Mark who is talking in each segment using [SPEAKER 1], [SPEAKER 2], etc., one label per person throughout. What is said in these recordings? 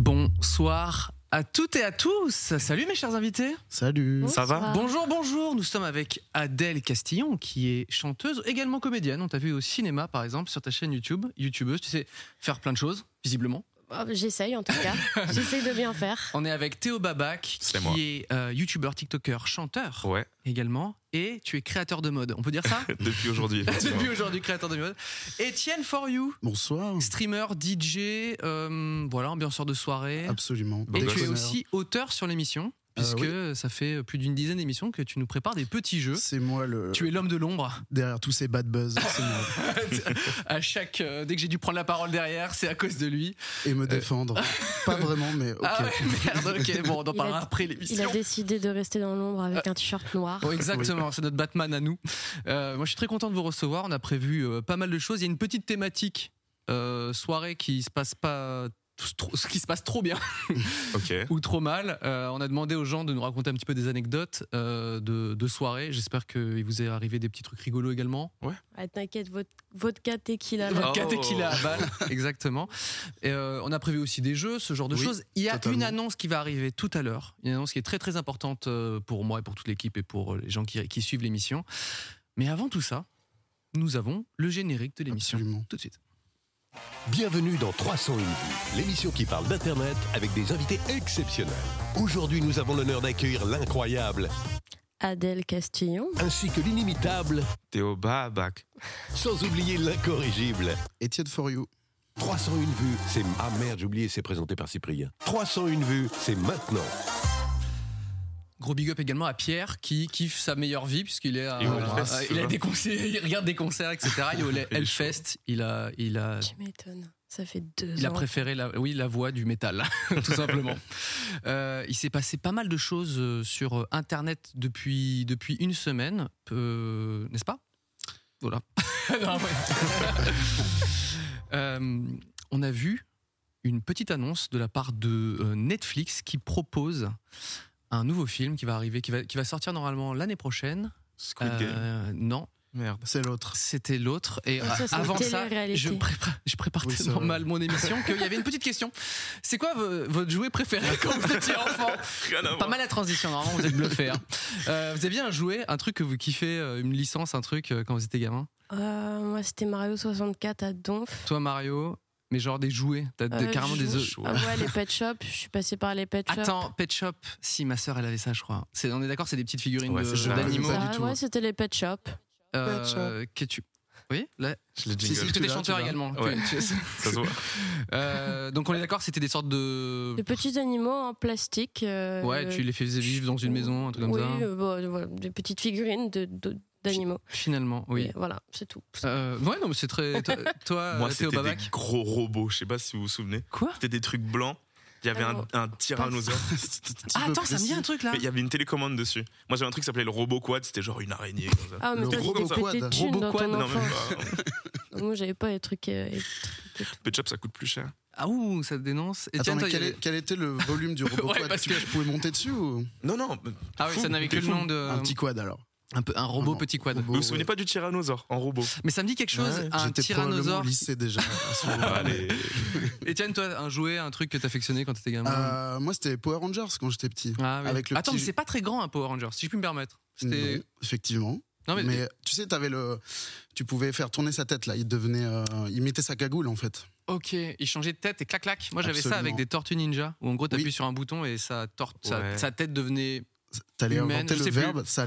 [SPEAKER 1] Bonsoir à toutes et à tous. Salut mes chers invités.
[SPEAKER 2] Ah.
[SPEAKER 3] Salut.
[SPEAKER 4] Ça va
[SPEAKER 1] Bonjour, bonjour. Nous sommes avec Adèle Castillon, qui est chanteuse, également comédienne. On t'a vu au cinéma, par exemple, sur ta chaîne YouTube, youtubeuse. Tu sais faire plein de choses, visiblement.
[SPEAKER 4] Oh, J'essaye en tout cas. J'essaye de bien faire.
[SPEAKER 1] On est avec Théo Babac,
[SPEAKER 2] C'est
[SPEAKER 1] qui
[SPEAKER 2] moi.
[SPEAKER 1] est euh, youtubeur, tiktoker, chanteur
[SPEAKER 2] Ouais,
[SPEAKER 1] également. Et tu es créateur de mode. On peut dire ça
[SPEAKER 2] depuis aujourd'hui. effectivement.
[SPEAKER 1] Depuis aujourd'hui, créateur de mode. Etienne For You,
[SPEAKER 3] Bonsoir.
[SPEAKER 1] streamer, DJ, euh, voilà, ambianceur de soirée.
[SPEAKER 3] Absolument.
[SPEAKER 2] Et
[SPEAKER 1] Et
[SPEAKER 2] Bon
[SPEAKER 1] tu es
[SPEAKER 2] gosse.
[SPEAKER 1] aussi auteur sur l'émission,
[SPEAKER 3] bah, Euh,
[SPEAKER 1] puisque ça fait plus d'une dizaine d'émissions que tu nous prépares des petits jeux.
[SPEAKER 3] C'est moi le
[SPEAKER 1] Tu es l'homme de l'ombre.
[SPEAKER 3] derrière tous ces bad buzz. c'est moi.
[SPEAKER 1] à chaque, euh, dès que j'ai dû prendre la parole derrière, c'est à cause de lui.
[SPEAKER 3] Et me défendre. Pas vraiment, mais ok.
[SPEAKER 1] Euh. Ah ouais, merde, ok, bon, on en
[SPEAKER 4] Il
[SPEAKER 1] parlera
[SPEAKER 4] a-
[SPEAKER 1] après
[SPEAKER 4] Il a
[SPEAKER 1] l'émission.
[SPEAKER 4] décidé de rester dans l'ombre avec un t-shirt noir.
[SPEAKER 1] Oh, exactement, c'est notre Batman à nous. Euh, moi, je suis très content de vous recevoir. On a prévu euh, pas mal de choses. Il y a une petite thématique euh, soirée qui se passe pas. trop- Ce qui se passe trop bien
[SPEAKER 2] Ok.
[SPEAKER 1] ou trop mal. Euh, on a demandé aux gens de nous raconter un petit peu des anecdotes euh, de, de soirées. J'espère qu'il vous est arrivé des petits trucs rigolos également.
[SPEAKER 4] Ah, T'inquiète, votre, votre caté qu'il
[SPEAKER 3] Ah,
[SPEAKER 4] a. là.
[SPEAKER 1] Votre cat qui
[SPEAKER 3] Oh.
[SPEAKER 1] la avale, exactement. Et, euh, on a prévu aussi des jeux, ce genre de
[SPEAKER 3] Oui,
[SPEAKER 1] choses. Il y a
[SPEAKER 3] totalement.
[SPEAKER 1] une annonce qui va arriver tout à l'heure, une annonce qui est très très importante euh, pour moi et pour toute l'équipe et pour euh, les gens qui, qui suivent l'émission. Mais avant tout ça, nous avons le générique de l'émission.
[SPEAKER 3] Absolument.
[SPEAKER 1] Tout de suite.
[SPEAKER 5] Bienvenue dans 301 vues, l'émission qui parle d'Internet avec des invités exceptionnels. Aujourd'hui, nous avons l'honneur d'accueillir l'incroyable
[SPEAKER 4] Adèle Castillon.
[SPEAKER 5] ainsi que l'inimitable,
[SPEAKER 2] Théo Babac.
[SPEAKER 5] sans oublier l'incorrigible.
[SPEAKER 3] Étienne For You.
[SPEAKER 5] 301 vues, c'est... Ah merde, j'ai oublié, c'est présenté par Cyprien. 301 vues, c'est maintenant.
[SPEAKER 1] Gros big up également à Pierre qui kiffe sa meilleure vie puisqu'il est à-
[SPEAKER 2] Et au
[SPEAKER 1] à-
[SPEAKER 2] Hellfest,
[SPEAKER 1] il, a
[SPEAKER 2] souvent.
[SPEAKER 1] des concerts, il regarde des concerts, etc. Il est au
[SPEAKER 2] est
[SPEAKER 1] Hellfest, il a, il a
[SPEAKER 4] Tu m'étonnes. Ça fait deux
[SPEAKER 1] Il a
[SPEAKER 4] ans.
[SPEAKER 1] préféré la, oui, la voix du métal, tout simplement. Euh, il s'est passé pas mal de choses euh, sur euh, Internet depuis, depuis une semaine, euh, n'est-ce pas Voilà. Non, ouais. Euh, on a vu une petite annonce de la part de euh, Netflix qui propose un nouveau film qui va arriver, qui va, qui va sortir normalement l'année prochaine.
[SPEAKER 2] Squid Game.
[SPEAKER 1] Euh, non,
[SPEAKER 2] Merde.
[SPEAKER 3] C'est l'autre.
[SPEAKER 1] c'était l'autre. Et
[SPEAKER 4] Ah, ça,
[SPEAKER 1] euh,
[SPEAKER 4] c'est
[SPEAKER 1] avant
[SPEAKER 4] une
[SPEAKER 1] ça,
[SPEAKER 4] télé-réalité.
[SPEAKER 1] je prépare, je prépare
[SPEAKER 3] Oui,
[SPEAKER 1] tellement
[SPEAKER 3] ça va.
[SPEAKER 1] mal mon émission qu'il y avait une petite question. C'est quoi vo- votre jouet préféré quand vous étiez enfant
[SPEAKER 2] Rien à
[SPEAKER 1] Pas
[SPEAKER 2] voir.
[SPEAKER 1] mal la transition, normalement vous êtes bluffé. hein. Euh, vous aviez un jouet, un truc que vous kiffez, euh, une licence, un truc euh, quand vous étiez gamin
[SPEAKER 4] Euh, moi, c'était Mario 64 à Donf.
[SPEAKER 1] Toi Mario, mais genre des jouets, t'as de-
[SPEAKER 4] Euh,
[SPEAKER 1] carrément
[SPEAKER 4] je-
[SPEAKER 1] des œufs.
[SPEAKER 4] Ah ouais, les pet shops. Je suis passée par les pet shops.
[SPEAKER 1] Attends, Pet Shop, si ma sœur elle avait ça je crois. C'est- on est d'accord, c'est des petites figurines
[SPEAKER 2] Ouais,
[SPEAKER 1] de-
[SPEAKER 2] c'est ça.
[SPEAKER 1] d'animaux
[SPEAKER 3] pas
[SPEAKER 4] Ah,
[SPEAKER 3] du tout. hein.
[SPEAKER 4] ouais, c'était les pet shops.
[SPEAKER 1] euh, que tu... Oui là,
[SPEAKER 2] Je l'ai
[SPEAKER 1] Si, si,
[SPEAKER 2] jingle.
[SPEAKER 1] tu
[SPEAKER 3] Tu
[SPEAKER 1] étais
[SPEAKER 3] l'as,
[SPEAKER 1] chanteur
[SPEAKER 3] tu l'as.
[SPEAKER 1] également.
[SPEAKER 2] Ouais.
[SPEAKER 1] Tu- tu-
[SPEAKER 2] Ça se voit.
[SPEAKER 1] Euh, donc on est d'accord, c'était des sortes de...
[SPEAKER 4] Des petits animaux en plastique. euh,
[SPEAKER 1] Ouais,
[SPEAKER 4] euh,
[SPEAKER 1] tu les fais vivre dans une maison, un truc comme
[SPEAKER 4] oui,
[SPEAKER 1] ça.
[SPEAKER 4] euh, bon, voilà, des petites figurines de- de- d'animaux.
[SPEAKER 1] Finalement, oui.
[SPEAKER 4] Et Voilà, c'est tout.
[SPEAKER 1] Euh, ouais, non, mais c'est très. Toi, toi,
[SPEAKER 2] Moi,
[SPEAKER 1] euh, Théo
[SPEAKER 2] c'était des
[SPEAKER 1] Babac
[SPEAKER 2] gros robots. Je sais pas si vous vous souvenez.
[SPEAKER 1] Quoi
[SPEAKER 2] C'était des trucs blancs. Il y avait un, un tyrannosaure.
[SPEAKER 1] Ah, attends, ça me dit un
[SPEAKER 3] vient.
[SPEAKER 1] truc là.
[SPEAKER 2] Mais Il y avait une télécommande dessus. Moi, j'avais un truc qui s'appelait le robot quad. C'était genre une araignée. Comme ça.
[SPEAKER 4] Ah, mais
[SPEAKER 3] Le
[SPEAKER 4] toi,
[SPEAKER 2] gros
[SPEAKER 4] t'étais
[SPEAKER 2] comme
[SPEAKER 3] ça.
[SPEAKER 4] pété de thunes
[SPEAKER 1] Robot
[SPEAKER 4] dans
[SPEAKER 1] quad,
[SPEAKER 4] ton
[SPEAKER 2] non, même
[SPEAKER 4] enfance.
[SPEAKER 2] pas.
[SPEAKER 4] Moi, j'avais pas les trucs. euh, les trucs et tout.
[SPEAKER 2] Pet Shop, ça coûte plus cher.
[SPEAKER 1] Ah, ouh, ça dénonce. Et
[SPEAKER 3] Attends,
[SPEAKER 1] tiens,
[SPEAKER 3] mais
[SPEAKER 1] toi,
[SPEAKER 3] quel,
[SPEAKER 1] il y
[SPEAKER 3] est-
[SPEAKER 1] avait-
[SPEAKER 3] quel était le volume du robot
[SPEAKER 1] Ouais,
[SPEAKER 3] quad
[SPEAKER 1] parce
[SPEAKER 3] tu,
[SPEAKER 1] que-
[SPEAKER 3] tu pouvais monter dessus ou
[SPEAKER 2] Non, non.
[SPEAKER 1] Ah, oui,
[SPEAKER 2] fou,
[SPEAKER 1] ça n'avait que
[SPEAKER 2] t'es
[SPEAKER 1] le
[SPEAKER 2] fou.
[SPEAKER 1] nom de.
[SPEAKER 3] un petit quad alors
[SPEAKER 1] un, peu- un robot
[SPEAKER 3] Non,
[SPEAKER 1] petit quad.
[SPEAKER 3] robot,
[SPEAKER 2] Vous vous
[SPEAKER 3] Oh, ouais.
[SPEAKER 2] souvenez pas du tyrannosaure en robot
[SPEAKER 1] Mais ça me dit quelque chose,
[SPEAKER 3] Ouais,
[SPEAKER 1] un
[SPEAKER 3] J'étais probablement
[SPEAKER 1] tyrannosaure.
[SPEAKER 3] au lycée déjà. à ce moment-là.
[SPEAKER 2] Allez.
[SPEAKER 1] Etienne, toi, un jouet, un truc que t'affectionnais quand t'étais gamin
[SPEAKER 3] Euh, moi, c'était Power Rangers quand j'étais petit.
[SPEAKER 1] Ah, oui.
[SPEAKER 3] avec le
[SPEAKER 1] Attends,
[SPEAKER 3] petit-
[SPEAKER 1] mais c'est pas très grand un Power Ranger, si je puis me permettre. C'était.
[SPEAKER 3] Non, effectivement.
[SPEAKER 1] Non,
[SPEAKER 3] mais,
[SPEAKER 1] mais.
[SPEAKER 3] tu sais, avais le, tu pouvais faire tourner sa tête là. Il devenait, euh, il mettait sa cagoule en fait.
[SPEAKER 1] Ok, il changeait de tête et clac clac. Moi j'avais ça
[SPEAKER 3] Absolument.
[SPEAKER 1] avec des tortues ninja, où en gros t'appuies
[SPEAKER 3] Oui.
[SPEAKER 1] sur un bouton et sa, tor- sa-
[SPEAKER 2] Ouais.
[SPEAKER 1] sa tête devenait.
[SPEAKER 3] T'allais
[SPEAKER 1] Humaine,
[SPEAKER 3] inventer
[SPEAKER 1] je
[SPEAKER 3] le
[SPEAKER 1] sais plus.
[SPEAKER 3] verbe, ça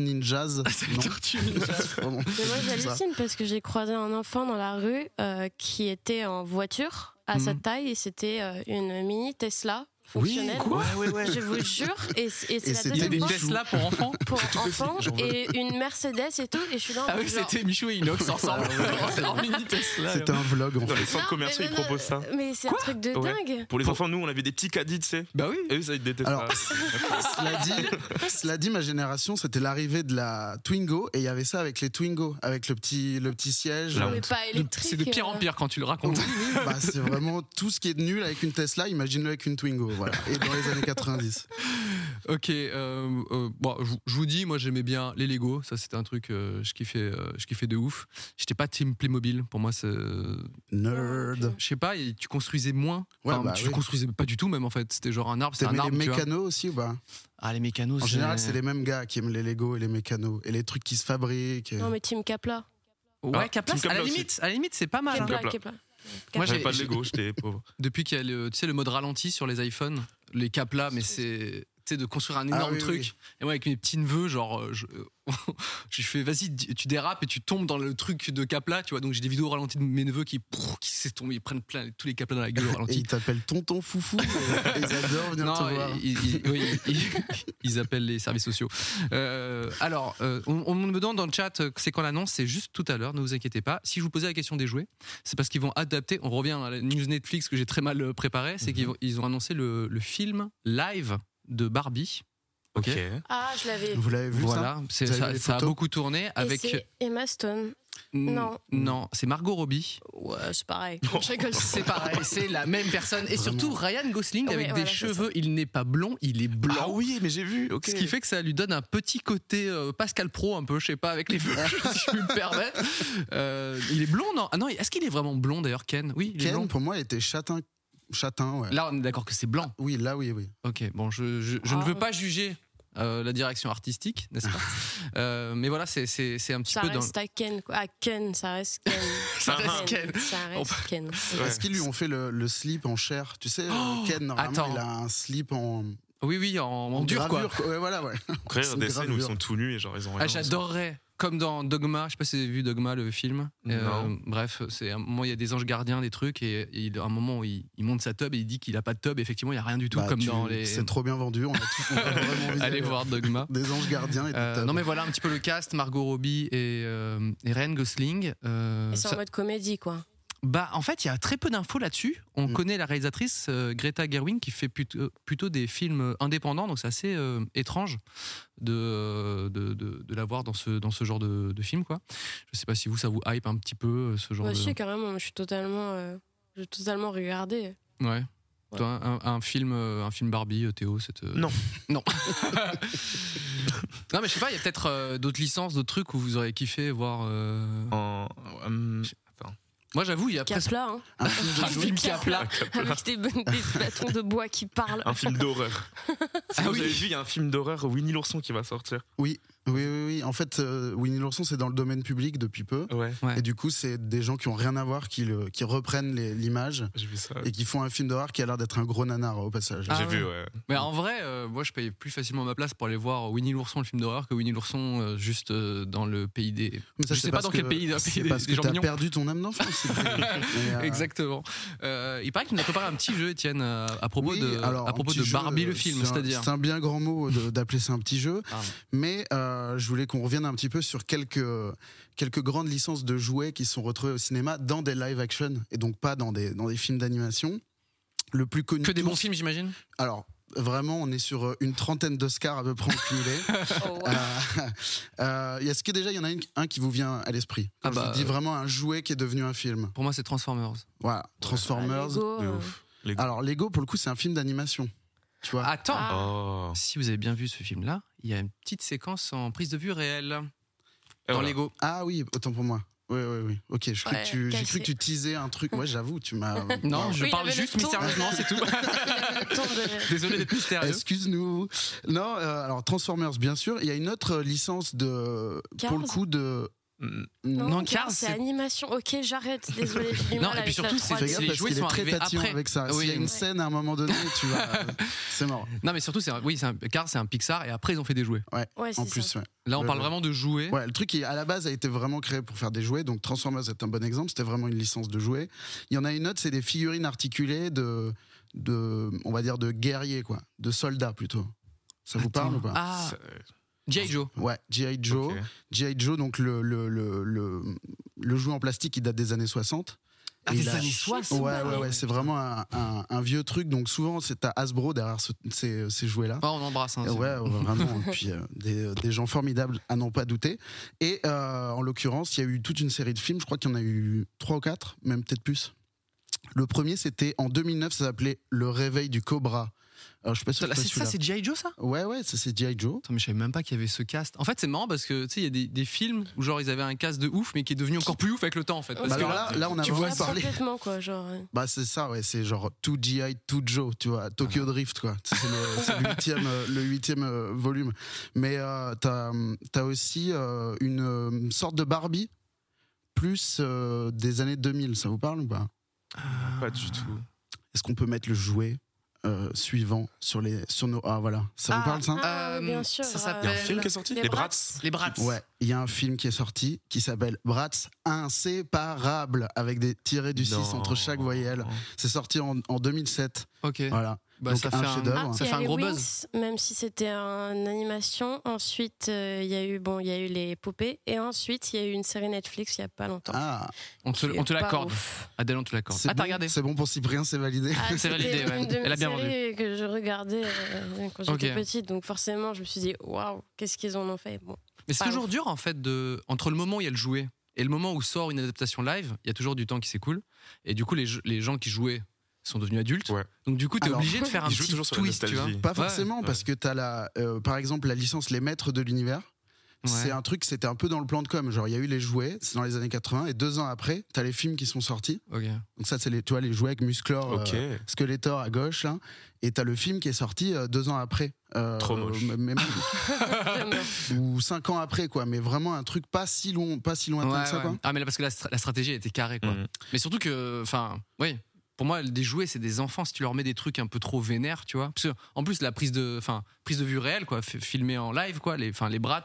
[SPEAKER 3] ninjas. non
[SPEAKER 1] tortue ninja.
[SPEAKER 3] Vraiment,
[SPEAKER 4] Mais moi,
[SPEAKER 3] c'est ça.
[SPEAKER 4] j'hallucine parce que j'ai croisé un enfant dans la rue euh, qui était en voiture à sa
[SPEAKER 1] Mhm.
[SPEAKER 4] taille et c'était euh, une mini Tesla. fonctionnelle.
[SPEAKER 1] quoi
[SPEAKER 2] Ouais, ouais, ouais.
[SPEAKER 4] Je vous jure. Et, c- et c'est
[SPEAKER 3] Et
[SPEAKER 4] la
[SPEAKER 3] c'était
[SPEAKER 1] Il y a
[SPEAKER 4] deuxième
[SPEAKER 1] des
[SPEAKER 4] fois
[SPEAKER 1] Tesla pour enfants.
[SPEAKER 4] pour enfants
[SPEAKER 3] j'en veux.
[SPEAKER 4] et une Mercedes et tout. Et je suis là en
[SPEAKER 1] Ah
[SPEAKER 4] mode
[SPEAKER 1] oui,
[SPEAKER 4] genre,
[SPEAKER 1] c'était Michou et Inox ensemble. en mini Tesla.
[SPEAKER 3] C'était un vlog en
[SPEAKER 2] Dans
[SPEAKER 3] fait.
[SPEAKER 2] les centres
[SPEAKER 4] Non,
[SPEAKER 2] commerciaux,
[SPEAKER 4] mais
[SPEAKER 2] ils
[SPEAKER 4] non, euh, non,
[SPEAKER 2] proposent ça.
[SPEAKER 4] Mais c'est un truc de
[SPEAKER 2] Ouais.
[SPEAKER 4] dingue.
[SPEAKER 2] Pour les enfants, nous, on avait des petits caddies, tu sais.
[SPEAKER 1] Bah oui.
[SPEAKER 2] Et eux, ça, ils détestent
[SPEAKER 3] Alors,
[SPEAKER 2] pas.
[SPEAKER 3] Cela dit, cela dit, ma génération, c'était l'arrivée de la Twingo et il y avait ça avec les Twingo, avec le petit, le petit siège.
[SPEAKER 2] La
[SPEAKER 4] Mais
[SPEAKER 2] honte.
[SPEAKER 4] pas
[SPEAKER 1] De-
[SPEAKER 4] électrique.
[SPEAKER 1] C'est de pire en
[SPEAKER 4] euh,
[SPEAKER 1] pire quand tu le racontes.
[SPEAKER 3] Bah, c'est vraiment tout ce qui est de nul avec une Tesla, imagine-le avec une Twingo. Voilà. Et dans les années 90.
[SPEAKER 1] ok, euh, euh, bon, je vous- je vous dis, moi j'aimais bien les Lego. Ça, c'était un truc, euh, je, kiffais, euh, je kiffais de ouf. J'étais pas Team Playmobil. Pour moi, c'est. euh,
[SPEAKER 3] Nerd.
[SPEAKER 1] Je sais pas, et tu construisais moins.
[SPEAKER 3] Ouais,
[SPEAKER 1] Enfin,
[SPEAKER 3] bah
[SPEAKER 1] tu
[SPEAKER 3] oui.
[SPEAKER 1] construisais pas du tout, même en fait. C'était genre un arbre, c'est un
[SPEAKER 3] T'aimais les
[SPEAKER 1] arbre. tu vois.
[SPEAKER 3] mécanos aussi ou pas
[SPEAKER 1] Ah, les mécanos,
[SPEAKER 3] En général, c'est les mêmes gars qui aiment les Lego et les mécanos et les trucs qui se fabriquent. et-
[SPEAKER 4] Non, mais Team Capla.
[SPEAKER 1] Ouais,
[SPEAKER 2] Ah,
[SPEAKER 1] Kaplan,
[SPEAKER 2] Team
[SPEAKER 1] à la
[SPEAKER 2] Kaplan aussi.
[SPEAKER 1] limite, à la limite, c'est pas mal. hein.
[SPEAKER 2] Team
[SPEAKER 4] Capla,
[SPEAKER 2] Capla.
[SPEAKER 4] Capla.
[SPEAKER 1] Moi,
[SPEAKER 2] J'avais
[SPEAKER 1] j'ai-
[SPEAKER 2] pas de Lego, j'étais pauvre.
[SPEAKER 1] Depuis qu'il y a le, tu sais, le mode ralenti sur les iPhones, les caplas, mais c'est tu sais, de construire un
[SPEAKER 3] Ah
[SPEAKER 1] énorme
[SPEAKER 3] oui,
[SPEAKER 1] truc.
[SPEAKER 3] oui.
[SPEAKER 1] Et moi, avec mes petits neveux, genre, euh, je, je lui fais, vas-y, di- tu dérapes et tu tombes dans le truc de capla, tu vois. Donc, j'ai des vidéos ralenties de mes neveux qui, prrr, qui s'estompent, ils prennent plein tous les caplas dans la gueule au
[SPEAKER 3] Et
[SPEAKER 1] ralenti.
[SPEAKER 3] ils t'appellent tonton foufou. et ils adorent venir te voir.
[SPEAKER 1] Non, ils, ils- oui, ils- ils appellent les services sociaux. Euh, alors, euh, on, on me demande dans le chat, euh, c'est quand l'annonce, c'est juste tout à l'heure, ne vous inquiétez pas. Si je vous posais la question des jouets, c'est parce qu'ils vont adapter, on revient à la news Netflix que j'ai très mal euh, préparée, c'est
[SPEAKER 3] Mhm.
[SPEAKER 1] qu'ils vont- ils ont annoncé le, le film live de Barbie. Ok.
[SPEAKER 4] Ah, je l'avais.
[SPEAKER 3] Vous l'avez vu ça
[SPEAKER 1] Voilà, c'est-
[SPEAKER 3] Vous avez vu
[SPEAKER 1] ça,
[SPEAKER 3] les
[SPEAKER 1] ça a
[SPEAKER 3] photos
[SPEAKER 1] beaucoup tourné avec.
[SPEAKER 4] Avec...
[SPEAKER 1] euh,
[SPEAKER 4] Et c'est Emma Stone. non.
[SPEAKER 1] Non, c'est Margot Robbie.
[SPEAKER 4] Ouais, c'est pareil.
[SPEAKER 1] Je rigole, c'est pareil, c'est la même personne. Et surtout Ryan Gosling
[SPEAKER 4] Ouais,
[SPEAKER 1] avec
[SPEAKER 4] voilà,
[SPEAKER 1] des
[SPEAKER 4] c'est ça.
[SPEAKER 1] cheveux, il n'est pas blond, il est blanc.
[SPEAKER 2] Ah oui, mais j'ai vu. Ok.
[SPEAKER 1] Ce qui fait que ça lui donne un petit côté euh, Pascal Pro, un peu, je sais pas, avec les cheveux, si je puis me permettre. Euh, il est blond, non Ah non, est-ce qu'il est vraiment blond d'ailleurs, Ken Oui, il est blond.
[SPEAKER 3] Ken, pour moi, il était châtain. Châtain, ouais.
[SPEAKER 1] Là, on est d'accord que c'est blanc.
[SPEAKER 3] Oui, là, oui, oui.
[SPEAKER 1] Ok, bon, je, je- je ne
[SPEAKER 4] Ah.
[SPEAKER 1] veux pas juger euh, la direction artistique, n'est-ce pas Euh, Mais voilà, c'est, c'est, c'est un petit
[SPEAKER 4] Ça
[SPEAKER 1] peu dans.
[SPEAKER 4] reste à Ken. Quoi. Ah, Ken, ça reste Ken.
[SPEAKER 1] Ça
[SPEAKER 2] reste
[SPEAKER 1] Ken.
[SPEAKER 4] Ça reste Ken.
[SPEAKER 2] Ouais.
[SPEAKER 3] Est-ce qu'ils lui ont fait le, le slip en chair Tu sais, euh,
[SPEAKER 1] Oh,
[SPEAKER 3] Ken, normalement,
[SPEAKER 1] attends.
[SPEAKER 3] il a un slip en,
[SPEAKER 1] Oui, oui, en, en
[SPEAKER 3] en
[SPEAKER 1] dur, quoi.
[SPEAKER 3] gravure, Ouais, voilà, ouais.
[SPEAKER 2] Après, il y a
[SPEAKER 3] C'est
[SPEAKER 2] des
[SPEAKER 3] grave
[SPEAKER 2] scènes où ils
[SPEAKER 3] dur.
[SPEAKER 2] sont tout nus et genre, ils ont rien.
[SPEAKER 1] Ah, j'adorerais. Comme dans Dogma, je sais pas si vous avez vu Dogma, le film. Euh,
[SPEAKER 2] Non.
[SPEAKER 1] bref, c'est un moment, il y a des anges gardiens, des trucs, et, et il- à un moment, où il, il monte sa tub et il dit qu'il a pas de tub, et effectivement, il y a rien du tout,
[SPEAKER 3] Bah,
[SPEAKER 1] comme
[SPEAKER 3] tu-
[SPEAKER 1] dans les.
[SPEAKER 3] C'est trop bien vendu. On a tout, on a vraiment envie
[SPEAKER 1] Allez
[SPEAKER 3] d'aller
[SPEAKER 1] voir Dogma.
[SPEAKER 3] Des anges gardiens et
[SPEAKER 1] Euh,
[SPEAKER 3] tout.
[SPEAKER 1] non mais voilà un petit peu le cast Margot Robbie et, euh, et Ryan Gosling. Euh,
[SPEAKER 4] Et C'est en
[SPEAKER 1] ça-
[SPEAKER 4] mode comédie, quoi.
[SPEAKER 1] bah en fait il y a très peu d'infos là-dessus. On
[SPEAKER 3] Mm.
[SPEAKER 1] connaît la réalisatrice euh, Greta Gerwig qui fait plutôt, plutôt des films euh, indépendants donc c'est assez euh, étrange de, euh, de, de- de la voir dans ce dans ce genre de, de film quoi. Je sais pas si vous ça vous hype un petit peu euh, ce genre
[SPEAKER 4] Moi
[SPEAKER 1] de.
[SPEAKER 4] aussi, carrément. Bah, Je suis totalement. euh, Je vais totalement regarder.
[SPEAKER 1] Ouais. Toi, un, un film, euh, un film Barbie, euh, Théo, cette. euh,
[SPEAKER 2] Non.
[SPEAKER 1] Non. non, mais je sais pas, il y a peut-être euh, d'autres licences, d'autres trucs où vous auriez kiffé voir. euh,
[SPEAKER 2] En. hum,
[SPEAKER 1] Moi, j'avoue, il y a presque
[SPEAKER 4] Capla, hein.
[SPEAKER 3] Un film
[SPEAKER 1] un
[SPEAKER 3] de Joe-
[SPEAKER 1] film Capla. Ah.
[SPEAKER 4] Avec des, des bâtons de bois qui parlent.
[SPEAKER 2] un film d'horreur. Si vous
[SPEAKER 1] oui.
[SPEAKER 2] avez vu, il y a un film d'horreur Winnie l'ourson qui va sortir.
[SPEAKER 3] Oui, oui, oui. En fait, euh, Winnie l'ourson, c'est dans le domaine public depuis peu.
[SPEAKER 2] Ouais,
[SPEAKER 1] Ouais.
[SPEAKER 3] Et du coup, c'est des gens qui ont rien à voir qui, le- qui reprennent les- l'image
[SPEAKER 2] j'ai vu ça.
[SPEAKER 3] et qui font un film d'horreur qui a l'air d'être un gros nanar hein, au passage.
[SPEAKER 1] Ah
[SPEAKER 2] j'ai
[SPEAKER 1] ouais.
[SPEAKER 2] vu, ouais.
[SPEAKER 1] Mais en vrai, euh, moi, je paye plus facilement ma place pour aller voir Winnie l'ourson, le film d'horreur, que Winnie l'ourson euh, juste euh, dans le pays des.
[SPEAKER 3] Mais ça,
[SPEAKER 1] je
[SPEAKER 3] c'est
[SPEAKER 1] sais pas
[SPEAKER 3] parce
[SPEAKER 1] dans quel
[SPEAKER 3] que-
[SPEAKER 1] pays, dans le pays
[SPEAKER 3] C'est
[SPEAKER 1] des-
[SPEAKER 3] parce
[SPEAKER 1] des
[SPEAKER 3] que
[SPEAKER 1] gens
[SPEAKER 3] t'as
[SPEAKER 1] mignons.
[SPEAKER 3] perdu ton âme d'enfant. c'est tout. Et, euh,
[SPEAKER 1] Exactement. Euh, il paraît qu'il nous a préparé un petit jeu, Étienne, à, à propos
[SPEAKER 3] oui,
[SPEAKER 1] de,
[SPEAKER 3] alors,
[SPEAKER 1] à propos
[SPEAKER 3] un
[SPEAKER 1] de
[SPEAKER 3] petit
[SPEAKER 1] Barbie
[SPEAKER 3] jeu, euh,
[SPEAKER 1] le film,
[SPEAKER 3] c'est un-
[SPEAKER 1] c'est-à-dire.
[SPEAKER 3] C'est un bien grand mot de- d'appeler ça un petit jeu.
[SPEAKER 1] Ah,
[SPEAKER 3] Mais euh, je voulais qu'on revienne un petit peu sur quelques, quelques grandes licences de jouets qui sont retrouvées au cinéma dans des live action et donc pas dans des, dans des films d'animation. Le plus connu.
[SPEAKER 1] que des
[SPEAKER 3] de
[SPEAKER 1] bons
[SPEAKER 3] tous-
[SPEAKER 1] films, j'imagine.
[SPEAKER 3] Alors, vraiment, on est sur euh, une trentaine d'Oscars à peu près en cumulé.
[SPEAKER 4] Oh, ouais.
[SPEAKER 3] Euh, euh, Est-ce que déjà, il y en a une- un qui vous vient à l'esprit Quand
[SPEAKER 1] Ah bah,
[SPEAKER 3] Je vous dis
[SPEAKER 1] euh,
[SPEAKER 3] vraiment un jouet qui est devenu un film.
[SPEAKER 1] Pour moi, c'est Transformers.
[SPEAKER 3] Voilà, Transformers.
[SPEAKER 4] Lego,
[SPEAKER 1] Oh.
[SPEAKER 2] de
[SPEAKER 4] euh,
[SPEAKER 2] ouf. Lego.
[SPEAKER 3] Alors, Lego, pour le coup, c'est un film d'animation. Tu vois
[SPEAKER 1] Attends,
[SPEAKER 4] Ah.
[SPEAKER 2] Oh.
[SPEAKER 1] Si vous avez bien vu ce film-là, il y a une petite séquence en prise de vue réelle
[SPEAKER 2] Et
[SPEAKER 1] dans
[SPEAKER 2] voilà.
[SPEAKER 1] Lego.
[SPEAKER 3] Ah oui, autant pour moi. Oui, oui, oui. Ok, je crois
[SPEAKER 4] Ouais,
[SPEAKER 3] que tu, j'ai
[SPEAKER 4] cassé.
[SPEAKER 3] cru que tu teasais un truc. Ouais, j'avoue, tu m'as.
[SPEAKER 1] Non,
[SPEAKER 3] Wow.
[SPEAKER 1] je
[SPEAKER 4] Oui, il
[SPEAKER 1] parle
[SPEAKER 4] avait le
[SPEAKER 1] juste
[SPEAKER 4] ton.
[SPEAKER 1] mystérieusement, c'est tout.
[SPEAKER 4] Tant de-
[SPEAKER 1] Désolé d'être mystérieux.
[SPEAKER 3] Excuse-nous. Non, euh, alors Transformers, bien sûr. Il y a une autre euh, licence de.
[SPEAKER 4] Cars
[SPEAKER 3] Pour le coup, de.
[SPEAKER 1] Mm.
[SPEAKER 4] Non,
[SPEAKER 1] Non,
[SPEAKER 4] Cars,
[SPEAKER 1] Cars,
[SPEAKER 4] c'est
[SPEAKER 1] c'est-
[SPEAKER 4] animation. Ok, j'arrête. Désolé, j'ai du
[SPEAKER 1] Non,
[SPEAKER 4] mal
[SPEAKER 1] et puis
[SPEAKER 4] avec
[SPEAKER 1] surtout,
[SPEAKER 4] la
[SPEAKER 1] c'est-
[SPEAKER 3] Fais
[SPEAKER 4] 3D.
[SPEAKER 3] gaffe
[SPEAKER 1] les
[SPEAKER 3] parce
[SPEAKER 1] jouets
[SPEAKER 3] qu'il est
[SPEAKER 1] sont
[SPEAKER 3] très
[SPEAKER 1] arrivés
[SPEAKER 3] tatillon
[SPEAKER 1] après.
[SPEAKER 3] avec ça.
[SPEAKER 1] Oui,
[SPEAKER 3] S'il y a une
[SPEAKER 1] oui.
[SPEAKER 3] scène à un moment donné, tu vas. euh, C'est mort.
[SPEAKER 1] Non, mais surtout, c'est un- oui, c'est un car, c'est un Pixar et après ils ont fait des jouets.
[SPEAKER 4] Ouais,
[SPEAKER 3] En
[SPEAKER 4] c'est
[SPEAKER 3] plus,
[SPEAKER 4] ça.
[SPEAKER 3] ouais.
[SPEAKER 1] Là, on
[SPEAKER 3] Ouais,
[SPEAKER 1] parle
[SPEAKER 3] ouais.
[SPEAKER 1] vraiment de jouets.
[SPEAKER 3] Ouais, le truc qui à la base a été vraiment créé pour faire des jouets, donc Transformers est un bon exemple, c'était vraiment une licence de jouets. Il y en a une autre, c'est des figurines articulées de, de, on va dire, de guerriers, quoi, de soldats plutôt. Ça vous parle ou pas
[SPEAKER 1] Ah, G.I. Joe.
[SPEAKER 3] Ouais, G.I. Joe.
[SPEAKER 2] Ok.
[SPEAKER 3] G.I. Joe, donc le, le, le, le, le jouet en plastique qui date des années 60.
[SPEAKER 1] Ah,
[SPEAKER 3] Et il a- Ouais, ouais, ouais, c'est vraiment un, un- un vieux truc. Donc souvent, c'est à Hasbro derrière ce- ces, ces jouets-là.
[SPEAKER 1] Ah, on embrasse. hein,
[SPEAKER 3] Euh,
[SPEAKER 1] c'est-
[SPEAKER 3] Ouais, ouais, vraiment. Et puis euh, des, des gens formidables à n'en pas douter. Et euh, en l'occurrence, il y a eu toute une série de films. Je crois qu'il y en a eu trois ou quatre, même peut-être plus. Le premier, c'était en 2009, ça s'appelait Le Réveil du Cobra. Alors, je suis pas sûr
[SPEAKER 1] Ça,
[SPEAKER 3] que ce
[SPEAKER 1] c'est-
[SPEAKER 3] soit
[SPEAKER 1] ça,
[SPEAKER 3] celui-là.
[SPEAKER 1] c'est G.I. Joe, ça
[SPEAKER 3] Ouais, ouais, ça c'est G.I. Joe.
[SPEAKER 1] Attends, mais je savais même pas qu'il y avait ce cast. En fait, c'est marrant parce que tu sais, il y a des, des films où genre ils avaient un cast de ouf, mais qui est devenu encore plus ouf avec le temps en fait. Parce
[SPEAKER 3] Bah,
[SPEAKER 1] que
[SPEAKER 3] alors là, là, on a
[SPEAKER 1] tu
[SPEAKER 3] vraiment
[SPEAKER 1] vois
[SPEAKER 4] Ah,
[SPEAKER 1] ça.
[SPEAKER 3] parlé.
[SPEAKER 4] Complètement, quoi. Genre, euh,
[SPEAKER 3] Bah, c'est ça, ouais, c'est genre tout GI, tout Joe, tu vois, Tokyo Drift, quoi. C'est le, c'est le huitième, euh, le huitième euh, volume. Mais euh, t'as as aussi euh, une euh, sorte de Barbie, plus euh, des années 2000, ça vous parle ou pas
[SPEAKER 2] Pas
[SPEAKER 1] Ah.
[SPEAKER 2] du tout.
[SPEAKER 3] Est-ce qu'on peut mettre le jouet euh, suivant sur, les, sur nos. Ah, voilà, ça vous
[SPEAKER 1] Ah.
[SPEAKER 3] parle ça
[SPEAKER 4] Ah,
[SPEAKER 1] Euh,
[SPEAKER 4] ouais, bien sûr.
[SPEAKER 1] ça
[SPEAKER 4] euh,
[SPEAKER 1] s'appelle-
[SPEAKER 2] Il y a un film qui est sorti Les Brats
[SPEAKER 1] Les Bratz.
[SPEAKER 3] Ouais, il y a un film qui est sorti qui s'appelle Bratz Inséparable, avec des tirés du 6 entre chaque voyelle. C'est sorti en, en 2007.
[SPEAKER 1] Ok.
[SPEAKER 3] Voilà.
[SPEAKER 1] Bah,
[SPEAKER 3] Donc,
[SPEAKER 1] ça
[SPEAKER 3] un
[SPEAKER 1] fait
[SPEAKER 3] chef-d'œuvre.
[SPEAKER 1] un,
[SPEAKER 4] Ah,
[SPEAKER 1] ça
[SPEAKER 4] il y
[SPEAKER 1] fait
[SPEAKER 4] a
[SPEAKER 1] un
[SPEAKER 4] eu
[SPEAKER 1] gros
[SPEAKER 4] Wings,
[SPEAKER 1] buzz.
[SPEAKER 4] Même si c'était en animation. Ensuite, euh, il y a eu bon, il y a eu les poupées. Et ensuite, il y a eu une série Netflix il y a pas longtemps.
[SPEAKER 3] Ah,
[SPEAKER 1] On te,
[SPEAKER 4] qui
[SPEAKER 1] on te
[SPEAKER 4] est pas
[SPEAKER 1] l'accorde.
[SPEAKER 4] ouf.
[SPEAKER 1] Adèle, on te l'accorde.
[SPEAKER 3] c'est
[SPEAKER 1] Ah, t'as
[SPEAKER 3] bon,
[SPEAKER 1] regardé
[SPEAKER 3] C'est bon pour Cyprien, c'est validé.
[SPEAKER 4] Ah,
[SPEAKER 1] C'est
[SPEAKER 4] c'était
[SPEAKER 1] validé, ouais.
[SPEAKER 4] une de
[SPEAKER 1] Elle a
[SPEAKER 4] mes
[SPEAKER 1] bien vendu.
[SPEAKER 4] séries que je regardais euh, quand j'étais
[SPEAKER 1] Ok.
[SPEAKER 4] petite, donc forcément, je me suis dit waouh, qu'est-ce qu'ils en ont fait. Bon,
[SPEAKER 1] Mais c'est
[SPEAKER 4] Pas
[SPEAKER 1] toujours dur en fait de entre le moment où il y a le jouet et le moment où sort une adaptation live, il y a toujours du temps qui s'écoule et du coup les, jeux- les gens qui jouaient sont devenus adultes.
[SPEAKER 2] Ouais.
[SPEAKER 1] Donc du coup t'es
[SPEAKER 3] Alors,
[SPEAKER 1] obligé de faire un
[SPEAKER 2] ils jouent
[SPEAKER 1] petit
[SPEAKER 2] toujours sur la
[SPEAKER 1] twist, tu vois.
[SPEAKER 2] nostalgie.
[SPEAKER 3] Pas
[SPEAKER 1] Ouais.
[SPEAKER 3] forcément,
[SPEAKER 2] ouais.
[SPEAKER 3] parce que t'as la, euh, par exemple, la licence Les Maîtres de l'Univers. C'est
[SPEAKER 1] Ouais.
[SPEAKER 3] un truc, c'était un peu dans le plan de com. Genre, il y a eu les jouets, c'est dans les années 80, et deux ans après, t'as les films qui sont sortis.
[SPEAKER 1] Ok.
[SPEAKER 3] Donc, ça, c'est les, tu vois, les jouets avec Musclor,
[SPEAKER 2] Ok. Mm.
[SPEAKER 3] euh, Skeletor à gauche, là. Et t'as le film qui est sorti euh, deux ans après. Euh,
[SPEAKER 2] Trop moche.
[SPEAKER 3] euh, mais-
[SPEAKER 4] J'aime bien.
[SPEAKER 3] mais- ou cinq ans après, quoi. Mais vraiment un truc pas si long, pas si lointain
[SPEAKER 1] Ouais,
[SPEAKER 3] que ça,
[SPEAKER 1] ouais.
[SPEAKER 3] quoi.
[SPEAKER 1] Ah mais là parce que la, stra- la stratégie elle était carrée quoi.
[SPEAKER 2] Mhm.
[SPEAKER 1] Mais surtout que, enfin, oui. Pour moi, des jouets, c'est des enfants. Si tu leur mets des trucs un peu trop vénères, tu vois. Parce que, en plus, la prise de, enfin, prise de vue réelle, quoi, fi- filmée en live, quoi. Les, enfin, les brats,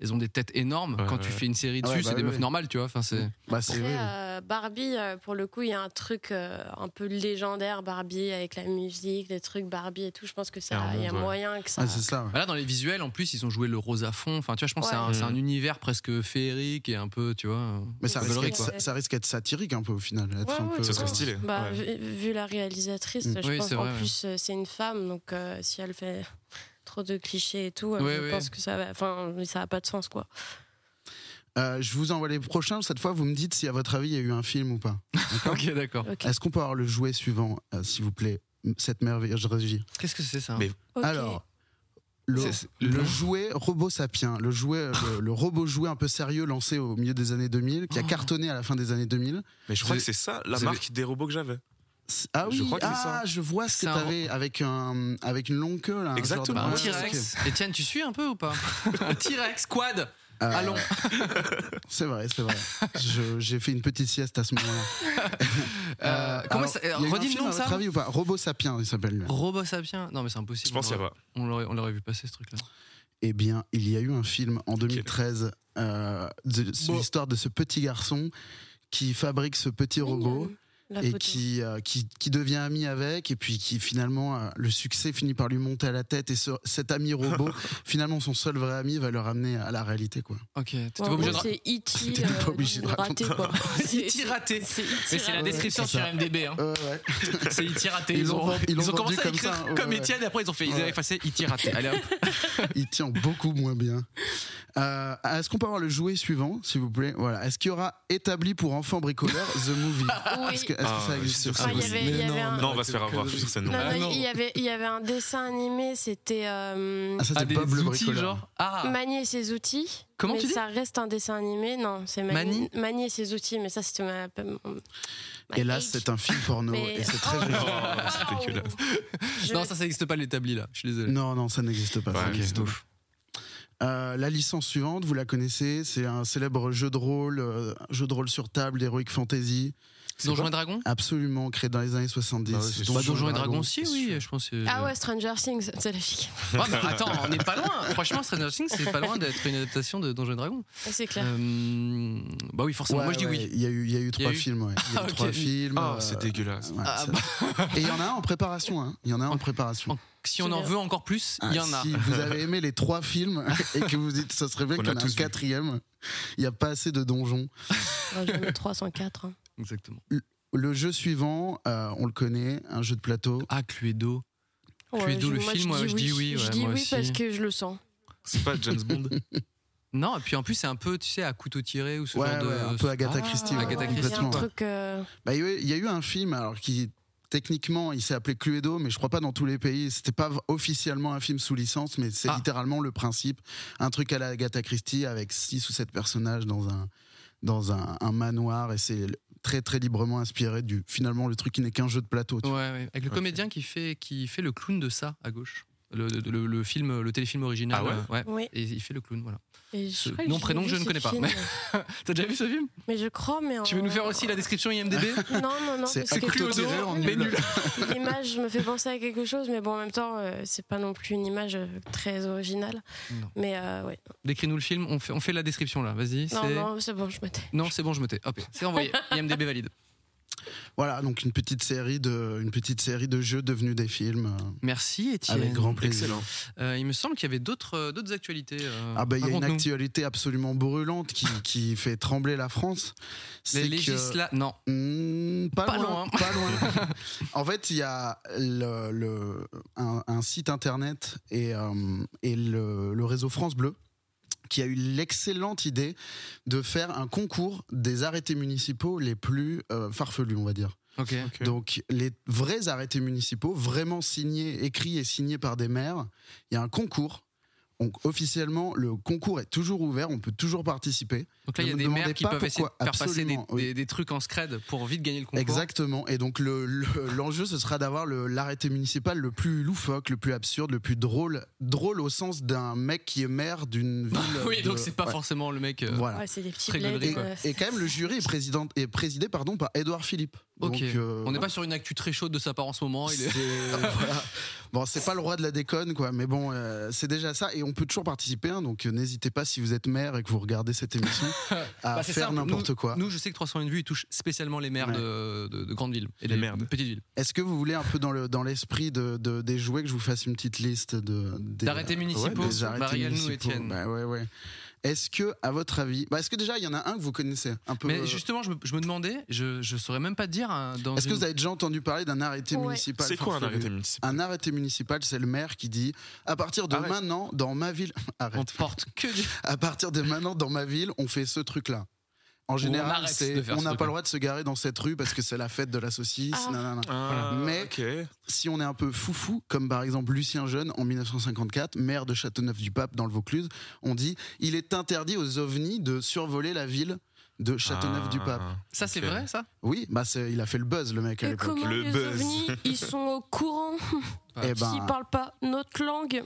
[SPEAKER 1] elles ont des têtes énormes.
[SPEAKER 2] Ouais,
[SPEAKER 1] Quand
[SPEAKER 2] ouais,
[SPEAKER 1] tu
[SPEAKER 2] ouais.
[SPEAKER 1] fais une série
[SPEAKER 3] Ah
[SPEAKER 1] dessus,
[SPEAKER 3] ouais,
[SPEAKER 1] c'est
[SPEAKER 3] bah
[SPEAKER 1] des
[SPEAKER 3] oui,
[SPEAKER 1] meufs
[SPEAKER 3] oui.
[SPEAKER 1] normales, tu vois. Enfin, c'est.
[SPEAKER 3] Bah, c'est
[SPEAKER 4] Après,
[SPEAKER 3] vrai.
[SPEAKER 4] euh, Barbie, euh, pour le coup, il y a un truc euh, un peu légendaire, Barbie, avec la musique, les trucs Barbie et tout. Je pense que ça,
[SPEAKER 2] Il y a un
[SPEAKER 4] il y a
[SPEAKER 2] monde, ouais.
[SPEAKER 4] moyen que ça.
[SPEAKER 3] Ah, c'est ça. ouais.
[SPEAKER 1] Bah Là, dans les visuels, en plus, ils ont joué le rose à fond. Enfin, tu vois, je pense que c'est un-
[SPEAKER 2] Ouais.
[SPEAKER 1] c'est un, univers presque féerique et un peu, tu vois. euh,
[SPEAKER 3] Mais ça
[SPEAKER 4] Ils
[SPEAKER 3] risque,
[SPEAKER 4] veulent
[SPEAKER 3] d'être-
[SPEAKER 4] rigoler.
[SPEAKER 3] ça, ça risque d'être satirique un peu au final. être
[SPEAKER 4] Ouais,
[SPEAKER 3] un
[SPEAKER 4] ouais,
[SPEAKER 3] peu-
[SPEAKER 2] Ce
[SPEAKER 4] je
[SPEAKER 2] serait
[SPEAKER 4] pense.
[SPEAKER 2] stylé,
[SPEAKER 4] Bah,
[SPEAKER 2] ouais.
[SPEAKER 4] vu, vu la réalisatrice,
[SPEAKER 3] Mm.
[SPEAKER 4] je
[SPEAKER 1] Oui,
[SPEAKER 4] pense
[SPEAKER 1] c'est
[SPEAKER 4] en
[SPEAKER 1] vrai, ouais.
[SPEAKER 4] plus euh, c'est une femme, donc euh, si elle fait trop de clichés et tout, euh,
[SPEAKER 1] Ouais,
[SPEAKER 4] je
[SPEAKER 1] ouais.
[SPEAKER 4] pense que ça va. Enfin, ça n'a pas de sens quoi.
[SPEAKER 3] Euh, je vous envoie les prochains. Cette fois, vous me dites si, à votre avis, il y a eu un film ou pas.
[SPEAKER 1] Ok, d'accord.
[SPEAKER 4] Ok.
[SPEAKER 3] Est-ce qu'on peut avoir le jouet suivant, euh, s'il vous plaît, m- cette merveilleuse régie
[SPEAKER 1] Qu'est-ce que c'est ça
[SPEAKER 2] Mais-
[SPEAKER 4] Ok.
[SPEAKER 3] Alors, le,
[SPEAKER 2] C'est- c'est-
[SPEAKER 3] le
[SPEAKER 2] le nom
[SPEAKER 3] jouet Robot Sapien, le, jouet, euh, le, le robot jouet un peu sérieux lancé au milieu des années 2000, qui a
[SPEAKER 1] Oh.
[SPEAKER 3] cartonné à la fin des années 2000.
[SPEAKER 2] Mais je crois
[SPEAKER 1] Vous
[SPEAKER 2] que c'est ça, la
[SPEAKER 1] vous
[SPEAKER 2] marque des robots que j'avais.
[SPEAKER 3] C'est- Ah oui,
[SPEAKER 2] Je crois que c'est
[SPEAKER 3] ah,
[SPEAKER 2] ça.
[SPEAKER 3] je vois ce que
[SPEAKER 1] C'est un
[SPEAKER 3] t'avais avec, un, avec une longue queue. Là, un genre de-
[SPEAKER 1] Bah, un
[SPEAKER 2] Ouais,
[SPEAKER 1] T-Rex. Etienne, tu suis un peu ou pas Un T-Rex quad.
[SPEAKER 3] Euh,
[SPEAKER 1] Allons.
[SPEAKER 3] C'est vrai, c'est vrai. Je- J'ai fait une petite sieste à ce moment-là.
[SPEAKER 1] Euh, comment
[SPEAKER 3] alors,
[SPEAKER 1] ça-
[SPEAKER 3] il y a eu un
[SPEAKER 1] redis le
[SPEAKER 3] film,
[SPEAKER 1] nom de
[SPEAKER 3] à
[SPEAKER 1] ça
[SPEAKER 3] votre avis ou pas Robot Sapien, il s'appelle lui.
[SPEAKER 1] Robot Sapien. Non, mais c'est impossible.
[SPEAKER 2] Je pense qu'il y a pas.
[SPEAKER 1] On l'aurait on l'aurait vu passer ce truc-là.
[SPEAKER 3] Eh bien, il y a eu un film en 2013 euh, de- sur
[SPEAKER 2] Bon.
[SPEAKER 3] l'histoire de ce petit garçon qui fabrique ce petit robot
[SPEAKER 4] La
[SPEAKER 3] et
[SPEAKER 4] photo.
[SPEAKER 3] qui, euh, qui, qui devient ami avec, et puis qui finalement, euh, le succès finit par lui monter à la tête, et ce- cet ami robot, finalement son seul vrai ami, va le ramener à la réalité. quoi.
[SPEAKER 1] Ok, t'es
[SPEAKER 4] Ouais,
[SPEAKER 1] pas
[SPEAKER 4] en
[SPEAKER 1] obligé de
[SPEAKER 4] gros, c'est
[SPEAKER 3] T'étais
[SPEAKER 4] E.T.
[SPEAKER 3] pas obligé de
[SPEAKER 4] euh, raté, quoi. C'est- E
[SPEAKER 1] E.T. raté.
[SPEAKER 4] c'est E.T.
[SPEAKER 1] Mais c'est la
[SPEAKER 4] raté.
[SPEAKER 1] description
[SPEAKER 3] c'est ça.
[SPEAKER 1] sur MDB. Hein.
[SPEAKER 3] Euh, ouais.
[SPEAKER 1] C'est IT raté.
[SPEAKER 3] Ils l'ont
[SPEAKER 1] ont,
[SPEAKER 3] vendu- ils l'ont
[SPEAKER 1] ont commencé à
[SPEAKER 3] vendu comme
[SPEAKER 1] écrire
[SPEAKER 3] ça,
[SPEAKER 1] comme,
[SPEAKER 3] ouais, ouais.
[SPEAKER 1] Etienne et après ils ont fait ils
[SPEAKER 3] Ouais.
[SPEAKER 1] avaient effacé IT raté. Allez hop.
[SPEAKER 3] Il tient beaucoup moins bien. Euh, Est-ce qu'on peut avoir le jouet suivant, s'il vous plaît Voilà. Est-ce qu'il y aura établi pour enfants bricoleurs The Movie
[SPEAKER 4] Oui.
[SPEAKER 3] Est-ce que, est-ce que
[SPEAKER 2] Ah,
[SPEAKER 3] ça existe
[SPEAKER 2] c'est
[SPEAKER 3] sur
[SPEAKER 4] Ah, il y
[SPEAKER 2] possible.
[SPEAKER 4] avait- il y
[SPEAKER 3] Mais
[SPEAKER 4] avait un-
[SPEAKER 2] Non, on va se faire avoir sur ces noms.
[SPEAKER 4] Non,
[SPEAKER 1] Ah,
[SPEAKER 4] non,
[SPEAKER 1] non.
[SPEAKER 4] il y avait, il y avait un dessin animé, c'était euh,
[SPEAKER 3] Ah, ça,
[SPEAKER 1] Ah,
[SPEAKER 3] c'est
[SPEAKER 1] des
[SPEAKER 3] Bob le
[SPEAKER 1] outils
[SPEAKER 3] bricoleur.
[SPEAKER 1] genre. Ah.
[SPEAKER 4] Mani et ses outils.
[SPEAKER 1] Comment
[SPEAKER 4] mais
[SPEAKER 1] tu dis
[SPEAKER 4] Ça reste un dessin animé, non, c'est Mani,
[SPEAKER 1] Mani
[SPEAKER 4] Mani et ses outils, mais ça c'était ma. Bah,
[SPEAKER 3] Et là, c'est un film porno et c'est très joli.
[SPEAKER 2] c'est dégueulasse.
[SPEAKER 4] oh, Je-
[SPEAKER 1] Non, ça, ça n'existe pas l'établi là. Je suis désolé.
[SPEAKER 3] Non, non, ça n'existe pas. ça
[SPEAKER 2] Ouais, ok.
[SPEAKER 3] n'existe pas. Euh, la licence suivante, vous la connaissez, c'est un célèbre jeu de rôle, euh, jeu de rôle sur table d'Heroic Fantasy.
[SPEAKER 1] Donjons et Dragons
[SPEAKER 3] Absolument, créé dans les années 70.
[SPEAKER 2] Bah ouais, c'est
[SPEAKER 1] Bah,
[SPEAKER 2] Donjons
[SPEAKER 1] Donjons et
[SPEAKER 2] et
[SPEAKER 1] Dragons, si, oui, je pense. que-
[SPEAKER 4] Ah ouais, Stranger Things, c'est la fille.
[SPEAKER 1] Ouais, bah, attends, on n'est pas loin. Franchement, Stranger Things, c'est pas loin d'être une adaptation de Donjons et Dragons.
[SPEAKER 4] C'est clair.
[SPEAKER 1] Euh, bah oui, forcément.
[SPEAKER 3] Ouais,
[SPEAKER 1] Moi, je dis
[SPEAKER 3] ouais,
[SPEAKER 1] oui.
[SPEAKER 3] Il y a eu, il y a eu trois
[SPEAKER 1] eu-
[SPEAKER 3] films. ouais. Il y a eu
[SPEAKER 1] Ah, ok.
[SPEAKER 3] trois films.
[SPEAKER 2] Ah,
[SPEAKER 3] euh,
[SPEAKER 2] c'est dégueulasse.
[SPEAKER 3] ouais,
[SPEAKER 1] Ah,
[SPEAKER 3] c'est- bah. Et il y en a un en préparation. hein. Il y en a un en préparation.
[SPEAKER 1] Si on en
[SPEAKER 4] C'est-
[SPEAKER 1] veut encore plus, il y en
[SPEAKER 3] Ah,
[SPEAKER 1] a.
[SPEAKER 3] Si vous avez aimé les trois films et que vous dites, ça serait bien
[SPEAKER 2] On
[SPEAKER 3] qu'il y
[SPEAKER 2] a
[SPEAKER 3] en ait un
[SPEAKER 2] tous vu.
[SPEAKER 3] quatrième, il n'y a pas assez de donjons.
[SPEAKER 4] Ouais, J'en ai 304. hein.
[SPEAKER 1] Exactement.
[SPEAKER 3] Le jeu suivant, euh, on le connaît, un jeu de plateau.
[SPEAKER 1] Ah, Cluedo.
[SPEAKER 4] Ouais,
[SPEAKER 1] Cluedo,
[SPEAKER 4] je-
[SPEAKER 1] le
[SPEAKER 4] moi,
[SPEAKER 1] film, ouais, je dis oui,
[SPEAKER 4] Je
[SPEAKER 1] ouais,
[SPEAKER 4] dis
[SPEAKER 1] moi
[SPEAKER 4] oui
[SPEAKER 1] aussi.
[SPEAKER 4] parce que je le sens.
[SPEAKER 2] C'est pas James Bond.
[SPEAKER 1] Non, et puis en plus, c'est un peu, tu sais, à couteau tiré ou ce
[SPEAKER 3] Ouais,
[SPEAKER 1] genre
[SPEAKER 3] ouais,
[SPEAKER 1] de.
[SPEAKER 3] un peu Agatha
[SPEAKER 1] Ah,
[SPEAKER 3] Christie. ouais,
[SPEAKER 4] Ouais,
[SPEAKER 1] Agatha
[SPEAKER 4] il y a
[SPEAKER 1] Christie,
[SPEAKER 4] un
[SPEAKER 3] complètement.
[SPEAKER 4] truc. euh,
[SPEAKER 3] Bah, il y a eu- il y a eu un film, alors qui techniquement il s'est appelé Cluedo, mais je crois pas dans tous les pays. C'était pas v- officiellement un film sous licence, mais c'est
[SPEAKER 1] Ah.
[SPEAKER 3] littéralement le principe. Un truc à la Agatha Christie avec six ou sept personnages dans un dans un, un manoir et c'est le- très très librement inspiré du finalement le truc qui n'est qu'un jeu de plateau. tu
[SPEAKER 1] Ouais,
[SPEAKER 3] vois.
[SPEAKER 1] ouais. Avec le
[SPEAKER 2] Ok.
[SPEAKER 1] comédien qui fait, qui fait le clown de ça à gauche. Le, le- le- le film, le téléfilm original.
[SPEAKER 2] Ah ouais
[SPEAKER 1] euh, ouais.
[SPEAKER 4] Oui.
[SPEAKER 1] Et il fait le clown, voilà.
[SPEAKER 4] et je
[SPEAKER 1] Ce
[SPEAKER 4] crois que
[SPEAKER 1] nom,
[SPEAKER 4] j'ai
[SPEAKER 1] prénom,
[SPEAKER 4] vu
[SPEAKER 1] je ne
[SPEAKER 4] ce
[SPEAKER 1] connais pas,
[SPEAKER 4] film.
[SPEAKER 1] mais- T'as déjà vu ce film
[SPEAKER 4] Mais je crois, mais. en-
[SPEAKER 1] Tu veux nous faire aussi la description IMDB
[SPEAKER 4] Non, non, non.
[SPEAKER 3] C'est
[SPEAKER 4] parce que-
[SPEAKER 3] Cluedo, Cluedo en
[SPEAKER 1] mais nul.
[SPEAKER 4] L'image me fait penser à quelque chose, mais bon, en même temps, euh, c'est pas non plus une image euh, très originale.
[SPEAKER 1] Non.
[SPEAKER 4] Mais euh, ouais.
[SPEAKER 1] Décris-nous le film, on fait, on fait la description là, vas-y.
[SPEAKER 4] Non,
[SPEAKER 1] c'est-
[SPEAKER 4] non, c'est bon, je me tais.
[SPEAKER 1] Non, c'est bon, je me tais. Hop, c'est envoyé. IMDB valide.
[SPEAKER 3] Voilà donc une petite série de une petite série de jeux devenus des films euh,
[SPEAKER 1] Merci Étienne.
[SPEAKER 3] avec grand plaisir.
[SPEAKER 1] Euh, il me semble qu'il y avait d'autres euh, d'autres actualités. euh,
[SPEAKER 3] Ah bah il y a une
[SPEAKER 1] raconte-nous.
[SPEAKER 3] actualité absolument brûlante qui, qui fait trembler la France.
[SPEAKER 1] Les
[SPEAKER 3] c'est que-
[SPEAKER 1] législa... Non.
[SPEAKER 3] Hmm, pas,
[SPEAKER 1] Pas
[SPEAKER 3] loin,
[SPEAKER 1] loin.
[SPEAKER 3] pas loin. en fait, il y a le, le- un, un site internet et, euh, et le, le réseau France Bleu qui a eu l'excellente idée de faire un concours des arrêtés municipaux les plus euh, farfelus, on va dire.
[SPEAKER 1] Ok.
[SPEAKER 2] Ok.
[SPEAKER 3] Donc, les vrais arrêtés municipaux, vraiment signés, écrits et signés par des maires, il y a un concours. Donc, officiellement, le concours est toujours ouvert, on peut toujours participer.
[SPEAKER 1] Donc là, il y a
[SPEAKER 3] Ne me
[SPEAKER 1] des maires
[SPEAKER 3] demandez
[SPEAKER 1] qui
[SPEAKER 3] pas
[SPEAKER 1] peuvent essayer de
[SPEAKER 3] pourquoi,
[SPEAKER 1] faire passer des,
[SPEAKER 3] absolument, oui.
[SPEAKER 1] des- des trucs en scred pour vite gagner le concours.
[SPEAKER 3] Exactement. Et donc le- le- l'enjeu, ce sera d'avoir le- l'arrêté municipal le plus loufoque, le plus absurde, le plus drôle, drôle au sens d'un mec qui est maire d'une ville.
[SPEAKER 1] oui,
[SPEAKER 3] de-
[SPEAKER 1] donc c'est pas
[SPEAKER 3] ouais,
[SPEAKER 1] forcément le mec. euh,
[SPEAKER 3] Voilà.
[SPEAKER 4] Ouais, c'est des petits
[SPEAKER 1] Très
[SPEAKER 4] bleds.
[SPEAKER 1] gaulerie,
[SPEAKER 3] Et,
[SPEAKER 1] quoi.
[SPEAKER 4] euh,
[SPEAKER 3] et quand même, le jury est, président, est présidé pardon, par Édouard Philippe.
[SPEAKER 1] Ok.
[SPEAKER 3] Donc, euh,
[SPEAKER 1] On n'est pas sur une actu très chaude de sa part en ce moment. Il est-
[SPEAKER 3] c'est- voilà. Bon, c'est pas le roi de la déconne, quoi, mais bon, euh, c'est déjà ça. Et on peut toujours participer, hein, donc euh, n'hésitez pas si vous êtes maire et que vous regardez cette émission à
[SPEAKER 1] Bah, c'est
[SPEAKER 3] faire
[SPEAKER 1] simple,
[SPEAKER 3] n'importe quoi.
[SPEAKER 1] Nous, je sais que 301 vues, il touche spécialement les maires
[SPEAKER 3] Ouais.
[SPEAKER 1] de, de- de grandes villes et
[SPEAKER 2] Les
[SPEAKER 1] des
[SPEAKER 2] merdes.
[SPEAKER 1] petites villes.
[SPEAKER 3] Est-ce que vous voulez un peu dans le dans l'esprit de, de- des jouets que je vous fasse une petite liste de des-
[SPEAKER 1] D'arrêtés municipaux,
[SPEAKER 3] ouais, des arrêtés
[SPEAKER 1] bah, régale-nous,
[SPEAKER 3] municipaux.
[SPEAKER 1] Étienne.
[SPEAKER 3] Bah ouais, ouais. Est-ce que à votre avis, bah, est-ce que déjà il y en a un que vous connaissez un peu euh,
[SPEAKER 1] Mais justement, je me, je me demandais, je, je saurais même pas te dire. hein, dans
[SPEAKER 3] Est-ce que
[SPEAKER 1] une-
[SPEAKER 3] vous avez déjà entendu parler d'un arrêté
[SPEAKER 4] Ouais.
[SPEAKER 3] municipal
[SPEAKER 2] C'est quoi un
[SPEAKER 3] farfelu
[SPEAKER 2] arrêté municipal
[SPEAKER 3] Un arrêté municipal, c'est le maire qui dit à partir de
[SPEAKER 2] Arrête.
[SPEAKER 3] maintenant dans ma ville,
[SPEAKER 1] On
[SPEAKER 3] arrête.
[SPEAKER 1] porte que du.
[SPEAKER 3] À partir de maintenant dans ma ville, on fait ce truc là. En
[SPEAKER 1] on
[SPEAKER 3] général,
[SPEAKER 1] arrête
[SPEAKER 3] c'est-
[SPEAKER 1] de faire
[SPEAKER 3] on
[SPEAKER 1] ce
[SPEAKER 3] n'a pas
[SPEAKER 1] truc-là.
[SPEAKER 3] le droit de se garer dans cette rue parce que c'est la fête de la saucisse.
[SPEAKER 4] Ah.
[SPEAKER 3] nanana.
[SPEAKER 2] Ah,
[SPEAKER 3] Mais-
[SPEAKER 2] ok.
[SPEAKER 3] si on est un peu foufou, comme par exemple Lucien Jeune en 1954, maire de Châteauneuf-du-Pape dans le Vaucluse, on dit il est interdit aux ovnis de survoler la ville de Châteauneuf-du-Pape.
[SPEAKER 2] Ah,
[SPEAKER 1] Ça, c'est
[SPEAKER 2] ok.
[SPEAKER 1] vrai, ça
[SPEAKER 3] Oui, bah c'est- il a fait le buzz le mec à
[SPEAKER 4] Et
[SPEAKER 3] l'époque.
[SPEAKER 4] comment
[SPEAKER 2] Le
[SPEAKER 4] les
[SPEAKER 2] buzz.
[SPEAKER 4] ovnis, ils sont au courant
[SPEAKER 3] Eh
[SPEAKER 4] S'ils
[SPEAKER 3] ben,
[SPEAKER 4] parlent pas notre langue,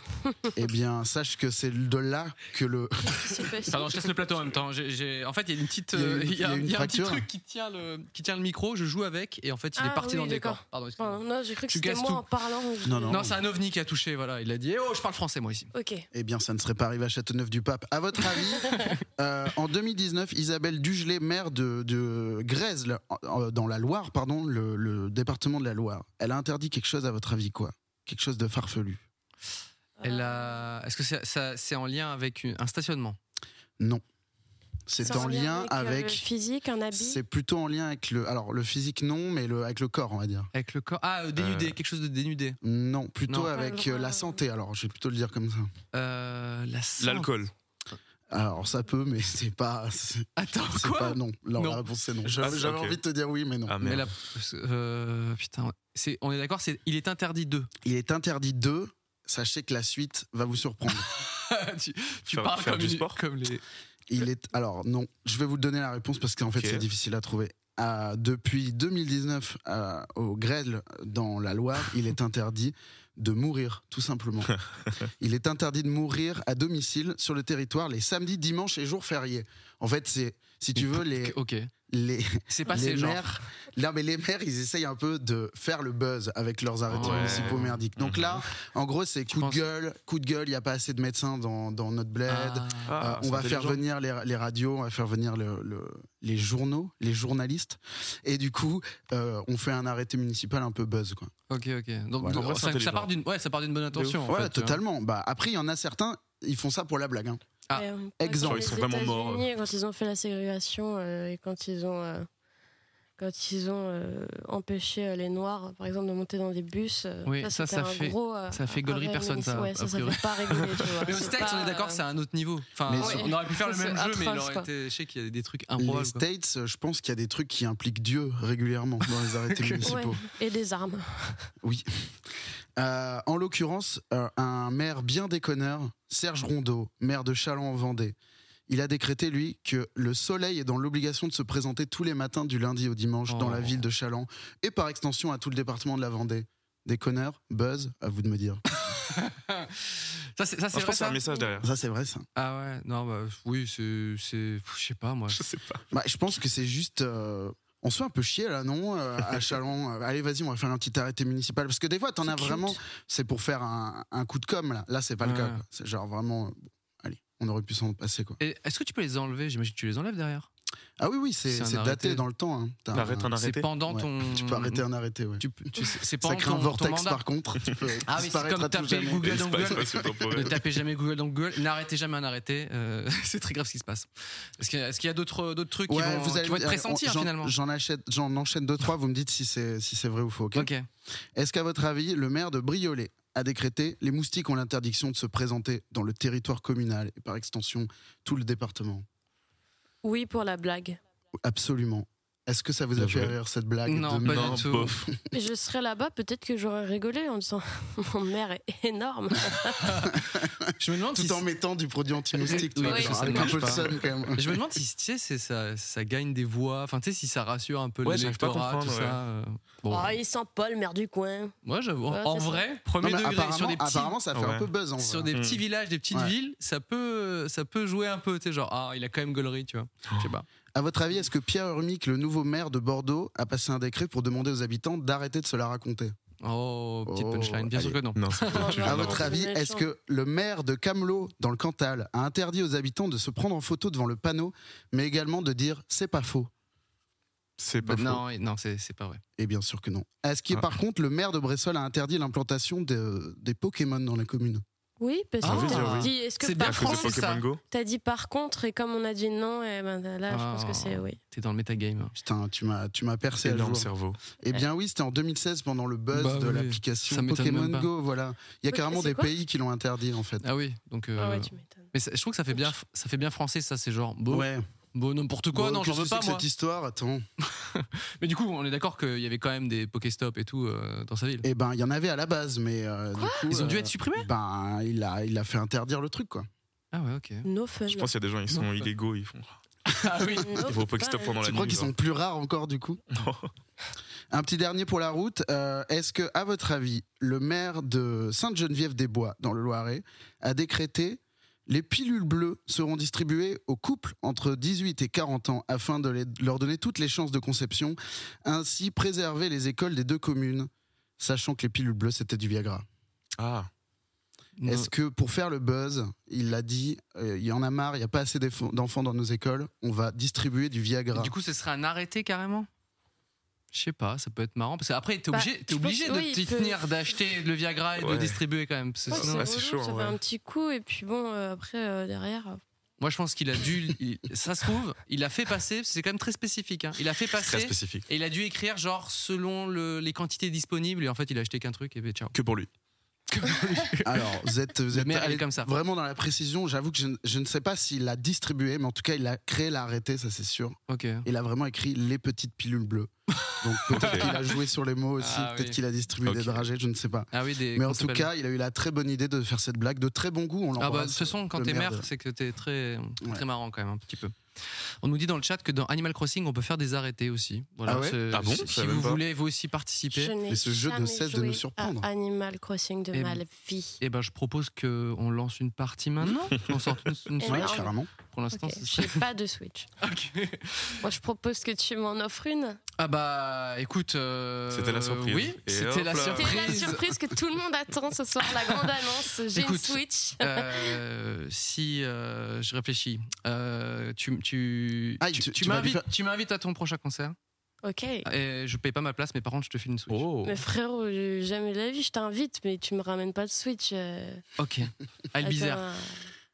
[SPEAKER 3] eh bien, sache que c'est de là que le
[SPEAKER 4] qu'est-ce qui s'est passé
[SPEAKER 1] Pardon, je laisse le plateau en même temps. J'ai- j'ai- En fait, il y a une petite,
[SPEAKER 3] Il y a
[SPEAKER 1] euh,
[SPEAKER 3] une-
[SPEAKER 1] il y a,
[SPEAKER 3] il y a une
[SPEAKER 1] il y a un petit
[SPEAKER 3] fracture.
[SPEAKER 1] truc qui tient le, qui tient le micro. Je joue avec et en fait, il est
[SPEAKER 4] Ah
[SPEAKER 1] parti
[SPEAKER 4] oui,
[SPEAKER 1] dans le
[SPEAKER 4] d'accord.
[SPEAKER 1] décor. Pardon, excuse-moi.
[SPEAKER 4] Pardon, non, j'ai cru que
[SPEAKER 1] Tu
[SPEAKER 4] c'était
[SPEAKER 1] casses
[SPEAKER 4] moi
[SPEAKER 1] tout.
[SPEAKER 4] en parlant.
[SPEAKER 3] Non, non.
[SPEAKER 1] Non, c'est un ovni qui a touché. Voilà, il a dit. eh oh, je parle français moi ici.
[SPEAKER 4] Ok.
[SPEAKER 3] eh bien ça ne serait pas arrivé à Châteauneuf-du-Pape. À votre avis, euh, en 2019, Isabelle Dugelet, maire de, de Grèzes, là, en- en- dans la Loire, pardon, le, le département de la Loire, elle a interdit quelque chose à votre avis quoi Quelque chose de farfelu
[SPEAKER 1] Elle a.
[SPEAKER 4] Ah.
[SPEAKER 1] Est-ce que c'est- ça- c'est en lien avec une- un stationnement
[SPEAKER 3] Non. C'est en lien
[SPEAKER 4] euh, le
[SPEAKER 3] avec.
[SPEAKER 4] physique, un habit. euh,
[SPEAKER 3] C'est plutôt en lien avec le. Alors, le physique, non, mais le, avec le corps, on va dire.
[SPEAKER 1] Avec le corps. Ah, euh, dénudé, quelque chose de dénudé.
[SPEAKER 3] Non, plutôt
[SPEAKER 1] Non.
[SPEAKER 4] Ah,
[SPEAKER 3] avec euh, la santé. Alors, je vais plutôt le dire comme ça.
[SPEAKER 1] Euh, la sang-
[SPEAKER 2] L'alcool.
[SPEAKER 3] Alors, ça peut, mais c'est pas. C'est
[SPEAKER 1] Attends
[SPEAKER 3] c'est
[SPEAKER 1] quoi
[SPEAKER 3] pas non. Non,
[SPEAKER 1] Non.
[SPEAKER 3] la réponse c'est non.
[SPEAKER 2] Ah,
[SPEAKER 3] J'avais
[SPEAKER 2] c'est-
[SPEAKER 3] j'avais
[SPEAKER 2] ok.
[SPEAKER 3] envie de te dire oui, mais non.
[SPEAKER 2] Ah
[SPEAKER 1] Mais
[SPEAKER 2] merde.
[SPEAKER 1] la- euh, putain, c'est- on est d'accord, c'est- il est interdit de.
[SPEAKER 3] Il est interdit de. Sachez que la suite va vous surprendre.
[SPEAKER 1] tu tu
[SPEAKER 2] Faire-
[SPEAKER 1] parles
[SPEAKER 2] faire
[SPEAKER 1] comme,
[SPEAKER 2] du
[SPEAKER 1] une-
[SPEAKER 2] sport
[SPEAKER 1] comme les.
[SPEAKER 3] Il est. Alors, non. Je vais vous donner la réponse parce qu'en fait,
[SPEAKER 2] Ok.
[SPEAKER 3] c'est difficile à trouver. euh, depuis 2019 euh, au Grêle dans la Loire, il est interdit de mourir, tout simplement. Il est interdit de mourir à domicile sur le territoire les samedis, dimanches et jours fériés. En fait, c'est, si tu veux, les,
[SPEAKER 1] Ok. Bah,
[SPEAKER 3] les,
[SPEAKER 1] C'est
[SPEAKER 3] les
[SPEAKER 1] passé, genre.
[SPEAKER 3] maires, non, mais les maires, ils essayent un peu de faire le buzz avec leurs arrêtés
[SPEAKER 1] Ouais. Mhm.
[SPEAKER 3] municipaux merdiques. Donc là, en gros, c'est coup
[SPEAKER 1] penses-
[SPEAKER 3] de gueule, coup de gueule. Il y a pas assez de médecins dans, dans notre bled.
[SPEAKER 1] Ah.
[SPEAKER 3] Euh, on va faire
[SPEAKER 2] venir
[SPEAKER 3] venir les, les radios, on va faire venir le- le- les journaux, les journalistes, et du coup, euh, on fait un arrêté municipal un peu buzz, quoi.
[SPEAKER 1] Ok, ok. Donc,
[SPEAKER 3] Voilà.
[SPEAKER 1] donc,
[SPEAKER 2] En vrai,
[SPEAKER 1] ça,
[SPEAKER 2] c'est
[SPEAKER 1] ça
[SPEAKER 2] intelligent.
[SPEAKER 1] part d'une ouais, ça part d'une bonne intention. en
[SPEAKER 3] ouais,
[SPEAKER 1] fait, hein. tu vois.
[SPEAKER 3] totalement. Bah après, il y en a certains, ils font ça pour la blague. hein.
[SPEAKER 1] Ah,
[SPEAKER 4] Ouais, on-
[SPEAKER 3] exemple.
[SPEAKER 4] quand
[SPEAKER 2] Ils sont
[SPEAKER 4] les
[SPEAKER 2] vraiment morts.
[SPEAKER 4] États-Unis, Quand ils ont fait la ségrégation euh, et quand ils ont, euh, quand ils ont euh, empêché euh, les Noirs, par exemple, de monter dans des bus, euh,
[SPEAKER 1] Oui, ça, ça
[SPEAKER 4] c'était un
[SPEAKER 1] fait-
[SPEAKER 4] gros, euh,
[SPEAKER 1] ça fait
[SPEAKER 4] un
[SPEAKER 1] gaulerie
[SPEAKER 4] vrai
[SPEAKER 1] personne, ça,
[SPEAKER 4] Ouais,
[SPEAKER 1] a
[SPEAKER 4] ça, ça
[SPEAKER 1] priori.
[SPEAKER 4] fait pas rigoler, tu vois.
[SPEAKER 1] Mais aux
[SPEAKER 4] C'est
[SPEAKER 1] States,
[SPEAKER 4] pas,
[SPEAKER 1] on est d'accord,
[SPEAKER 4] euh,
[SPEAKER 1] c'est à un autre niveau. Enfin,
[SPEAKER 3] Mais
[SPEAKER 1] on aurait pu faire le
[SPEAKER 4] Ça,
[SPEAKER 1] même
[SPEAKER 4] c'est
[SPEAKER 1] jeu, mais il
[SPEAKER 4] atroce,
[SPEAKER 1] aurait
[SPEAKER 4] quoi.
[SPEAKER 1] été. Je sais qu'il y a des trucs
[SPEAKER 3] Les
[SPEAKER 1] improbables. quoi.
[SPEAKER 3] States, euh, je pense qu'il y a des trucs qui impliquent Dieu régulièrement dans les arrêtés municipaux.
[SPEAKER 4] ouais, euh, Et des armes.
[SPEAKER 3] Oui. Euh, en l'occurrence, euh, un maire bien déconneur, Serge Rondeau, maire de Châlons-en-Vendée, il a décrété, lui, que le soleil est dans l'obligation de se présenter tous les matins du lundi au dimanche dans la
[SPEAKER 1] Oh.
[SPEAKER 3] ville de Châlons et par extension à tout le département de la Vendée. Déconneur, buzz, à vous de me dire.
[SPEAKER 1] Ça, c'est ça,
[SPEAKER 2] Ah, Je
[SPEAKER 1] c'est vrai.
[SPEAKER 2] pense que c'est
[SPEAKER 1] Ça
[SPEAKER 2] un message derrière.
[SPEAKER 3] Ça, c'est vrai, ça.
[SPEAKER 1] ah ouais, non, bah, oui, c'est. c'est- Je sais pas, moi.
[SPEAKER 2] Je sais pas.
[SPEAKER 3] Bah, je pense que c'est juste. euh, on se fait un peu chier là, non euh, À Chalon. Euh, Allez, vas-y, on va faire un petit arrêté municipal. Parce que des fois, t'en
[SPEAKER 4] C'est
[SPEAKER 3] as
[SPEAKER 4] cute.
[SPEAKER 3] vraiment. C'est pour faire un, un coup de com' là. Là, c'est pas le cas.
[SPEAKER 1] Ouais.
[SPEAKER 3] quoi. C'est genre vraiment. euh, bon, allez, on aurait pu s'en passer quoi.
[SPEAKER 1] Et Est-ce que tu peux les enlever J'imagine que tu les enlèves derrière.
[SPEAKER 3] Ah oui, oui, c'est
[SPEAKER 1] C'est un
[SPEAKER 3] c'est daté
[SPEAKER 1] arrêté.
[SPEAKER 3] dans le temps. hein. T'as
[SPEAKER 2] Arrête
[SPEAKER 3] un-
[SPEAKER 2] un
[SPEAKER 1] C'est
[SPEAKER 2] arrêté.
[SPEAKER 1] pendant
[SPEAKER 3] Ouais.
[SPEAKER 1] ton.
[SPEAKER 3] Tu peux arrêter un arrêté, ouais.
[SPEAKER 1] Tu, tu- c'est c'est
[SPEAKER 3] Ça
[SPEAKER 1] pendant
[SPEAKER 3] crée un
[SPEAKER 1] ton,
[SPEAKER 3] vortex
[SPEAKER 1] ton mandat.
[SPEAKER 3] par contre. Tu peux
[SPEAKER 1] Ah oui, c'est
[SPEAKER 3] disparaître à
[SPEAKER 1] comme
[SPEAKER 3] tout
[SPEAKER 1] taper
[SPEAKER 3] jamais.
[SPEAKER 1] Google dans
[SPEAKER 2] Espace
[SPEAKER 1] Google.
[SPEAKER 2] spatio
[SPEAKER 1] Ne
[SPEAKER 2] temporel.
[SPEAKER 1] tapez jamais Google dans Google, n'arrêtez jamais un arrêté. euh, c'est très grave ce qui se passe. Est-ce qu'il y a, est-ce qu'il y a d'autres, d'autres trucs qui,
[SPEAKER 3] Ouais,
[SPEAKER 1] vont,
[SPEAKER 3] vous
[SPEAKER 1] qui
[SPEAKER 3] allez-
[SPEAKER 1] vont être
[SPEAKER 3] euh,
[SPEAKER 1] pressentis hein,
[SPEAKER 3] j'en-
[SPEAKER 1] finalement
[SPEAKER 3] J'en achète, j'en enchaîne deux trois. Vous me dites si c'est si c'est vrai ou faux. ok
[SPEAKER 1] Ok.
[SPEAKER 3] Est-ce qu'à votre avis, le maire de Briolet a décrété les moustiques ont l'interdiction de se présenter dans le territoire communal et par extension tout le département
[SPEAKER 4] Oui, pour la blague.
[SPEAKER 3] Absolument. Est-ce que ça vous a
[SPEAKER 2] Bien
[SPEAKER 3] fait
[SPEAKER 2] joué.
[SPEAKER 3] rire cette blague
[SPEAKER 1] Non,
[SPEAKER 3] de
[SPEAKER 1] pas
[SPEAKER 3] merde
[SPEAKER 1] du tout.
[SPEAKER 2] bof.
[SPEAKER 4] Mais je serais là-bas, peut-être que j'aurais rigolé en me disant Mon maire est énorme.
[SPEAKER 1] Je me demande si
[SPEAKER 3] Tout en mettant du produit anti-moustique, tu
[SPEAKER 1] Oui,
[SPEAKER 3] vois,
[SPEAKER 1] parce que
[SPEAKER 3] genre,
[SPEAKER 1] ça
[SPEAKER 3] avec
[SPEAKER 1] ne
[SPEAKER 3] un
[SPEAKER 1] marche
[SPEAKER 3] peu de
[SPEAKER 1] pas.
[SPEAKER 3] sun quand même.
[SPEAKER 1] Je me demande si tu sais, c'est ça, ça gagne des voix, enfin tu sais si ça rassure un peu
[SPEAKER 2] Ouais, j'arrive pas à
[SPEAKER 1] l'électorat, tout
[SPEAKER 2] comprendre,
[SPEAKER 1] ça. euh, Bon,
[SPEAKER 4] Ah, il sent pas le maire du coin.
[SPEAKER 1] moi j'avoue,
[SPEAKER 4] Ouais,
[SPEAKER 1] en
[SPEAKER 4] c'est ça.
[SPEAKER 1] vrai,
[SPEAKER 3] Non,
[SPEAKER 1] premier
[SPEAKER 3] mais
[SPEAKER 1] degré sur
[SPEAKER 3] apparemment,
[SPEAKER 1] des petits,
[SPEAKER 3] apparemment, ça fait un
[SPEAKER 2] Ouais.
[SPEAKER 3] peu buzz en
[SPEAKER 1] sur
[SPEAKER 3] vrai. hein.
[SPEAKER 1] des
[SPEAKER 2] Hmm.
[SPEAKER 1] petits villages, des petites
[SPEAKER 3] Ouais.
[SPEAKER 1] villes, ça peut, ça peut jouer un peu, tu sais genre ah il a quand même gaulerie, tu vois. Je sais pas.
[SPEAKER 3] À votre avis, est-ce que Pierre Urmic, le nouveau maire de Bordeaux, a passé un décret pour demander aux habitants d'arrêter de se la raconter
[SPEAKER 1] Oh petite
[SPEAKER 3] Oh,
[SPEAKER 1] punchline, bien sûr
[SPEAKER 3] allez.
[SPEAKER 1] que non.
[SPEAKER 2] Non, c'est pas tu
[SPEAKER 4] Ah,
[SPEAKER 3] À
[SPEAKER 2] viens
[SPEAKER 4] non.
[SPEAKER 3] votre avis,
[SPEAKER 4] C'est méchant.
[SPEAKER 3] est-ce que le maire de Camelot, dans le Cantal, a interdit aux habitants de se prendre en photo devant le panneau, mais également de dire c'est pas faux
[SPEAKER 2] C'est
[SPEAKER 1] Bah,
[SPEAKER 2] pas faux.
[SPEAKER 1] non, et- non, c'est c'est pas vrai.
[SPEAKER 3] Et Eh bien sûr que non. Est-ce que
[SPEAKER 2] Ah.
[SPEAKER 3] par contre, le maire de Bressol a interdit l'implantation de- des Pokémon dans la commune
[SPEAKER 4] Oui, parce
[SPEAKER 1] Ah,
[SPEAKER 4] que
[SPEAKER 1] oui,
[SPEAKER 4] t'as
[SPEAKER 1] oui.
[SPEAKER 4] dit Est-ce que
[SPEAKER 1] C'est
[SPEAKER 4] par
[SPEAKER 1] bien
[SPEAKER 2] À cause
[SPEAKER 1] France,
[SPEAKER 2] de
[SPEAKER 4] contre,
[SPEAKER 1] c'est ça.
[SPEAKER 2] Pokémon Go
[SPEAKER 4] t'as dit par contre, et comme on a dit non, et ben là, je pense que c'est oui.
[SPEAKER 1] T'es dans le metagame. hein.
[SPEAKER 3] Putain, tu m'as, tu m'as percé à
[SPEAKER 2] Énorme
[SPEAKER 3] jour.
[SPEAKER 2] cerveau.
[SPEAKER 3] Eh bien oui, c'était en 2016 pendant le buzz
[SPEAKER 1] Bah
[SPEAKER 3] de
[SPEAKER 1] oui, ça
[SPEAKER 3] l'application
[SPEAKER 1] m'étonne
[SPEAKER 3] Pokémon
[SPEAKER 1] même pas.
[SPEAKER 3] Go. Voilà, il y a
[SPEAKER 4] Ok,
[SPEAKER 3] carrément
[SPEAKER 4] c'est
[SPEAKER 3] des
[SPEAKER 4] quoi
[SPEAKER 3] pays qui l'ont interdit en fait.
[SPEAKER 1] Ah oui, donc. euh,
[SPEAKER 4] Ah ouais, tu m'étonnes.
[SPEAKER 1] Mais ça- je trouve que ça fait bien, ça fait bien français, ça. C'est genre bon,
[SPEAKER 3] Ouais.
[SPEAKER 1] bon n'importe quoi.
[SPEAKER 3] Bon,
[SPEAKER 1] non, j'en
[SPEAKER 3] qu'est-ce
[SPEAKER 1] veux
[SPEAKER 3] que
[SPEAKER 1] pas
[SPEAKER 3] c'est que
[SPEAKER 1] moi.
[SPEAKER 3] Cette histoire, attends.
[SPEAKER 1] Mais du coup, on est d'accord qu'il y avait quand même des Pokéstop et tout euh, dans sa ville.
[SPEAKER 3] Eh ben, il y en avait à la base, mais euh, du coup,
[SPEAKER 1] Ils ont dû
[SPEAKER 3] euh,
[SPEAKER 1] être supprimés.
[SPEAKER 3] Ben, il a, il a fait interdire le truc quoi.
[SPEAKER 1] Ah ouais, ok.
[SPEAKER 4] No fun.
[SPEAKER 2] Je pense qu'il y a des gens, ils sont
[SPEAKER 1] Non.
[SPEAKER 2] illégaux, ils font.
[SPEAKER 1] Ah oui.
[SPEAKER 4] No
[SPEAKER 2] Ils vont au Pokéstop
[SPEAKER 4] fun.
[SPEAKER 2] pendant la
[SPEAKER 3] Tu
[SPEAKER 2] nuit.
[SPEAKER 3] crois qu'ils
[SPEAKER 2] genre.
[SPEAKER 3] sont plus rares encore du coup Un petit dernier pour la route. Euh, Est-ce que, à votre avis, le maire de Sainte-Geneviève-des-Bois, dans le Loiret, a décrété les pilules bleues seront distribuées aux couples entre 18 et 40 ans afin de les- leur donner toutes les chances de conception, ainsi préserver les écoles des deux communes, sachant que les pilules bleues c'était du Viagra.
[SPEAKER 2] Ah,
[SPEAKER 1] Non.
[SPEAKER 3] Est-ce que pour faire le buzz, il l'a dit, euh, il y en a marre, il n'y a pas assez d'enf- d'enfants dans nos écoles, on va distribuer du Viagra.
[SPEAKER 1] Et Du coup, ce serait un arrêté carrément. Je sais pas, ça peut être marrant parce qu'après t'es
[SPEAKER 4] Bah,
[SPEAKER 1] obligé, t'es
[SPEAKER 4] je pense-
[SPEAKER 1] obligé de
[SPEAKER 4] oui,
[SPEAKER 1] t'y
[SPEAKER 4] il peut-
[SPEAKER 1] tenir, d'acheter le Viagra et de le
[SPEAKER 2] Ouais.
[SPEAKER 1] distribuer quand même. parce que
[SPEAKER 4] Ouais,
[SPEAKER 2] Ah,
[SPEAKER 4] c'est
[SPEAKER 1] sinon-
[SPEAKER 2] ouais,
[SPEAKER 4] relou,
[SPEAKER 2] c'est chaud,
[SPEAKER 4] ça
[SPEAKER 2] ouais.
[SPEAKER 4] fait un petit coup et puis bon euh, après euh, derrière euh,
[SPEAKER 1] Moi, je pense qu'il a dû, il- ça se trouve, il a fait passer. C'est quand même très spécifique. hein. Il a fait
[SPEAKER 2] très
[SPEAKER 1] passer
[SPEAKER 2] spécifique.
[SPEAKER 1] et il a dû écrire genre selon le- les quantités disponibles et en fait il a acheté qu'un truc et ben ciao.
[SPEAKER 2] Que pour lui.
[SPEAKER 3] Alors, vous êtes, vous
[SPEAKER 1] Le
[SPEAKER 3] êtes
[SPEAKER 1] maire, il est
[SPEAKER 3] allé
[SPEAKER 1] comme ça.
[SPEAKER 3] vraiment dans la précision. J'avoue que je, ne- je ne sais pas s'il l'a distribué, mais en tout cas, il a créé l'arrêté, ça c'est sûr.
[SPEAKER 1] Ok.
[SPEAKER 3] Il a vraiment écrit les petites pilules bleues. Donc peut-être
[SPEAKER 2] Ok.
[SPEAKER 3] qu'il a joué sur les mots aussi,
[SPEAKER 1] Ah
[SPEAKER 3] peut-être
[SPEAKER 1] oui.
[SPEAKER 3] qu'il a distribué
[SPEAKER 2] Ok.
[SPEAKER 3] des dragées, je ne sais pas.
[SPEAKER 1] Ah oui, des.
[SPEAKER 3] Mais
[SPEAKER 1] comment
[SPEAKER 3] en
[SPEAKER 1] ça
[SPEAKER 3] tout
[SPEAKER 1] s'appelle
[SPEAKER 3] cas, il a eu la très bonne idée de faire cette blague de très bon goût. On
[SPEAKER 1] Ah bah, de
[SPEAKER 3] l'embrasse.
[SPEAKER 1] toute façon, quand
[SPEAKER 3] le
[SPEAKER 1] t'es
[SPEAKER 3] maire
[SPEAKER 1] mère,
[SPEAKER 3] de-
[SPEAKER 1] c'est que t'es très, euh,
[SPEAKER 3] Ouais.
[SPEAKER 1] très marrant quand même, un petit peu. On nous dit dans le chat que dans Animal Crossing, on peut faire des arrêtés aussi. Voilà,
[SPEAKER 3] Ah ouais
[SPEAKER 1] c'est-
[SPEAKER 2] Ah bon
[SPEAKER 1] si-
[SPEAKER 2] Je
[SPEAKER 1] Si
[SPEAKER 2] savais
[SPEAKER 1] vous
[SPEAKER 2] même pas.
[SPEAKER 1] voulez, vous aussi participer,
[SPEAKER 4] Je n'ai
[SPEAKER 3] Mais ce jeu ne
[SPEAKER 4] jamais
[SPEAKER 3] cesse de nous
[SPEAKER 4] joué
[SPEAKER 3] surprendre.
[SPEAKER 4] à Animal Crossing de
[SPEAKER 1] Et-
[SPEAKER 4] ma vie.
[SPEAKER 1] eh ben, je propose qu'on lance une partie maintenant. On sort une, une
[SPEAKER 4] Eh
[SPEAKER 3] Ouais,
[SPEAKER 4] ben,
[SPEAKER 1] Switch.
[SPEAKER 3] carrément.
[SPEAKER 1] Pour l'instant,
[SPEAKER 4] Ok,
[SPEAKER 1] c'est ça.
[SPEAKER 4] J'ai pas de Switch.
[SPEAKER 1] Ok.
[SPEAKER 4] Moi, je propose que tu m'en offres une.
[SPEAKER 1] Ah bah, écoute. euh,
[SPEAKER 2] C'était la surprise.
[SPEAKER 1] Oui,
[SPEAKER 2] Et
[SPEAKER 1] c'était la
[SPEAKER 2] hop là.
[SPEAKER 4] C'était la
[SPEAKER 1] surprise.
[SPEAKER 4] surprise que tout le monde attend ce soir, la grande annonce. J'ai une
[SPEAKER 1] Écoute.
[SPEAKER 4] Switch.
[SPEAKER 1] Euh, si euh, je réfléchis, euh, tu, tu,
[SPEAKER 3] Aïe,
[SPEAKER 1] tu,
[SPEAKER 3] Ah,
[SPEAKER 1] tu
[SPEAKER 3] tu- tu vas lui
[SPEAKER 1] m'invites,
[SPEAKER 3] faire-
[SPEAKER 1] tu m'invites à ton prochain concert.
[SPEAKER 4] Ok.
[SPEAKER 1] Et Euh, je paye pas ma place, mais par contre, je te file une Switch.
[SPEAKER 2] Oh.
[SPEAKER 4] Mais frérot, euh, jamais de la vie, je t'invite, mais tu me ramènes pas de Switch. euh,
[SPEAKER 1] Ok. Elle Ah, bizarre.
[SPEAKER 4] attends, euh,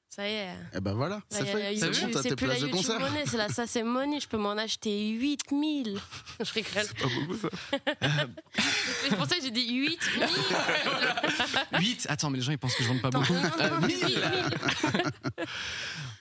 [SPEAKER 4] Ça y est.
[SPEAKER 3] Et ben voilà,
[SPEAKER 4] Là,
[SPEAKER 3] c'est
[SPEAKER 4] y a la
[SPEAKER 3] fait. C'est
[SPEAKER 4] YouTube-
[SPEAKER 3] bon, t'as tes
[SPEAKER 4] plus la
[SPEAKER 3] places de
[SPEAKER 4] YouTube
[SPEAKER 3] concert.
[SPEAKER 4] Money, c'est la ça c'est Money, je peux m'en acheter 8000. Je rigole.
[SPEAKER 2] Pas beaucoup, ça.
[SPEAKER 4] C'est pour ça que j'ai dit 8000.
[SPEAKER 1] 8 Attends, mais les gens ils pensent que je vends pas
[SPEAKER 4] Non,
[SPEAKER 1] beaucoup.
[SPEAKER 4] non, non,
[SPEAKER 1] Euh,
[SPEAKER 4] non,
[SPEAKER 1] 1000.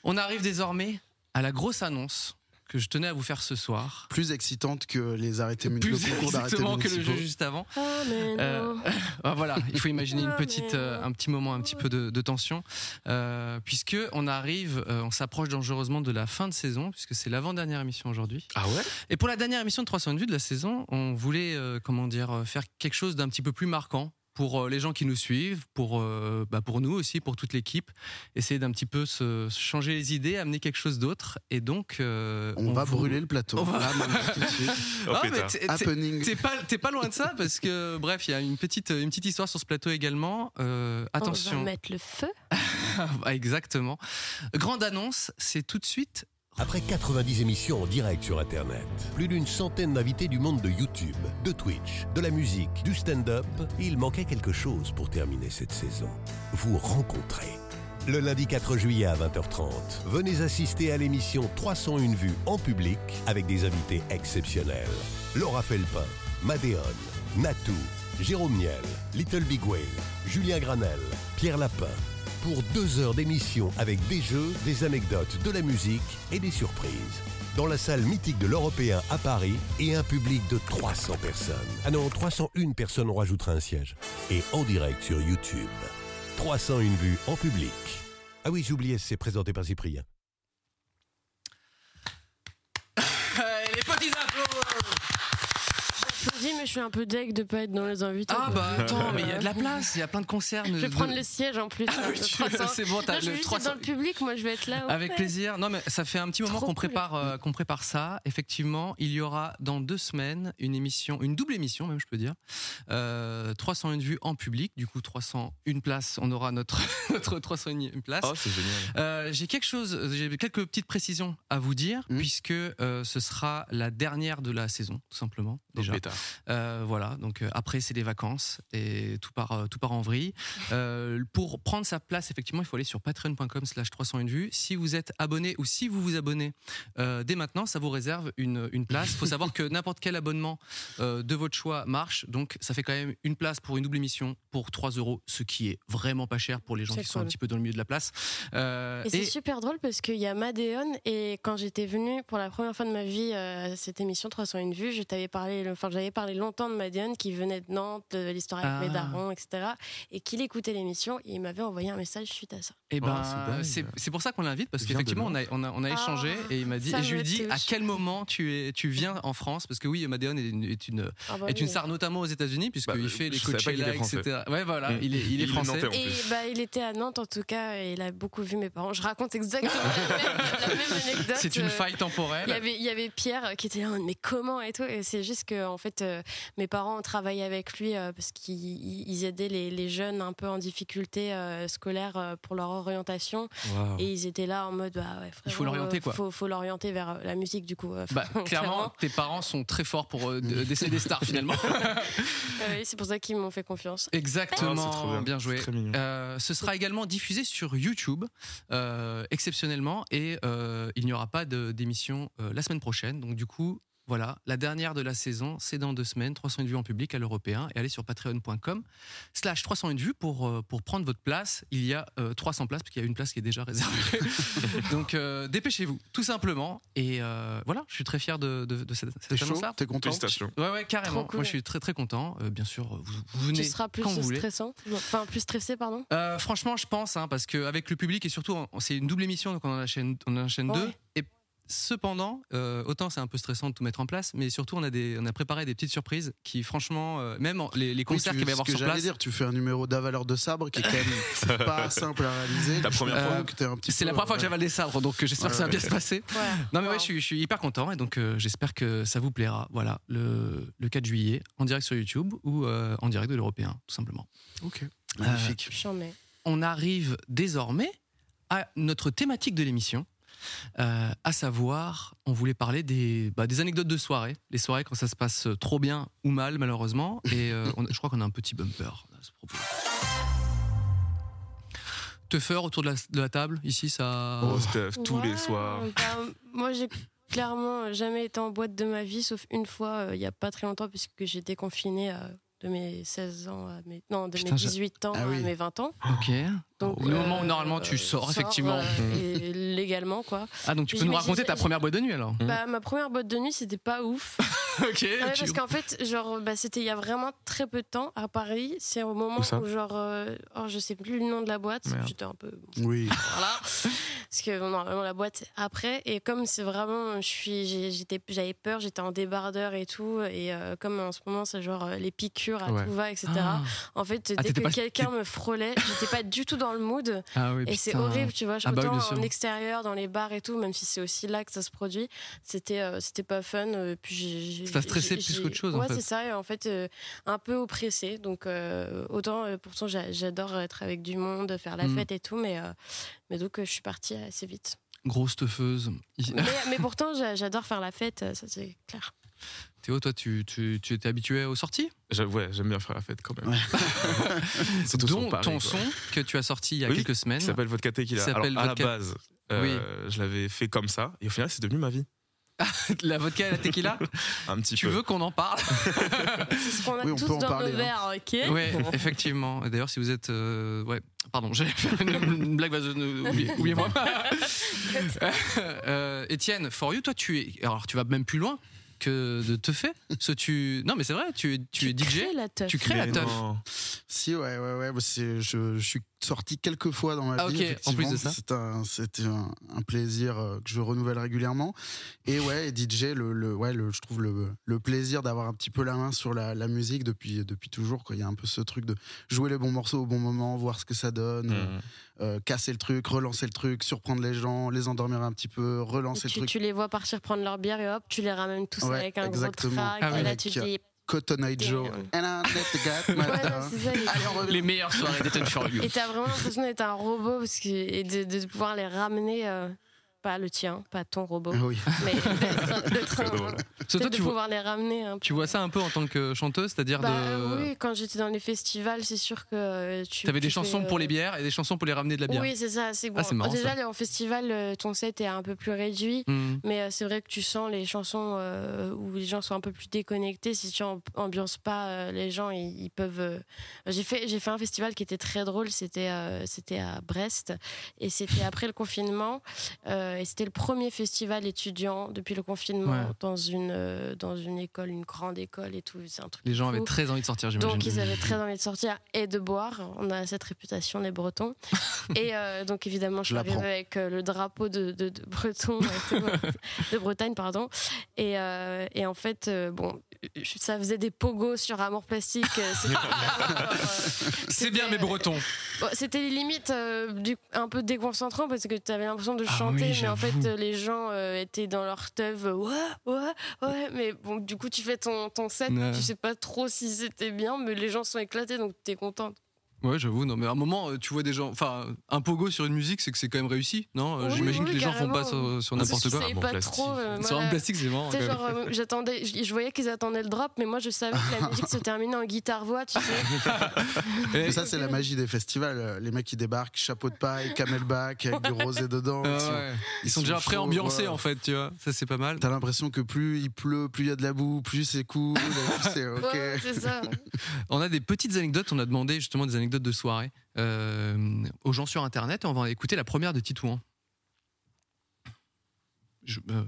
[SPEAKER 1] On arrive désormais à la grosse annonce que je tenais à vous faire ce soir.
[SPEAKER 3] Plus excitante que les arrêtés mun-
[SPEAKER 1] Plus
[SPEAKER 3] le concours d'arrêtés
[SPEAKER 1] exactement que le jeu
[SPEAKER 3] municipaux.
[SPEAKER 1] juste avant.
[SPEAKER 4] Ah, mais
[SPEAKER 1] Euh,
[SPEAKER 4] non.
[SPEAKER 1] Ah, voilà, il faut imaginer une
[SPEAKER 4] Ah,
[SPEAKER 1] petite,
[SPEAKER 4] mais
[SPEAKER 1] euh,
[SPEAKER 4] non.
[SPEAKER 1] un petit moment, un petit peu de, de tension, euh, puisque on arrive, euh, on s'approche dangereusement de la fin de saison, puisque c'est l'avant-dernière émission aujourd'hui.
[SPEAKER 2] Ah ouais
[SPEAKER 1] Et pour la dernière émission de 300 vues de la saison, on voulait euh, comment dire euh, faire quelque chose d'un petit peu plus marquant pour euh, les gens qui nous suivent, pour euh, bah, pour nous aussi, pour toute l'équipe, essayer d'un petit peu se se changer les idées, amener quelque chose d'autre. Et donc euh,
[SPEAKER 3] On, va
[SPEAKER 1] vous-
[SPEAKER 3] brûler le plateau.
[SPEAKER 1] On va-
[SPEAKER 3] Là, maintenant, tout de suite.
[SPEAKER 2] Oh,
[SPEAKER 1] Ah, mais
[SPEAKER 2] pétard.
[SPEAKER 1] t'es- t'es-
[SPEAKER 3] Happening.
[SPEAKER 1] T'es pas, t'es pas loin de ça parce que bref, il y a une petite, une petite histoire sur ce plateau également. Euh,
[SPEAKER 4] On va
[SPEAKER 1] attention,
[SPEAKER 4] mettre le feu.
[SPEAKER 1] Ah, exactement. Grande annonce, c'est tout de suite.
[SPEAKER 5] Après 90 émissions en direct sur Internet, plus d'une centaine d'invités du monde de YouTube, de Twitch, de la musique, du stand-up, il manquait quelque chose pour terminer cette saison. Vous rencontrer. Le lundi 4 juillet à 20h30, venez assister à l'émission 301 vues en public avec des invités exceptionnels. Laura Felpin, Madéon, Natou, Jérôme Niel, Little Big Whale, Julien Granel, Pierre Lapin, pour deux heures d'émission avec des jeux, des anecdotes, de la musique et des surprises. Dans la salle mythique de l'Européen à Paris et un public de 300 personnes. Ah non, 301 personnes, on rajoutera un siège. Et en direct sur YouTube. 301 vues en public. Ah oui, j'oubliais, c'est présenté par Cyprien.
[SPEAKER 1] Euh, les petits applaudissements.
[SPEAKER 4] Je te dis, mais je suis un peu deg de pas être dans les invités.
[SPEAKER 1] Ah bah attends, mais il y a de la place, il y a plein de concerts.
[SPEAKER 4] Je vais prendre le siège en plus.
[SPEAKER 1] Ah
[SPEAKER 4] hein,
[SPEAKER 1] oui,
[SPEAKER 4] le
[SPEAKER 1] tu-
[SPEAKER 4] 300.
[SPEAKER 1] C'est bon,
[SPEAKER 4] Non,
[SPEAKER 1] t'as
[SPEAKER 4] je vais
[SPEAKER 1] le
[SPEAKER 4] juste
[SPEAKER 1] 300.
[SPEAKER 4] être dans le public, moi je vais être là. ouais.
[SPEAKER 1] Avec plaisir. Non, mais ça fait un petit moment
[SPEAKER 4] Trop
[SPEAKER 1] qu'on
[SPEAKER 4] cool.
[SPEAKER 1] prépare, euh, qu'on prépare ça. Effectivement, il y aura dans deux semaines une émission, une double émission, même je peux dire. Euh, 301 vues en public. Du coup, 301 places. On aura notre, notre 301 place.
[SPEAKER 2] Oh, c'est génial.
[SPEAKER 1] Euh, j'ai quelque chose, euh, j'ai quelques petites précisions à vous dire,
[SPEAKER 3] Mhm.
[SPEAKER 1] puisque euh, ce sera la dernière de la saison, tout simplement. Déjà.
[SPEAKER 2] Oh, pétard.
[SPEAKER 1] Euh, voilà, donc euh, après c'est les vacances et tout part, euh, tout part en vrille. Euh, pour prendre sa place, effectivement, il faut aller sur patreon.com slash 301 vues. Si vous êtes abonné ou si vous vous abonnez euh, dès maintenant, ça vous réserve une, une place. Il faut savoir que n'importe quel abonnement euh, de votre choix marche, donc ça fait quand même une place pour une double émission pour 3 euros, ce qui est vraiment pas cher pour les gens
[SPEAKER 4] C'est
[SPEAKER 1] qui sont un
[SPEAKER 4] cool.
[SPEAKER 1] petit peu dans le milieu de la place. Euh,
[SPEAKER 4] Et c'est super drôle parce qu'il y a Madéon et quand j'étais venue pour la première fois de ma vie euh, à cette émission 301 vues, je t'avais parlé, enfin j'avais parlé longtemps de Madéon qui venait de Nantes, de l'histoire avec mes
[SPEAKER 1] Ah.
[SPEAKER 4] darons, etc. Et qu'il écoutait l'émission et il m'avait envoyé un message suite à ça.
[SPEAKER 1] Eh ben,
[SPEAKER 2] Oh, c'est dingue.
[SPEAKER 1] c'est c'est pour ça qu'on l'invite parce
[SPEAKER 2] Il vient de
[SPEAKER 1] qu'effectivement on a, on a, on a
[SPEAKER 4] Ah,
[SPEAKER 1] échangé et il m'a dit
[SPEAKER 4] ça
[SPEAKER 1] et je lui
[SPEAKER 4] me
[SPEAKER 1] dis à
[SPEAKER 4] touche.
[SPEAKER 1] quel moment tu es tu viens en France parce que oui Madeon est une, est une
[SPEAKER 4] Ah bah
[SPEAKER 1] est
[SPEAKER 4] oui.
[SPEAKER 1] une star notamment aux États-Unis puisqu'il
[SPEAKER 2] Bah,
[SPEAKER 1] fait
[SPEAKER 2] je
[SPEAKER 1] les
[SPEAKER 2] savais pas qu'il
[SPEAKER 1] Coachella
[SPEAKER 2] était français.
[SPEAKER 1] etc ouais voilà
[SPEAKER 2] Mm.
[SPEAKER 1] il est il est français
[SPEAKER 2] nantais, en
[SPEAKER 4] Et
[SPEAKER 2] plus.
[SPEAKER 4] bah, il était à Nantes en tout cas et il a beaucoup vu mes parents. Je raconte exactement la, même, la même anecdote.
[SPEAKER 1] c'est une
[SPEAKER 4] euh,
[SPEAKER 1] faille temporelle
[SPEAKER 4] Il y, avait, il y avait Pierre euh, qui était là, mais comment et tout. Et c'est juste que, en fait, euh, mes parents ont travaillé avec lui euh, parce qu'ils ils- ils aidaient les, les jeunes un peu en difficulté euh, scolaire euh, pour leur orientation. Et ils étaient là en mode, bah ouais, frérot,
[SPEAKER 1] faut l'orienter, quoi.
[SPEAKER 4] Faut, faut l'orienter vers euh, la musique, du coup. euh,
[SPEAKER 1] Bah, clairement tes parents sont très forts pour euh, d- déceler des stars finalement
[SPEAKER 4] Euh, et c'est pour ça qu'ils m'ont fait confiance.
[SPEAKER 1] exactement
[SPEAKER 2] Ah, c'est trop bien.
[SPEAKER 1] bien
[SPEAKER 2] C'est
[SPEAKER 1] joué
[SPEAKER 2] Très mignon.
[SPEAKER 1] Euh, ce sera également diffusé sur YouTube euh, exceptionnellement et euh, il n'y aura pas de- d'émission euh, la semaine prochaine. Donc du coup, Voilà, la dernière de la saison, c'est dans deux semaines, 301 vues en public à l'européen et allez sur patreon.com slash 301 vues pour, euh, pour prendre votre place. Il y a euh, 300 places, parce qu'il y a une place qui est déjà réservée. Donc euh, dépêchez-vous, tout simplement. Et euh, voilà, je suis très fier de, de, de cette,
[SPEAKER 3] T'es
[SPEAKER 1] cette
[SPEAKER 3] chaud
[SPEAKER 1] annonce-là.
[SPEAKER 3] T'es content
[SPEAKER 2] Félicitations.
[SPEAKER 1] Ouais, ouais, carrément.
[SPEAKER 4] Trop cool.
[SPEAKER 1] Moi, je suis très, très content. Euh, bien sûr, vous, vous venez
[SPEAKER 4] Tu seras plus
[SPEAKER 1] quand vous voulez.
[SPEAKER 4] stressant. Enfin, plus stressé, pardon.
[SPEAKER 1] Euh, franchement, je pense, hein, parce qu'avec le public, et surtout, on- c'est une double émission, donc on en enchaîne, on en enchaîne
[SPEAKER 4] Ouais.
[SPEAKER 1] deux. Et cependant, euh, autant c'est un peu stressant de tout mettre en place, mais surtout, on a, des, on a préparé des petites surprises qui, franchement, euh, même en- les, les
[SPEAKER 3] Oui,
[SPEAKER 1] concerts
[SPEAKER 3] tu-
[SPEAKER 1] qu'il va y
[SPEAKER 3] ce
[SPEAKER 1] avoir
[SPEAKER 3] que
[SPEAKER 1] sur
[SPEAKER 3] j'allais
[SPEAKER 1] place,
[SPEAKER 3] dire, tu fais un numéro d'avaleur de sabre qui est quand même pas simple à réaliser.
[SPEAKER 2] Ta
[SPEAKER 3] Je
[SPEAKER 2] première
[SPEAKER 3] trouve
[SPEAKER 1] fois.
[SPEAKER 3] que t'es un petit
[SPEAKER 1] c'est
[SPEAKER 3] peu,
[SPEAKER 1] la première fois que
[SPEAKER 3] ouais.
[SPEAKER 1] j'avale des sabres, donc euh, j'espère que ça va bien se passer.
[SPEAKER 4] Voilà.
[SPEAKER 1] Non, mais ouais,
[SPEAKER 4] Wow.
[SPEAKER 1] je suis, je suis hyper content, et donc euh, j'espère que ça vous plaira. Voilà, le, le 4 juillet, en direct sur YouTube ou euh, en direct de l'Européen, tout simplement.
[SPEAKER 3] Ok.
[SPEAKER 1] Euh,
[SPEAKER 3] Magnifique.
[SPEAKER 4] J'en mets.
[SPEAKER 1] on arrive désormais à notre thématique de l'émission, euh, à savoir, on voulait parler des, bah, des anecdotes de soirée, les soirées quand ça se passe euh, trop bien ou mal malheureusement, et euh, on- je crois qu'on a un petit bumper à ce propos. Te faire autour de la, de la table, ici, ça...
[SPEAKER 2] Oh, Steph, tous
[SPEAKER 4] Ouais,
[SPEAKER 2] les soirs.
[SPEAKER 4] ben, moi, j'ai clairement jamais été en boîte de ma vie, sauf une fois, euh, il n'y a pas très longtemps, puisque j'étais confinée euh, de mes 16 ans, à mes... non, de
[SPEAKER 1] Putain,
[SPEAKER 4] mes
[SPEAKER 1] je-
[SPEAKER 4] 18 ans
[SPEAKER 3] Ah oui.
[SPEAKER 4] à mes 20 ans.
[SPEAKER 1] Ok.
[SPEAKER 4] Donc,
[SPEAKER 1] Le moment où
[SPEAKER 4] euh,
[SPEAKER 1] normalement
[SPEAKER 4] euh,
[SPEAKER 1] tu sors, effectivement.
[SPEAKER 4] voilà, et légalement, quoi.
[SPEAKER 1] Ah, donc tu peux nous
[SPEAKER 4] J'imagine-
[SPEAKER 1] raconter ta première boîte de nuit alors
[SPEAKER 4] Bah, ma première boîte de nuit, c'était pas ouf. Ah
[SPEAKER 1] Ok.
[SPEAKER 4] Ouais,
[SPEAKER 1] tu-
[SPEAKER 4] parce qu'en fait, genre, bah, c'était il y a vraiment très peu de temps à Paris. C'est au moment
[SPEAKER 2] Où ça
[SPEAKER 4] où, genre, euh, oh, je sais plus le nom de la boîte.
[SPEAKER 2] Merde.
[SPEAKER 4] J'étais un peu
[SPEAKER 3] Oui.
[SPEAKER 4] voilà. Parce que bon, normalement la boîte c'est après et comme c'est vraiment je suis j'ai- j'étais j'avais peur j'étais en débardeur et tout et euh, comme en ce moment c'est genre euh, les piqûres à
[SPEAKER 2] Ouais.
[SPEAKER 4] tout va etc.
[SPEAKER 1] Ah,
[SPEAKER 4] En fait
[SPEAKER 1] Ah,
[SPEAKER 4] dès
[SPEAKER 1] t'étais
[SPEAKER 4] que
[SPEAKER 1] pas-
[SPEAKER 4] quelqu'un me frôlait j'étais pas du tout dans le mood
[SPEAKER 1] Ah oui,
[SPEAKER 4] et c'est
[SPEAKER 1] putain.
[SPEAKER 4] horrible tu vois
[SPEAKER 1] Ah bah oui,
[SPEAKER 4] autant
[SPEAKER 1] bien sûr.
[SPEAKER 4] en extérieur dans les bars et tout même si c'est aussi là que ça se produit c'était euh, c'était pas fun euh, puis j'ai- j'ai-
[SPEAKER 1] Ça stressait
[SPEAKER 4] j'ai-
[SPEAKER 1] plus
[SPEAKER 4] j'ai-
[SPEAKER 1] qu'autre chose, en
[SPEAKER 4] ouais
[SPEAKER 1] fait.
[SPEAKER 4] c'est ça et en fait euh, un peu oppressé donc euh, autant euh, pourtant j'a- j'adore être avec du monde faire la
[SPEAKER 1] Mhm.
[SPEAKER 4] fête et tout mais euh, mais donc euh, je suis partie assez vite
[SPEAKER 1] Grosse teufeuse.
[SPEAKER 4] mais, mais pourtant j'a- j'adore faire la fête euh, ça c'est clair
[SPEAKER 1] Théo, toi, tu, tu, tu étais habitué aux sorties
[SPEAKER 2] J'aime- Ouais, j'aime bien faire la fête quand même. Surtout sur
[SPEAKER 1] dont
[SPEAKER 2] Paris,
[SPEAKER 1] ton
[SPEAKER 2] quoi.
[SPEAKER 1] son que tu as sorti il y a
[SPEAKER 2] Oui,
[SPEAKER 1] quelques semaines.
[SPEAKER 2] qui s'appelle Vodka Tequila.
[SPEAKER 1] Qui
[SPEAKER 2] Alors,
[SPEAKER 1] s'appelle
[SPEAKER 2] à la
[SPEAKER 1] Vodka-
[SPEAKER 2] base, euh, je l'avais fait comme ça, et au final, c'est devenu ma vie.
[SPEAKER 1] La vodka et la tequila
[SPEAKER 2] Un petit
[SPEAKER 1] Tu
[SPEAKER 2] peu.
[SPEAKER 1] veux qu'on en parle
[SPEAKER 4] c'est ce qu'on a
[SPEAKER 3] Oui, on
[SPEAKER 4] tous
[SPEAKER 3] peut en
[SPEAKER 4] dans
[SPEAKER 3] parler, hein.
[SPEAKER 4] nos verres ok
[SPEAKER 1] Ouais, effectivement. Et D'ailleurs, si vous êtes. euh, Ouais, pardon, j'allais faire une, une blague vaseuse. euh, oubliez- Oubliez-moi. Euh, Étienne, for you, toi, tu es. Alors, tu vas même plus loin que de te faire. Ce tu... Non, mais c'est vrai, tu es, tu es DJ.
[SPEAKER 4] crées la teuf.
[SPEAKER 1] Tu crées la
[SPEAKER 2] Mais
[SPEAKER 1] teuf.
[SPEAKER 2] non.
[SPEAKER 3] Si, ouais, ouais, ouais. bah, c'est- Je, je suis sorti quelques fois dans ma
[SPEAKER 1] Ah,
[SPEAKER 3] vie.
[SPEAKER 1] ok, en
[SPEAKER 3] effectivement.
[SPEAKER 1] plus de ça.
[SPEAKER 3] C'est un- C'était un, un plaisir euh, que je renouvelle régulièrement. Et ouais, et DJ, le, le- ouais, le, je trouve le, le plaisir d'avoir un petit peu la main sur la, la musique depuis, depuis toujours. quoi. Il y a un peu ce truc de jouer les bons morceaux au bon moment, voir ce que ça donne,
[SPEAKER 2] Hmm.
[SPEAKER 3] euh, casser le truc, relancer le truc, surprendre les gens, les endormir un petit peu, relancer le
[SPEAKER 4] tu,
[SPEAKER 3] truc.
[SPEAKER 4] tu les vois partir prendre leur bière et hop tu les ramènes tous
[SPEAKER 3] Ouais,
[SPEAKER 4] avec un
[SPEAKER 3] exactement.
[SPEAKER 4] gros trac
[SPEAKER 1] Ah oui.
[SPEAKER 4] et là tu
[SPEAKER 3] Avec,
[SPEAKER 4] dis
[SPEAKER 3] Cotton Eye Joe. And I let the cat
[SPEAKER 4] Ouais,
[SPEAKER 3] matter.
[SPEAKER 4] non, c'est ça, les-
[SPEAKER 3] Allez, on revient.
[SPEAKER 1] Les meilleures soirées d'Étienne for you.
[SPEAKER 4] Et t'as vraiment l'impression d'être un robot parce que, et de, de pouvoir les ramener, euh, pas le tien, pas ton robot,
[SPEAKER 3] Ah oui.
[SPEAKER 4] mais d'être- d'être
[SPEAKER 2] C'est
[SPEAKER 4] un-
[SPEAKER 2] drôle.
[SPEAKER 1] Parce que toi,
[SPEAKER 4] de
[SPEAKER 1] tu vois,
[SPEAKER 4] pouvoir les ramener. un peu.
[SPEAKER 1] tu vois ça un peu en tant que chanteuse, c'est-à-dire
[SPEAKER 4] Bah,
[SPEAKER 1] de.
[SPEAKER 4] euh, Oui, quand j'étais dans les festivals, c'est sûr que euh, tu.
[SPEAKER 1] T'avais
[SPEAKER 4] tu
[SPEAKER 1] des chansons
[SPEAKER 4] fais,
[SPEAKER 1] pour les
[SPEAKER 4] euh,
[SPEAKER 1] bières et des chansons pour les ramener de la bière.
[SPEAKER 4] Oui, c'est ça. C'est bon.
[SPEAKER 1] Ah, c'est marrant,
[SPEAKER 4] Déjà, en festival, euh, ton set est un peu plus réduit.
[SPEAKER 1] Hmm.
[SPEAKER 4] Mais euh, c'est vrai que tu sens les chansons euh, où les gens sont un peu plus déconnectés. Si tu am- ambiances pas euh, les gens, ils, ils peuvent. euh, J'ai fait j'ai fait un festival qui était très drôle. C'était euh, c'était à Brest et c'était après le confinement Euh, et c'était le premier festival étudiant depuis le confinement
[SPEAKER 1] Ouais.
[SPEAKER 4] dans une euh, dans une école, une grande école et tout. C'est un truc.
[SPEAKER 1] Les gens
[SPEAKER 4] de fou.
[SPEAKER 1] avaient très envie de sortir, j'imagine.
[SPEAKER 4] Donc ils avaient très envie de sortir et de boire. On a cette réputation les Bretons. Et euh, donc évidemment
[SPEAKER 3] Je
[SPEAKER 4] je suis arrivée
[SPEAKER 3] l'apprends.
[SPEAKER 4] avec euh, le drapeau de, de, de Breton, et tout, euh, de Bretagne pardon. Et, euh, et en fait euh, bon je- ça faisait des pogos sur amour plastique. euh, c'était-
[SPEAKER 1] C'est bien, mais breton.
[SPEAKER 4] Bon, Bah, C'était limite euh, du- un peu déconcentrant parce que tu avais l'impression de
[SPEAKER 1] Ah
[SPEAKER 4] chanter,
[SPEAKER 1] oui,
[SPEAKER 4] mais en fait
[SPEAKER 1] j'avoue.
[SPEAKER 4] euh, les gens euh, étaient dans leur teuf, euh, ouais, ouais, ouais, mais bon, du coup tu fais ton, ton set,
[SPEAKER 1] Ouais.
[SPEAKER 4] tu sais pas trop si c'était bien, mais les gens sont éclatés donc t'es contente.
[SPEAKER 1] Ouais, j'avoue, non, mais à un moment, euh, tu vois des gens. Enfin, un pogo sur une musique, c'est que c'est quand même réussi, non Euh,
[SPEAKER 4] Oui,
[SPEAKER 1] J'imagine
[SPEAKER 4] oui,
[SPEAKER 1] que les gens font
[SPEAKER 4] carrément.
[SPEAKER 1] pas sur, sur
[SPEAKER 2] Ah,
[SPEAKER 1] n'importe
[SPEAKER 2] c'est
[SPEAKER 1] quoi.
[SPEAKER 2] ça.
[SPEAKER 4] savais
[SPEAKER 2] bon,
[SPEAKER 4] pas
[SPEAKER 2] plastique.
[SPEAKER 4] trop. euh,
[SPEAKER 1] Sur un
[SPEAKER 4] voilà.
[SPEAKER 1] plastique, c'est marrant.
[SPEAKER 4] Tu
[SPEAKER 1] quand
[SPEAKER 4] sais,
[SPEAKER 1] même.
[SPEAKER 4] genre, euh, j'attendais, je, je voyais qu'ils attendaient le drop, mais moi je savais que la musique se terminait en guitare-voix, tu sais.
[SPEAKER 1] Eh,
[SPEAKER 3] Mais ça, c'est la magie des festivals. euh, Les mecs, qui débarquent, chapeau de paille, camelback, avec du rosé dedans.
[SPEAKER 1] Ah
[SPEAKER 3] ils sont-
[SPEAKER 1] ouais. Ils sont
[SPEAKER 3] sont
[SPEAKER 1] déjà
[SPEAKER 3] chauds,
[SPEAKER 1] pré-ambiancés
[SPEAKER 3] voilà.
[SPEAKER 1] en fait, tu vois. Ça c'est pas mal.
[SPEAKER 3] T'as l'impression que plus il pleut, plus il y a de la boue, plus c'est cool. plus c'est ok.
[SPEAKER 4] Ouais, ouais, c'est ça.
[SPEAKER 1] On a des petites anecdotes. On a demandé justement des anecdotes de soirée euh, aux gens sur Internet. Et on va écouter la première de Titouan. Je- euh,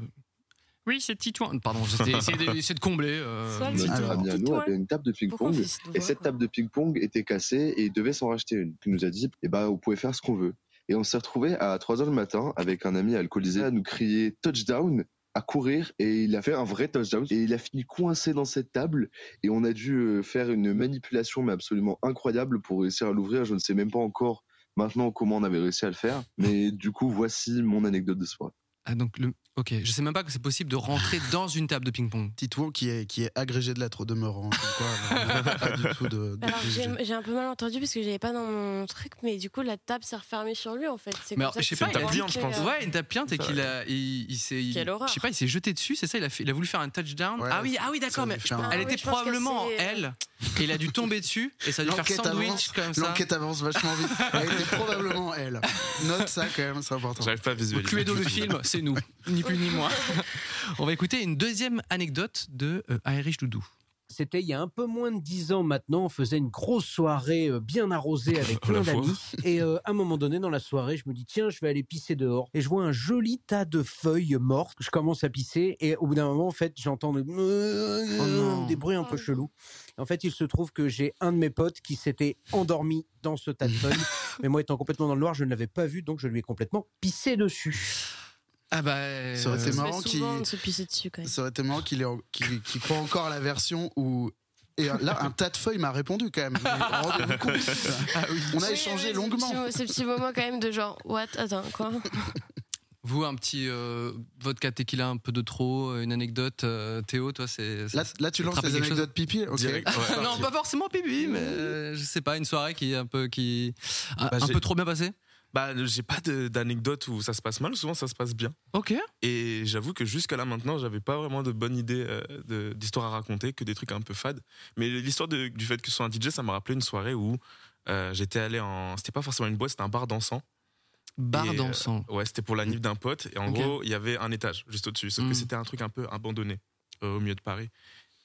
[SPEAKER 1] Oui, c'est Titouan. Pardon, j'étais- essayez de, essayez de combler. euh,
[SPEAKER 4] Soit le
[SPEAKER 6] Notre
[SPEAKER 3] Alors,
[SPEAKER 6] ami à nous
[SPEAKER 4] dis-toi,
[SPEAKER 6] avait une table de
[SPEAKER 4] Pourquoi on
[SPEAKER 6] ping-pong
[SPEAKER 4] fait cette voix,
[SPEAKER 6] et cette
[SPEAKER 4] quoi
[SPEAKER 6] table de ping-pong était cassée et il devait s'en racheter une. Il nous a dit, eh ben, vous pouvez faire ce qu'on veut. Et on s'est retrouvé à 3h le matin avec un ami alcoolisé à nous crier touchdown, à courir et il a fait un vrai touchdown et il a fini coincé dans cette table et on a dû euh, faire une manipulation mais absolument incroyable pour réussir à l'ouvrir. Je ne sais même pas encore maintenant comment on avait réussi à le faire, mais du coup voici mon anecdote de soir.
[SPEAKER 1] Ah, donc le. Ok, je sais même pas que c'est possible de rentrer dans une table de ping-pong.
[SPEAKER 3] Titouan qui est, qui est agrégé de lettres au demeurant. comme quoi, vraiment, pas du tout de. de
[SPEAKER 4] Alors j'ai
[SPEAKER 3] préjugés.
[SPEAKER 4] j'ai un peu mal entendu parce que j'avais pas dans mon truc, mais du coup la table s'est refermée sur lui en fait. C'est
[SPEAKER 1] Mais alors,
[SPEAKER 4] comme ça
[SPEAKER 1] je sais
[SPEAKER 4] que
[SPEAKER 1] pas,
[SPEAKER 4] tu
[SPEAKER 1] il a
[SPEAKER 4] vois
[SPEAKER 2] dit,
[SPEAKER 4] que,
[SPEAKER 2] je pense.
[SPEAKER 4] euh,
[SPEAKER 1] Ouais, une table piante et qu'il a, il, il s'est, il-
[SPEAKER 4] Quelle horreur.
[SPEAKER 1] je sais pas, il s'est jeté dessus, c'est ça, il a, fait- il a voulu faire un touchdown.
[SPEAKER 3] Ouais,
[SPEAKER 1] ah oui, ah oui, d'accord,
[SPEAKER 3] ça lui
[SPEAKER 1] mais
[SPEAKER 3] fait un-
[SPEAKER 1] elle
[SPEAKER 4] Ah oui,
[SPEAKER 1] était
[SPEAKER 4] je pense que
[SPEAKER 1] probablement en
[SPEAKER 4] c'est-
[SPEAKER 1] L et il a dû tomber dessus et ça a dû faire
[SPEAKER 3] L'enquête
[SPEAKER 1] sandwich
[SPEAKER 3] avance,
[SPEAKER 1] comme ça.
[SPEAKER 3] L'enquête avance vachement vite. Elle était probablement elle. Note ça quand même, c'est important.
[SPEAKER 2] J'arrive pas à
[SPEAKER 1] Vous
[SPEAKER 2] visualiser.
[SPEAKER 1] cluez dans le film, c'est nous, ni plus ni moins. On va écouter une deuxième anecdote de euh, Irish Doudou.
[SPEAKER 7] C'était il y a un peu moins de dix ans maintenant. On faisait une grosse soirée euh, bien arrosée avec
[SPEAKER 2] Oh, la
[SPEAKER 7] plein d'amis. Et euh, à un moment donné, dans la soirée, je me dis tiens, je vais aller pisser dehors. Et je vois un joli tas de feuilles mortes. Je commence à pisser et au bout d'un moment, en fait, j'entends le-
[SPEAKER 3] non.
[SPEAKER 7] des bruits un peu chelous. En fait, il se trouve que j'ai un de mes potes qui s'était endormi dans ce tas de feuilles. Mais moi, étant complètement dans le noir, je ne l'avais pas vu, donc je lui ai complètement pissé dessus.
[SPEAKER 1] Ah bah.
[SPEAKER 3] Ça aurait
[SPEAKER 4] on
[SPEAKER 3] été
[SPEAKER 4] se fait
[SPEAKER 3] marrant
[SPEAKER 4] souvent
[SPEAKER 3] qu'il-
[SPEAKER 4] de se pisser dessus quand même.
[SPEAKER 3] Ça aurait été marrant qu'il ait- qu'il- qu'il croit encore à la version où. Et là, un tas de feuilles m'a répondu quand même. Rendez-vous compte.
[SPEAKER 1] Ah oui.
[SPEAKER 3] On a
[SPEAKER 4] Oui,
[SPEAKER 3] échangé
[SPEAKER 4] oui, ce
[SPEAKER 3] longuement.
[SPEAKER 4] petit mo- Ce petit moment quand même de genre, what, attends, quoi
[SPEAKER 1] Vous, un petit euh, vodka tequila un peu de trop, une anecdote, euh, Théo, toi, c'est.
[SPEAKER 3] Là, là, tu lances
[SPEAKER 1] Attraper
[SPEAKER 3] des
[SPEAKER 1] quelque chose.
[SPEAKER 3] anecdotes pipi. ok.
[SPEAKER 2] Direct, ouais.
[SPEAKER 1] non, pas forcément pipi, mais euh, je sais pas, une soirée qui est un peu, qui, un,
[SPEAKER 3] Bah,
[SPEAKER 1] un
[SPEAKER 3] j'ai-
[SPEAKER 1] peu trop bien passée.
[SPEAKER 2] Bah, j'ai pas de- d'anecdote où ça se passe mal, souvent ça se passe bien.
[SPEAKER 1] Ok.
[SPEAKER 2] Et j'avoue que jusqu'à là maintenant, j'avais pas vraiment de bonne idée euh, de- d'histoire à raconter, que des trucs un peu fades. Mais l'histoire de- du fait que ce soit un DJ, ça m'a rappelé une soirée où euh, j'étais allé en. C'était pas forcément une boîte, c'était un bar dansant.
[SPEAKER 1] Bar
[SPEAKER 2] Et, euh,
[SPEAKER 1] dansant.
[SPEAKER 2] Ouais, c'était pour la nif d'un pote. Et en
[SPEAKER 1] Ok.
[SPEAKER 2] gros, il y avait un étage juste au-dessus. Sauf
[SPEAKER 1] Mm.
[SPEAKER 2] que c'était un truc un peu abandonné euh, au milieu de Paris.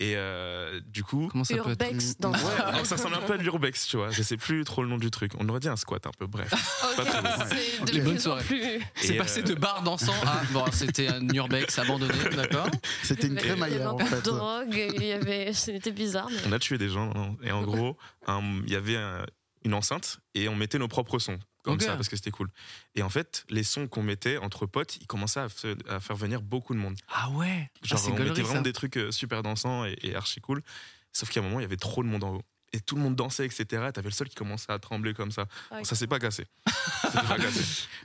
[SPEAKER 2] Et euh, du coup.
[SPEAKER 1] Comment ça peut être
[SPEAKER 4] Urbex dans
[SPEAKER 2] Ouais, alors Oh, ça ressemble un peu à de l'urbex, tu vois. Je sais plus trop le nom du truc. On aurait dit un squat un peu, bref.
[SPEAKER 4] Ok,
[SPEAKER 2] très bon.
[SPEAKER 4] c'est
[SPEAKER 1] Ok.
[SPEAKER 4] de
[SPEAKER 1] Bonne
[SPEAKER 4] plus en
[SPEAKER 1] soirée.
[SPEAKER 4] plus.
[SPEAKER 1] C'est
[SPEAKER 2] Et,
[SPEAKER 1] passé
[SPEAKER 2] euh,
[SPEAKER 1] de bar dansant à. Bon, c'était un urbex abandonné, d'accord
[SPEAKER 3] C'était une
[SPEAKER 4] Il y
[SPEAKER 8] Euh,
[SPEAKER 4] avait
[SPEAKER 3] crémaillère en
[SPEAKER 4] encore
[SPEAKER 3] fait.
[SPEAKER 4] de drogue, il y avait, c'était bizarre. mais-
[SPEAKER 2] On a tué des gens. non, non. Et en gros, un- il y avait un- une enceinte et on mettait nos propres sons. Comme
[SPEAKER 1] Ok.
[SPEAKER 2] ça, parce que c'était cool. Et en fait, les sons qu'on mettait entre potes, ils commençaient à, se- à faire venir beaucoup de monde.
[SPEAKER 1] Ah ouais
[SPEAKER 2] Genre,
[SPEAKER 1] C'est
[SPEAKER 2] on mettait
[SPEAKER 1] gaulerie,
[SPEAKER 2] vraiment
[SPEAKER 1] ça.
[SPEAKER 2] des trucs euh, super dansants et, et archi cool. Sauf qu'à un moment, il y avait trop de monde en haut. Et tout le monde dansait, etc. T'avais le sol qui commençait à trembler comme ça.
[SPEAKER 4] Ouais,
[SPEAKER 2] Ça s'est pas cassé. Ça s'est pas cassé.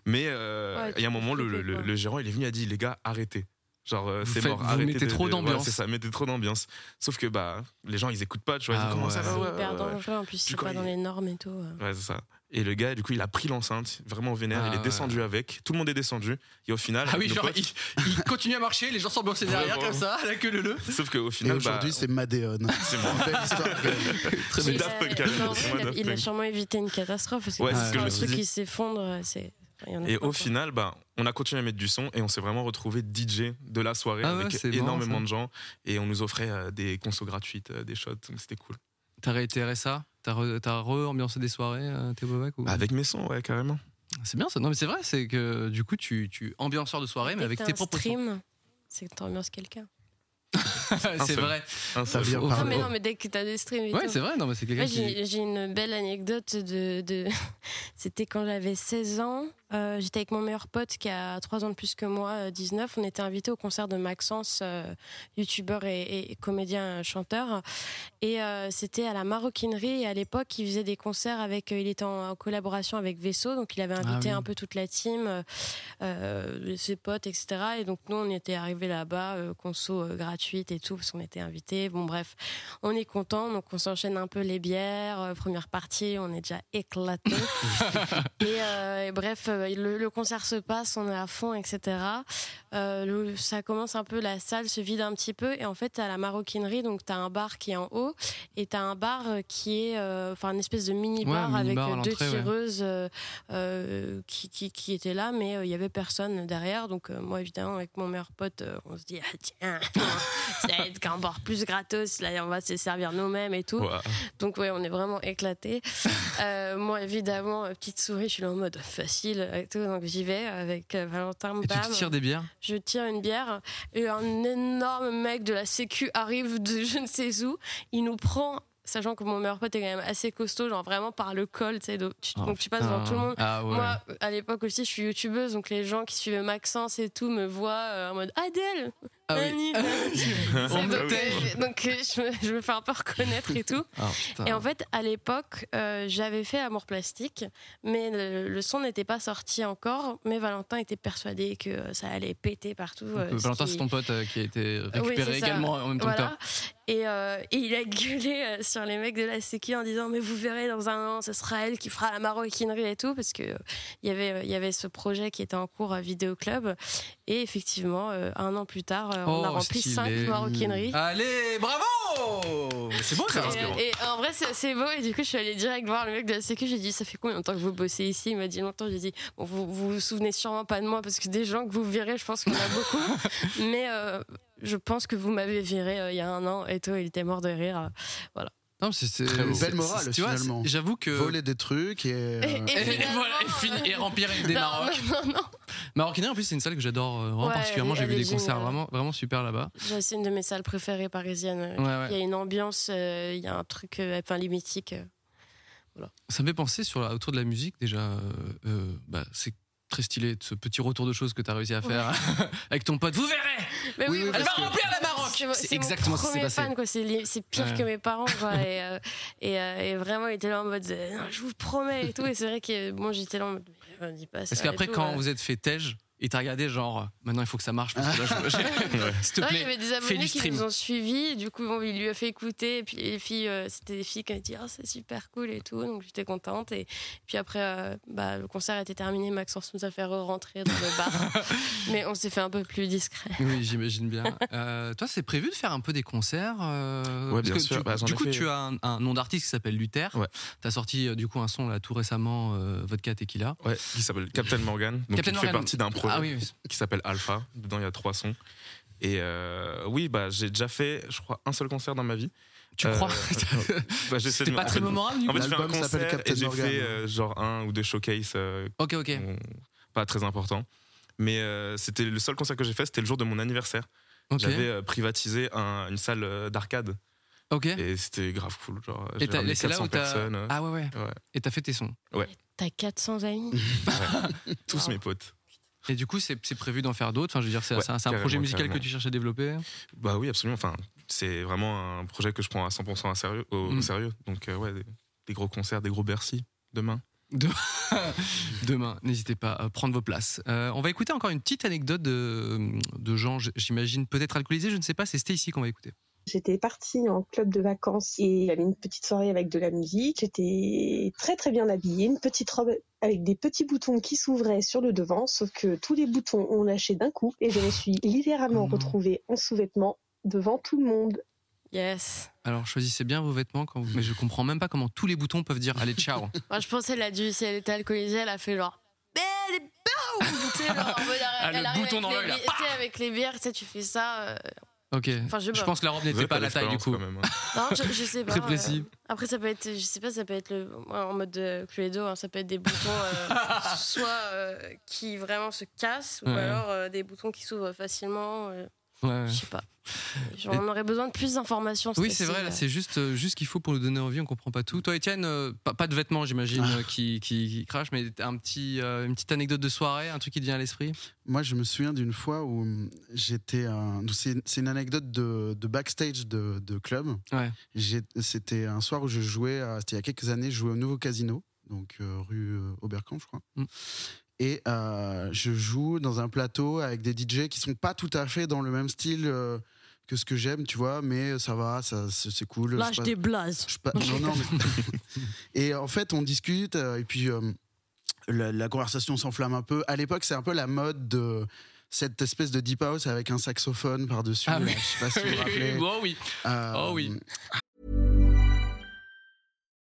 [SPEAKER 2] Mais euh,
[SPEAKER 4] Ouais,
[SPEAKER 2] il y a un moment, le, le-
[SPEAKER 4] flippé, quoi.
[SPEAKER 2] le gérant, il est venu, il a dit les gars, arrêtez. Genre, euh,
[SPEAKER 1] Vous
[SPEAKER 2] c'est
[SPEAKER 1] faites-
[SPEAKER 2] mort.
[SPEAKER 1] vous
[SPEAKER 2] arrêtez
[SPEAKER 1] mettez
[SPEAKER 2] de-
[SPEAKER 1] trop
[SPEAKER 2] de-
[SPEAKER 1] d'ambiance.
[SPEAKER 2] voilà, c'est ça, mettez trop d'ambiance. Sauf que bah, les gens, ils écoutent pas, tu vois.
[SPEAKER 1] Ah
[SPEAKER 2] ils disent, Comment ça
[SPEAKER 1] ouais.
[SPEAKER 2] va
[SPEAKER 4] C'est
[SPEAKER 2] ouais,
[SPEAKER 4] hyper
[SPEAKER 2] ouais, ouais.
[SPEAKER 4] dangereux, en plus, c'est
[SPEAKER 2] quand
[SPEAKER 4] pas
[SPEAKER 2] il-
[SPEAKER 4] dans les normes et tout. euh.
[SPEAKER 2] Ouais, c'est ça. Et le gars, du coup, il a pris l'enceinte, vraiment vénère.
[SPEAKER 1] Ah
[SPEAKER 2] il est
[SPEAKER 1] ouais.
[SPEAKER 2] descendu avec. Tout le monde est descendu. Et au final,
[SPEAKER 1] Ah oui,
[SPEAKER 2] nos
[SPEAKER 1] genre,
[SPEAKER 2] potes-
[SPEAKER 1] il, il continue à marcher, les gens s'ambiançaient derrière
[SPEAKER 2] Vraiment.
[SPEAKER 1] comme ça, à la queue le le.
[SPEAKER 2] sauf qu'au
[SPEAKER 3] Et
[SPEAKER 2] final, bah,
[SPEAKER 3] aujourd'hui, c'est Madeon.
[SPEAKER 2] c'est moi.
[SPEAKER 3] Belle histoire. quand même.
[SPEAKER 1] Très
[SPEAKER 2] Mais
[SPEAKER 4] Il
[SPEAKER 2] Daft
[SPEAKER 4] a-
[SPEAKER 2] Punk, quand même,
[SPEAKER 4] non,
[SPEAKER 2] c'est
[SPEAKER 4] il
[SPEAKER 2] moi,
[SPEAKER 4] a-
[SPEAKER 2] Daft
[SPEAKER 4] Il a
[SPEAKER 2] Punk.
[SPEAKER 4] sûrement évité une catastrophe parce que
[SPEAKER 2] Ouais,
[SPEAKER 4] quand
[SPEAKER 2] c'est
[SPEAKER 1] ce
[SPEAKER 4] il y
[SPEAKER 1] que
[SPEAKER 4] a
[SPEAKER 1] je
[SPEAKER 4] un
[SPEAKER 1] me suis
[SPEAKER 4] truc
[SPEAKER 2] dit.
[SPEAKER 4] qui s'effondre, c'est. il y en a
[SPEAKER 2] Et
[SPEAKER 4] pas,
[SPEAKER 2] au
[SPEAKER 4] quoi.
[SPEAKER 2] final, bah, on a continué à mettre du son et on s'est vraiment retrouvé DJ de la soirée
[SPEAKER 1] Ah ouais,
[SPEAKER 2] avec
[SPEAKER 1] c'est marrant,
[SPEAKER 2] énormément
[SPEAKER 1] ça.
[SPEAKER 2] de gens et on nous offrait euh, des consos gratuites, euh, des shots, donc c'était cool.
[SPEAKER 1] T'as réitéré ça T'as re- t'as re-ambiancé des soirées, euh, Théo Bobac, ou...
[SPEAKER 2] Bah, avec mes sons, ouais, carrément.
[SPEAKER 1] C'est bien ça. Non, mais c'est vrai, c'est que du coup, tu, tu ambianceur de soirée, mais
[SPEAKER 4] Dès
[SPEAKER 1] avec
[SPEAKER 4] que t'as
[SPEAKER 1] tes
[SPEAKER 4] un
[SPEAKER 1] propres sons.
[SPEAKER 4] stream, c'est que t'ambiances quelqu'un.
[SPEAKER 2] Un
[SPEAKER 1] C'est
[SPEAKER 2] seul.
[SPEAKER 1] vrai.
[SPEAKER 2] Un
[SPEAKER 3] Ça
[SPEAKER 2] seul.
[SPEAKER 3] vient
[SPEAKER 1] Faut-
[SPEAKER 3] par
[SPEAKER 4] Non, mais
[SPEAKER 3] le
[SPEAKER 4] non, mais dès que t'as des streams et
[SPEAKER 1] Ouais,
[SPEAKER 4] tout.
[SPEAKER 1] c'est vrai, non, mais c'est
[SPEAKER 4] Moi,
[SPEAKER 1] quelqu'un qui.
[SPEAKER 4] j'ai j'ai une belle anecdote de. de- C'était quand j'avais 16 ans. Euh, J'étais avec mon meilleur pote qui a 3 ans de plus que moi, euh, 19. On était invité au concert de Maxence, euh, youtubeur et, et comédien euh, chanteur. Et euh, c'était à la maroquinerie. Et à l'époque, il faisait des concerts avec. euh, il était en, en collaboration avec Vaisseau, donc il avait
[SPEAKER 1] Ah
[SPEAKER 4] invité
[SPEAKER 1] oui.
[SPEAKER 4] un peu toute la team, euh, euh, ses potes, etc. Et donc nous, on était arrivés là-bas, euh, conso euh, gratuite et tout, parce qu'on était invités. Bon, bref, on est content. Donc on s'enchaîne un peu les bières. euh, première partie, on est déjà éclatés. Et, euh, et bref, euh, le, le concert se passe, on est à fond, etc. Euh, le- ça commence un peu, la salle se vide un petit peu. Et en fait, à la maroquinerie, donc t'as un bar qui est en haut et t'as un bar euh, qui est, euh, enfin, une espèce de mini bar
[SPEAKER 1] Ouais, un
[SPEAKER 4] avec
[SPEAKER 1] mini-bar
[SPEAKER 4] euh,
[SPEAKER 1] à
[SPEAKER 4] deux
[SPEAKER 1] l'entrée, ouais.
[SPEAKER 4] tireuses euh, euh, qui, qui, qui étaient là, mais euh, il y avait personne derrière. Donc euh, moi, évidemment, avec mon meilleur pote, euh, on se dit ah, tiens, ça va être qu'un bar plus gratos. Là, on va se servir nous-mêmes et tout.
[SPEAKER 2] Ouah.
[SPEAKER 4] Donc ouais, on est vraiment éclatés. Euh, moi, évidemment, euh, petite souris, je suis là en mode facile et tout, donc j'y vais avec euh, Valentin.
[SPEAKER 1] Et tu
[SPEAKER 4] Bam,
[SPEAKER 1] te tires des bières
[SPEAKER 4] je tire une bière et un énorme mec de la sécu arrive de je ne sais où. Il nous prend, sachant que mon meilleur pote est quand même assez costaud, genre vraiment par le col, tu sais, donc tu,
[SPEAKER 1] Ah,
[SPEAKER 4] donc tu passes devant
[SPEAKER 1] putain.
[SPEAKER 4] tout le monde.
[SPEAKER 1] Ah ouais.
[SPEAKER 4] Moi, à l'époque aussi, je suis youtubeuse, donc les gens qui suivaient Maxence et tout me voient euh, en mode Adèle,
[SPEAKER 1] ah oui.
[SPEAKER 4] Annie.
[SPEAKER 1] On me
[SPEAKER 4] donc,
[SPEAKER 1] tait.
[SPEAKER 4] euh, donc, euh, je, me, je me fais un peu reconnaître et tout.
[SPEAKER 1] Ah, putain.
[SPEAKER 4] Et en fait, à l'époque, euh, j'avais fait Amour Plastique, mais le, le son n'était pas sorti encore. Mais Valentin était persuadé que euh, ça allait péter partout. euh,
[SPEAKER 1] Donc, euh,
[SPEAKER 4] ce
[SPEAKER 1] Valentin,
[SPEAKER 4] qui-
[SPEAKER 1] c'est ton pote euh, qui a été
[SPEAKER 4] Oui,
[SPEAKER 1] récupéré
[SPEAKER 4] c'est ça.
[SPEAKER 1] également en même temps
[SPEAKER 4] Voilà. Et, euh, et il a gueulé euh, sur les mecs de la sécu en disant Mais vous verrez dans un an, ce sera elle qui fera la maroquinerie et tout, parce que euh, il y avait, euh, il y avait ce projet qui était en cours à Vidéo Club. Et effectivement, euh, un an plus tard, euh,
[SPEAKER 1] que toi.
[SPEAKER 4] on a
[SPEAKER 1] Oh,
[SPEAKER 4] rempli
[SPEAKER 1] stylé.
[SPEAKER 4] cinq maroquineries.
[SPEAKER 1] Allez, bravo C'est beau,
[SPEAKER 2] Très
[SPEAKER 1] ça.
[SPEAKER 2] inspirant.
[SPEAKER 4] Et, et en vrai, c'est c'est beau. Et du coup, je suis allée direct voir le mec de la sécu. J'ai dit, ça fait combien de temps que vous bossez ici Il m'a dit longtemps. J'ai dit, bon, vous, vous vous souvenez sûrement pas de moi parce que des gens que vous virez, je pense qu'on a beaucoup. Mais euh, je pense que vous m'avez viré euh, il y a un an et tout. Il était mort de rire.
[SPEAKER 1] Non, c'est- c'est
[SPEAKER 3] Très beau.
[SPEAKER 1] c'est-
[SPEAKER 3] Belle morale,
[SPEAKER 1] c'est- Tu vois,
[SPEAKER 3] finalement.
[SPEAKER 1] c'est- j'avoue que.
[SPEAKER 3] Voler des trucs et. euh,
[SPEAKER 4] Et- et-
[SPEAKER 1] Et, et
[SPEAKER 4] finalement, euh,
[SPEAKER 1] voilà, et, fini- et remplir avec des
[SPEAKER 4] non,
[SPEAKER 1] Marocains.
[SPEAKER 4] non, non, non.
[SPEAKER 1] Maroquinerie, en plus, c'est une salle que j'adore euh, vraiment
[SPEAKER 4] Ouais,
[SPEAKER 1] particulièrement.
[SPEAKER 4] elle
[SPEAKER 1] J'ai
[SPEAKER 4] est-
[SPEAKER 1] vu
[SPEAKER 4] elle
[SPEAKER 1] des
[SPEAKER 4] est
[SPEAKER 1] concerts
[SPEAKER 4] géniale.
[SPEAKER 1] vraiment, vraiment super là-bas.
[SPEAKER 4] C'est une de mes salles préférées parisiennes. euh.
[SPEAKER 1] Ouais,
[SPEAKER 4] Il y
[SPEAKER 1] ouais.
[SPEAKER 4] a une ambiance, euh, il y a un truc, euh, enfin, limétique.
[SPEAKER 1] Ça me fait penser sur la, autour de la musique, déjà. euh, euh, bah, c'est très stylé ce petit retour de choses que tu as réussi à faire avec ton pote. Vous verrez
[SPEAKER 4] Mais
[SPEAKER 3] Oui, oui,
[SPEAKER 4] parce
[SPEAKER 1] Elle va
[SPEAKER 4] que-
[SPEAKER 1] remplir la Maroc
[SPEAKER 4] C'est-
[SPEAKER 1] C'est
[SPEAKER 4] c'est mon
[SPEAKER 1] exactement ce qui s'est
[SPEAKER 4] premier
[SPEAKER 1] passé.
[SPEAKER 4] fan, quoi. C'est li- c'est pire
[SPEAKER 1] Ouais.
[SPEAKER 4] que mes parents, quoi. et, euh, et, euh, et vraiment, il était là en mode, euh, Non, je vous promets et tout. Et c'est vrai que bon, j'étais là en mode, Mais, euh, dis pas ça.
[SPEAKER 1] Parce
[SPEAKER 4] et
[SPEAKER 1] qu'après,
[SPEAKER 4] tout,
[SPEAKER 1] quand
[SPEAKER 4] euh.
[SPEAKER 1] vous êtes fait tège, il t'a regardé genre, euh, maintenant il faut que ça marche. Parce que là, je-
[SPEAKER 2] Ouais.
[SPEAKER 1] S'il te
[SPEAKER 4] Ouais, il y
[SPEAKER 1] plaît.
[SPEAKER 4] avait des
[SPEAKER 1] fais
[SPEAKER 4] abonnés
[SPEAKER 1] du
[SPEAKER 4] qui
[SPEAKER 1] stream.
[SPEAKER 4] nous ont suivis. et Du coup, bon, il lui a fait écouter. Et puis, les filles, euh, c'était des filles qui ont dit, Ah, c'est super cool et tout. Donc, j'étais contente. Et puis après, euh, bah, le concert était terminé. Maxence nous a fait re-rentrer dans le bar. Mais on s'est fait un peu plus discret.
[SPEAKER 1] Oui, j'imagine bien. Euh, toi, c'est prévu de faire un peu des concerts euh,
[SPEAKER 2] Ouais,
[SPEAKER 1] parce
[SPEAKER 2] bien
[SPEAKER 1] que
[SPEAKER 2] sûr.
[SPEAKER 1] Tu,
[SPEAKER 2] Bah, j'en
[SPEAKER 1] du
[SPEAKER 2] ai
[SPEAKER 1] coup,
[SPEAKER 2] fait-
[SPEAKER 1] tu as un, un nom d'artiste qui s'appelle Luther.
[SPEAKER 2] Ouais.
[SPEAKER 1] Tu as sorti euh, du coup un son là tout récemment, euh, Vodka Tequila.
[SPEAKER 2] Ouais, qui s'appelle Captain Morgan. Donc
[SPEAKER 1] Captain
[SPEAKER 2] il fait
[SPEAKER 1] Morgan.
[SPEAKER 2] partie d'un projet
[SPEAKER 1] Ah oui, oui.
[SPEAKER 2] qui s'appelle Alpha. Dedans, il y a trois sons. Et euh, oui, bah, j'ai déjà fait, je crois, un seul concert dans ma vie.
[SPEAKER 1] tu
[SPEAKER 2] Euh,
[SPEAKER 1] crois
[SPEAKER 2] bah, j'essaie
[SPEAKER 1] C'était
[SPEAKER 2] de-
[SPEAKER 1] pas
[SPEAKER 2] en
[SPEAKER 1] très
[SPEAKER 2] fait,
[SPEAKER 1] mémorable du
[SPEAKER 2] En
[SPEAKER 1] coup.
[SPEAKER 2] fait, je fais un
[SPEAKER 3] L'album s'appelle
[SPEAKER 2] concert
[SPEAKER 3] Captain
[SPEAKER 2] et j'ai
[SPEAKER 3] Morgan.
[SPEAKER 2] fait euh, genre un ou deux showcases euh,
[SPEAKER 1] Ok, ok.
[SPEAKER 2] qui ont- pas très importants. Mais euh, c'était le seul concert que j'ai fait, c'était le jour de mon anniversaire.
[SPEAKER 1] ok.
[SPEAKER 2] J'avais euh, privatisé un- une salle euh, d'arcade
[SPEAKER 1] ok.
[SPEAKER 2] et c'était grave cool. Genre,
[SPEAKER 1] Et
[SPEAKER 2] j'ai
[SPEAKER 1] t'as-
[SPEAKER 2] ramené
[SPEAKER 1] c'est là
[SPEAKER 2] 400
[SPEAKER 1] où t'as.
[SPEAKER 2] personnes, euh,
[SPEAKER 1] Ah ouais, ouais.
[SPEAKER 2] Ouais.
[SPEAKER 1] Et t'as fait tes sons.
[SPEAKER 4] T'as 400 amis.
[SPEAKER 2] tous
[SPEAKER 4] Wow.
[SPEAKER 2] mes potes.
[SPEAKER 1] Et du coup, c'est c'est prévu d'en faire d'autres. Enfin, je veux dire, c'est
[SPEAKER 2] Ouais,
[SPEAKER 1] c'est un- c'est un
[SPEAKER 2] carrément,
[SPEAKER 1] projet musical
[SPEAKER 2] carrément.
[SPEAKER 1] que tu cherches à développer.
[SPEAKER 2] Bah oui, absolument. Enfin, c'est vraiment un projet que je prends à 100% à sérieux, au, au
[SPEAKER 1] Mm.
[SPEAKER 2] sérieux. Donc, euh, ouais, des, des gros concerts, des gros Bercy demain.
[SPEAKER 1] Demain, n'hésitez pas à prendre vos places. Euh, on va écouter encore une petite anecdote de, de gens, j- j'imagine, peut-être alcoolisés. Je ne sais pas, c'est Stacy qu'on va écouter.
[SPEAKER 8] J'étais partie en club de vacances et j'avais une petite soirée avec de la musique. J'étais très très bien habillée, une petite robe avec des petits boutons qui s'ouvraient sur le devant, sauf que tous les boutons ont lâché d'un coup et je me suis littéralement
[SPEAKER 1] Oh non.
[SPEAKER 8] retrouvée en sous-vêtements devant tout le monde.
[SPEAKER 4] Yes.
[SPEAKER 1] Alors, choisissez bien vos vêtements. Quand vous... Mais je comprends même pas comment tous les boutons peuvent dire allez, ciao.
[SPEAKER 4] Moi, je pensais la dû, si elle était alcoolisée, elle a fait genre. Belle et boum Tu sais, genre, en mode, elle
[SPEAKER 1] Ah, le
[SPEAKER 4] arrive
[SPEAKER 1] bouton
[SPEAKER 4] avec
[SPEAKER 1] dans
[SPEAKER 4] les
[SPEAKER 1] l'œil, là.
[SPEAKER 4] bi- Tu sais, avec les bières, tu sais, tu fais ça. euh,
[SPEAKER 1] Ok.
[SPEAKER 4] Enfin, je, sais
[SPEAKER 1] Je
[SPEAKER 4] pas.
[SPEAKER 1] pense que la robe
[SPEAKER 2] Vous avez
[SPEAKER 1] n'était pas à la taille
[SPEAKER 2] d'expérience,
[SPEAKER 1] du coup.
[SPEAKER 2] quand même, hein.
[SPEAKER 4] Non, je, je sais pas.
[SPEAKER 1] Très
[SPEAKER 4] euh,
[SPEAKER 1] précis.
[SPEAKER 4] Après, ça peut être, je sais pas, ça peut être le, en mode de Cluedo, hein, ça peut être des boutons euh, soit euh, qui vraiment se cassent, ou
[SPEAKER 1] Ouais.
[SPEAKER 4] alors euh, des boutons qui s'ouvrent facilement. euh.
[SPEAKER 1] Ouais.
[SPEAKER 4] Je sais pas. J'en aurais besoin de plus d'informations. parce
[SPEAKER 1] Oui,
[SPEAKER 4] que
[SPEAKER 1] c'est vrai, là, c'est juste, euh, juste ce qu'il faut pour nous donner envie, on comprend pas tout. Toi, Étienne, euh, pas, pas de vêtements, j'imagine, euh, qui, qui, qui crachent, mais un petit, euh, une petite anecdote de soirée, un truc qui te vient à l'esprit
[SPEAKER 3] Moi, je me souviens d'une fois où hum, j'étais. un- C'est c'est une anecdote de, de backstage de, de club.
[SPEAKER 1] Ouais.
[SPEAKER 3] J'ai- C'était un soir où je jouais, à- c'était il y a quelques années, je jouais au nouveau casino, donc euh, rue euh, Oberkampf, je crois.
[SPEAKER 1] Mm.
[SPEAKER 3] Et euh, je joue dans un plateau avec des DJ qui sont pas tout à fait dans le même style euh, que ce que j'aime, tu vois, mais ça va, ça, c'est c'est cool.
[SPEAKER 4] Lâche
[SPEAKER 3] je sais pas-
[SPEAKER 4] des blases.
[SPEAKER 3] je sais pas- non, non, mais- et en fait, on discute, euh, et puis euh, la, la conversation s'enflamme un peu. À l'époque, c'est un peu la mode de cette espèce de deep house avec un saxophone par-dessus.
[SPEAKER 1] Ah
[SPEAKER 3] là,
[SPEAKER 1] oui.
[SPEAKER 3] Je sais pas si vous vous
[SPEAKER 1] Oui, oui,
[SPEAKER 3] rappelez.
[SPEAKER 1] oui, bon, oui.
[SPEAKER 3] Euh,
[SPEAKER 1] Oh oui.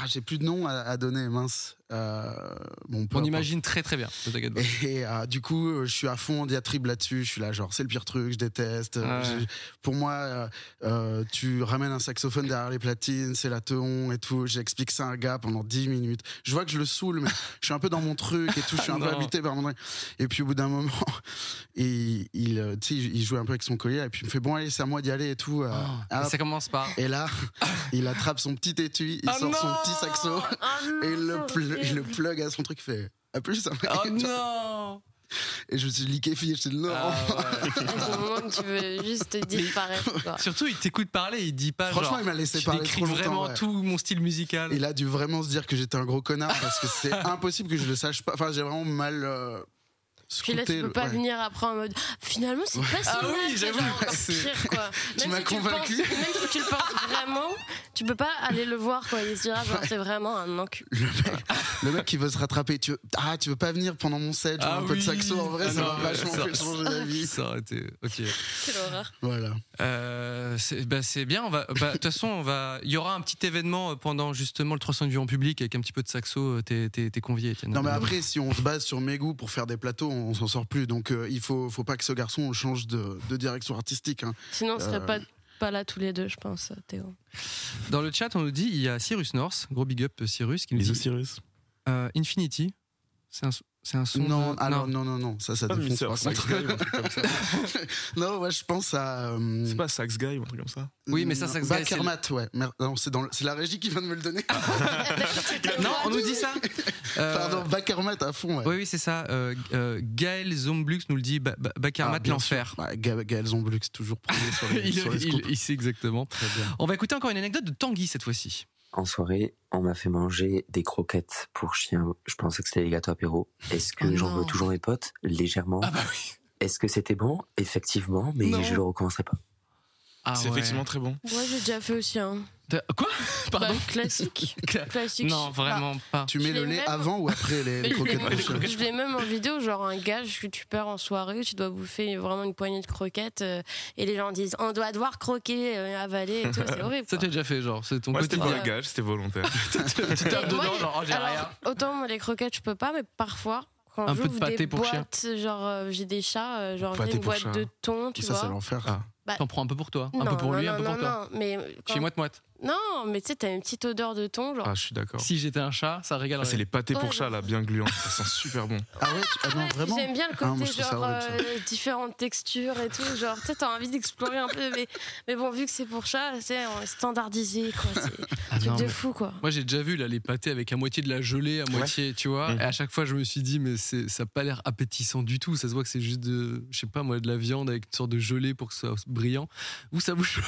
[SPEAKER 3] Ah, J'ai plus de nom à, à donner, mince. Euh, bon, peu
[SPEAKER 1] On
[SPEAKER 3] importe.
[SPEAKER 1] imagine très très bien, ne t'inquiète pas.
[SPEAKER 3] Et euh, du coup, euh, je suis à fond en diatribe là-dessus. Je suis là, genre, c'est le pire truc, je déteste. Euh,
[SPEAKER 1] Ouais.
[SPEAKER 3] je- pour moi, euh, euh, tu ramènes un saxophone derrière les platines, c'est la teon et tout. J'explique ça à un gars pendant 10 minutes. Je vois que je le saoule, mais je suis un peu dans mon truc et tout. Je suis un peu
[SPEAKER 1] Non.
[SPEAKER 3] habité par mon truc. Et puis au bout d'un moment, il, il, euh, tu sais, il jouait un peu avec son collier et puis il me fait, bon, allez, c'est à moi d'y aller et tout. euh,
[SPEAKER 1] Et
[SPEAKER 3] hop.
[SPEAKER 1] Ah, Oh, Ça commence par.
[SPEAKER 3] Et là, il attrape son petit étui, il
[SPEAKER 1] Ah
[SPEAKER 3] sort son
[SPEAKER 1] non
[SPEAKER 3] petit saxo
[SPEAKER 4] Ah
[SPEAKER 3] et il le, pl- il le plug à son truc, il fait à plus.
[SPEAKER 1] Oh non
[SPEAKER 3] Et je me suis liquéfié, j'étais non.
[SPEAKER 1] Ah, ouais.
[SPEAKER 4] Au moment où tu veux juste disparaître. quoi.
[SPEAKER 1] Surtout, il t'écoute parler, il dit pas.
[SPEAKER 3] Franchement,
[SPEAKER 1] genre,
[SPEAKER 3] il m'a laissé
[SPEAKER 1] tu
[SPEAKER 3] parler
[SPEAKER 1] décris
[SPEAKER 3] trop longtemps,
[SPEAKER 1] vraiment
[SPEAKER 3] ouais.
[SPEAKER 1] tout mon style musical.
[SPEAKER 3] Il a dû vraiment se dire que j'étais un gros connard parce que c'est impossible que je le sache pas. Enfin, j'ai vraiment mal. Euh,
[SPEAKER 4] Puis là,
[SPEAKER 3] scruté
[SPEAKER 4] tu
[SPEAKER 3] le-
[SPEAKER 4] peux pas
[SPEAKER 3] ouais.
[SPEAKER 4] venir après en mode finalement, c'est pas si
[SPEAKER 1] Ah
[SPEAKER 4] mal,
[SPEAKER 1] oui,
[SPEAKER 4] c'est
[SPEAKER 1] j'avoue,
[SPEAKER 4] genre encore
[SPEAKER 1] c'est-
[SPEAKER 4] pire quoi.
[SPEAKER 3] Tu
[SPEAKER 4] Même
[SPEAKER 3] m'as
[SPEAKER 4] si le
[SPEAKER 3] convaincu.
[SPEAKER 4] penses- Même si tu le penses vraiment, tu peux pas aller le voir quoi. Il se dira, genre, c'est vraiment un enculé.
[SPEAKER 3] Le mec, le mec qui veut se rattraper. Tu veux- Ah, tu veux pas venir pendant mon set jouer
[SPEAKER 1] Ah
[SPEAKER 3] un peu de
[SPEAKER 1] oui.
[SPEAKER 3] saxo En vrai,
[SPEAKER 1] Ah
[SPEAKER 3] ça
[SPEAKER 1] non,
[SPEAKER 3] m'a
[SPEAKER 1] ouais,
[SPEAKER 3] vachement
[SPEAKER 1] ça-
[SPEAKER 3] fait changer d'avis.
[SPEAKER 1] Ça aurait été. Ok.
[SPEAKER 4] Quelle horreur.
[SPEAKER 3] Voilà.
[SPEAKER 1] Euh, c'est bah, c'est bien. On va. bah, De toute façon, on va. Il y aura un petit événement euh, pendant justement le 300 du en public avec un petit peu de saxo. euh, T'es t'es- t'es convié. Étienne.
[SPEAKER 3] Non, mais après, si on se base sur mes goûts pour faire des plateaux, on, s'en sort plus. Donc, euh, il faut, faut pas que ce garçon on change de, de direction artistique. hein.
[SPEAKER 4] Sinon, on serait
[SPEAKER 3] Euh.
[SPEAKER 4] pas, pas là tous les deux, je pense, Théo.
[SPEAKER 1] Dans le chat, on nous dit il y a Cyrus North, gros big up euh, Cyrus, qui nous dit
[SPEAKER 2] Osiris.
[SPEAKER 1] euh, Infinity. C'est un, c'est un son.
[SPEAKER 3] Non,
[SPEAKER 1] de-
[SPEAKER 3] alors, non, non, non, ça, ça
[SPEAKER 2] Pas de
[SPEAKER 3] défonce
[SPEAKER 2] Mister
[SPEAKER 3] par
[SPEAKER 2] Sax
[SPEAKER 3] contre.
[SPEAKER 2] Guy ou un truc comme ça.
[SPEAKER 3] non, ouais, je pense à. euh,
[SPEAKER 2] Mm. C'est pas Sax Guy ou un truc comme ça.
[SPEAKER 1] Oui, mais ça, Sax Guy,
[SPEAKER 3] Bah,
[SPEAKER 1] c'est le- Euh.
[SPEAKER 3] Kermat, ouais. Mer- non, c'est dans le- c'est la régie qui vient de me le donner.
[SPEAKER 1] Non, on nous dit ça. Euh,
[SPEAKER 3] Pardon, Bakermat à fond, ouais.
[SPEAKER 1] Oui, oui, c'est ça. Euh, euh, Gaël Zomblux nous le dit ba Ba- Bacarmat,
[SPEAKER 3] Ah, bien
[SPEAKER 1] l'enfer.
[SPEAKER 3] Bah, Ga- Gaël Zomblux, toujours premier sur les,
[SPEAKER 1] il,
[SPEAKER 3] sur les
[SPEAKER 1] il-
[SPEAKER 3] scoops.
[SPEAKER 1] il sait exactement.
[SPEAKER 3] Très bien.
[SPEAKER 1] On va écouter encore une anecdote de Tanguy cette fois-ci.
[SPEAKER 9] En soirée, on m'a fait manger des croquettes pour chien. Je pensais que c'était les gâteaux apéro. Est-ce que
[SPEAKER 4] Ah
[SPEAKER 1] Oh
[SPEAKER 9] j'en
[SPEAKER 1] non.
[SPEAKER 9] veux toujours mes potes Légèrement.
[SPEAKER 1] Ah bah oui.
[SPEAKER 9] Est-ce que c'était bon Effectivement, mais
[SPEAKER 1] Non.
[SPEAKER 9] je le recommencerai pas.
[SPEAKER 1] Ah
[SPEAKER 2] c'est
[SPEAKER 1] ouais.
[SPEAKER 2] effectivement très bon.
[SPEAKER 4] Moi, j'ai déjà fait aussi un.
[SPEAKER 1] T'as- Quoi Pardon
[SPEAKER 4] Bah, classique. Classique.
[SPEAKER 1] Non, vraiment pas.
[SPEAKER 3] Tu mets
[SPEAKER 4] Je
[SPEAKER 3] le
[SPEAKER 4] l'ai
[SPEAKER 3] lait
[SPEAKER 4] même-
[SPEAKER 3] avant ou après les,
[SPEAKER 4] Mais
[SPEAKER 3] les
[SPEAKER 4] je l'ai
[SPEAKER 3] croquettes
[SPEAKER 4] même-
[SPEAKER 3] de chien
[SPEAKER 4] je l'ai même en vidéo, genre un gage que tu perds en soirée où tu dois bouffer vraiment une poignée de croquettes euh, et les gens disent on doit devoir croquer, euh, avaler et tout, c'est horrible.
[SPEAKER 1] Ça
[SPEAKER 4] quoi.
[SPEAKER 1] t'es déjà fait, genre, c'est ton
[SPEAKER 2] Moi,
[SPEAKER 1] côté
[SPEAKER 2] c'était pas
[SPEAKER 4] quotidien.
[SPEAKER 2] un gage, c'était volontaire.
[SPEAKER 1] Tu tapes
[SPEAKER 4] Et moi,
[SPEAKER 1] dedans, genre, oh, j'ai
[SPEAKER 4] alors,
[SPEAKER 1] rien.
[SPEAKER 4] Autant moi, les croquettes je peux pas, mais parfois quand
[SPEAKER 1] Un peu de
[SPEAKER 4] j'ouvre
[SPEAKER 1] pâté
[SPEAKER 4] des
[SPEAKER 1] pour chien.
[SPEAKER 4] boîtes, genre euh, j'ai des chats, euh, genre
[SPEAKER 2] Pâté
[SPEAKER 4] j'ai une
[SPEAKER 2] pour
[SPEAKER 4] boîte
[SPEAKER 2] chat.
[SPEAKER 4] de thon, tu
[SPEAKER 3] Ça, c'est
[SPEAKER 4] vois.
[SPEAKER 3] l'enfer.
[SPEAKER 2] Ah.
[SPEAKER 1] T'en prends un peu pour toi, un
[SPEAKER 4] Non,
[SPEAKER 1] peu pour
[SPEAKER 4] non,
[SPEAKER 1] lui, un
[SPEAKER 4] non,
[SPEAKER 1] peu pour
[SPEAKER 4] non,
[SPEAKER 1] toi.
[SPEAKER 4] Non, mais quand-
[SPEAKER 1] Chez moi, de moite.
[SPEAKER 4] Non, mais tu sais, t'as une petite odeur de thon, genre.
[SPEAKER 2] Ah, je suis d'accord.
[SPEAKER 1] Si j'étais un chat, ça
[SPEAKER 2] Ah,
[SPEAKER 1] régalerait.
[SPEAKER 2] c'est les pâtés
[SPEAKER 4] Ouais,
[SPEAKER 2] pour chat, là, bien gluants. Ça sent super bon.
[SPEAKER 3] Ah ouais, tu- ah non, vraiment
[SPEAKER 4] J'aime bien le
[SPEAKER 3] Ah, moi,
[SPEAKER 4] côté
[SPEAKER 3] je trouve ça
[SPEAKER 4] genre
[SPEAKER 3] horrible, ça.
[SPEAKER 4] euh, différentes textures et tout. Genre, tu sais, t'as envie d'explorer un peu, mais, mais bon, vu que c'est pour chat, c'est euh, standardisé, quoi. C'est
[SPEAKER 1] Ah
[SPEAKER 4] un truc
[SPEAKER 1] non,
[SPEAKER 4] de
[SPEAKER 1] mais-
[SPEAKER 4] fou, quoi.
[SPEAKER 1] Moi, j'ai déjà vu là, les pâtés avec à moitié de la gelée, à moitié, tu vois.
[SPEAKER 2] Mhm.
[SPEAKER 1] Et à chaque fois, je me suis dit, mais c'est- ça n'a pas l'air appétissant du tout. Ça se voit que c'est juste de, je sais pas moi, de la viande avec une sorte de gelée pour que ça soit brillant. Ou ça bouge.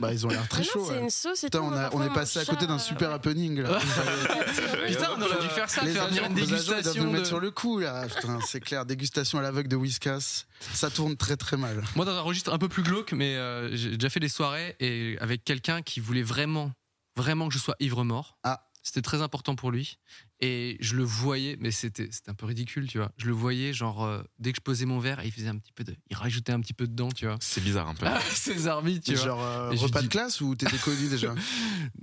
[SPEAKER 3] Bah, ils ont l'air très
[SPEAKER 4] Ah non,
[SPEAKER 3] chauds.
[SPEAKER 4] c'est
[SPEAKER 3] ouais.
[SPEAKER 4] une sauce et
[SPEAKER 3] Putain,
[SPEAKER 4] tout.
[SPEAKER 3] on,
[SPEAKER 4] Moi,
[SPEAKER 3] a- on
[SPEAKER 4] parfois,
[SPEAKER 3] est
[SPEAKER 4] mon
[SPEAKER 3] passé à côté
[SPEAKER 4] chat,
[SPEAKER 3] d'un
[SPEAKER 4] euh,
[SPEAKER 3] super happening là.
[SPEAKER 1] Putain, on aurait dû faire ça,
[SPEAKER 3] Les
[SPEAKER 1] faire
[SPEAKER 3] agents-
[SPEAKER 1] venir une
[SPEAKER 3] nos agents, ils doivent nous
[SPEAKER 1] dégustation.
[SPEAKER 3] mettre
[SPEAKER 1] de-
[SPEAKER 3] sur le coup là. Putain, c'est clair, dégustation à l'aveugle de Whiskas. Ça tourne très très mal.
[SPEAKER 1] Moi, dans un registre un peu plus glauque, mais euh, j'ai déjà fait des soirées et avec quelqu'un qui voulait vraiment, vraiment que je sois ivre mort.
[SPEAKER 3] Ah.
[SPEAKER 1] C'était très important pour lui. Et je le voyais, mais c'était c'était un peu ridicule, tu vois. Je le voyais, genre, euh, dès que je posais mon verre, il faisait un petit peu de. Il rajoutait un petit peu dedans, tu vois.
[SPEAKER 2] C'est bizarre un peu.
[SPEAKER 1] Ah, Ces armies, tu vois.
[SPEAKER 3] Genre euh,
[SPEAKER 1] Et je
[SPEAKER 3] repas
[SPEAKER 1] dis-
[SPEAKER 3] de classe ou t'étais connu déjà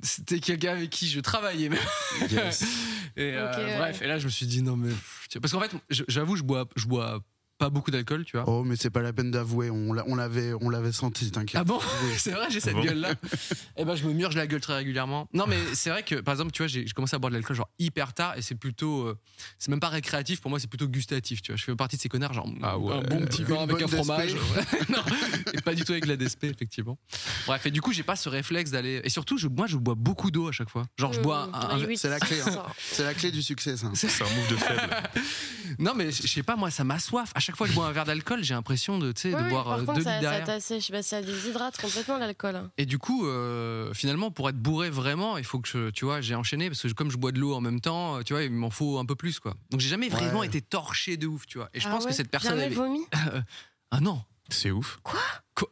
[SPEAKER 1] C'était quelqu'un avec qui je travaillais, même. Et euh,
[SPEAKER 4] Ok, ouais.
[SPEAKER 1] bref, et là, je me suis dit, non, mais. tu vois, Parce qu'en fait, je- j'avoue, je bois, je bois pas beaucoup d'alcool, tu vois.
[SPEAKER 3] Oh, mais c'est pas la peine d'avouer, on l'a- on l'avait on l'avait senti, t'inquiète.
[SPEAKER 1] Ah bon C'est vrai, j'ai cette
[SPEAKER 2] Ah Bon.
[SPEAKER 1] gueule-là. Eh ben, je me murge la gueule très régulièrement. Non, mais c'est vrai que, par exemple, tu vois, j'ai j'ai commencé à boire de l'alcool genre hyper tard et c'est plutôt, euh, c'est même pas récréatif pour moi, c'est plutôt gustatif. Tu vois, je fais partie de ces connards genre
[SPEAKER 2] Ah ouais.
[SPEAKER 1] un bon petit
[SPEAKER 3] Une
[SPEAKER 1] vin avec
[SPEAKER 3] bonne
[SPEAKER 1] un
[SPEAKER 3] DSP.
[SPEAKER 1] fromage. non, et pas du tout avec la DSP effectivement. Bref, et du coup, j'ai pas ce réflexe d'aller. Et surtout, je, moi, je bois beaucoup d'eau à chaque fois. Genre, je
[SPEAKER 4] Euh,
[SPEAKER 1] bois. un- un-
[SPEAKER 3] C'est la clé, hein. C'est la clé du succès, ça.
[SPEAKER 2] C'est un move de faible.
[SPEAKER 1] Non, mais je sais pas, moi, ça m'assoiffe. À chaque fois que je bois un verre d'alcool, j'ai l'impression de, tu sais, de boire
[SPEAKER 4] par
[SPEAKER 1] euh,
[SPEAKER 4] contre,
[SPEAKER 1] deux
[SPEAKER 4] ça,
[SPEAKER 1] litres
[SPEAKER 4] ça
[SPEAKER 1] derrière.
[SPEAKER 4] t'assèche. Bah, ça déshydrate complètement l'alcool. hein.
[SPEAKER 1] Et du coup, euh, finalement, pour être bourré vraiment, il faut que je, tu vois, j'ai enchaîné parce que je- comme je bois de l'eau en même temps, euh, tu vois, il m'en faut un peu plus quoi. Donc j'ai jamais vraiment
[SPEAKER 3] Ouais.
[SPEAKER 1] été torché de ouf, tu vois. Et je
[SPEAKER 4] Ah
[SPEAKER 1] pense
[SPEAKER 4] ouais
[SPEAKER 1] que cette personne
[SPEAKER 4] Jamais
[SPEAKER 1] avait-
[SPEAKER 4] vomi
[SPEAKER 1] ah non,
[SPEAKER 2] C'est ouf.
[SPEAKER 1] Quoi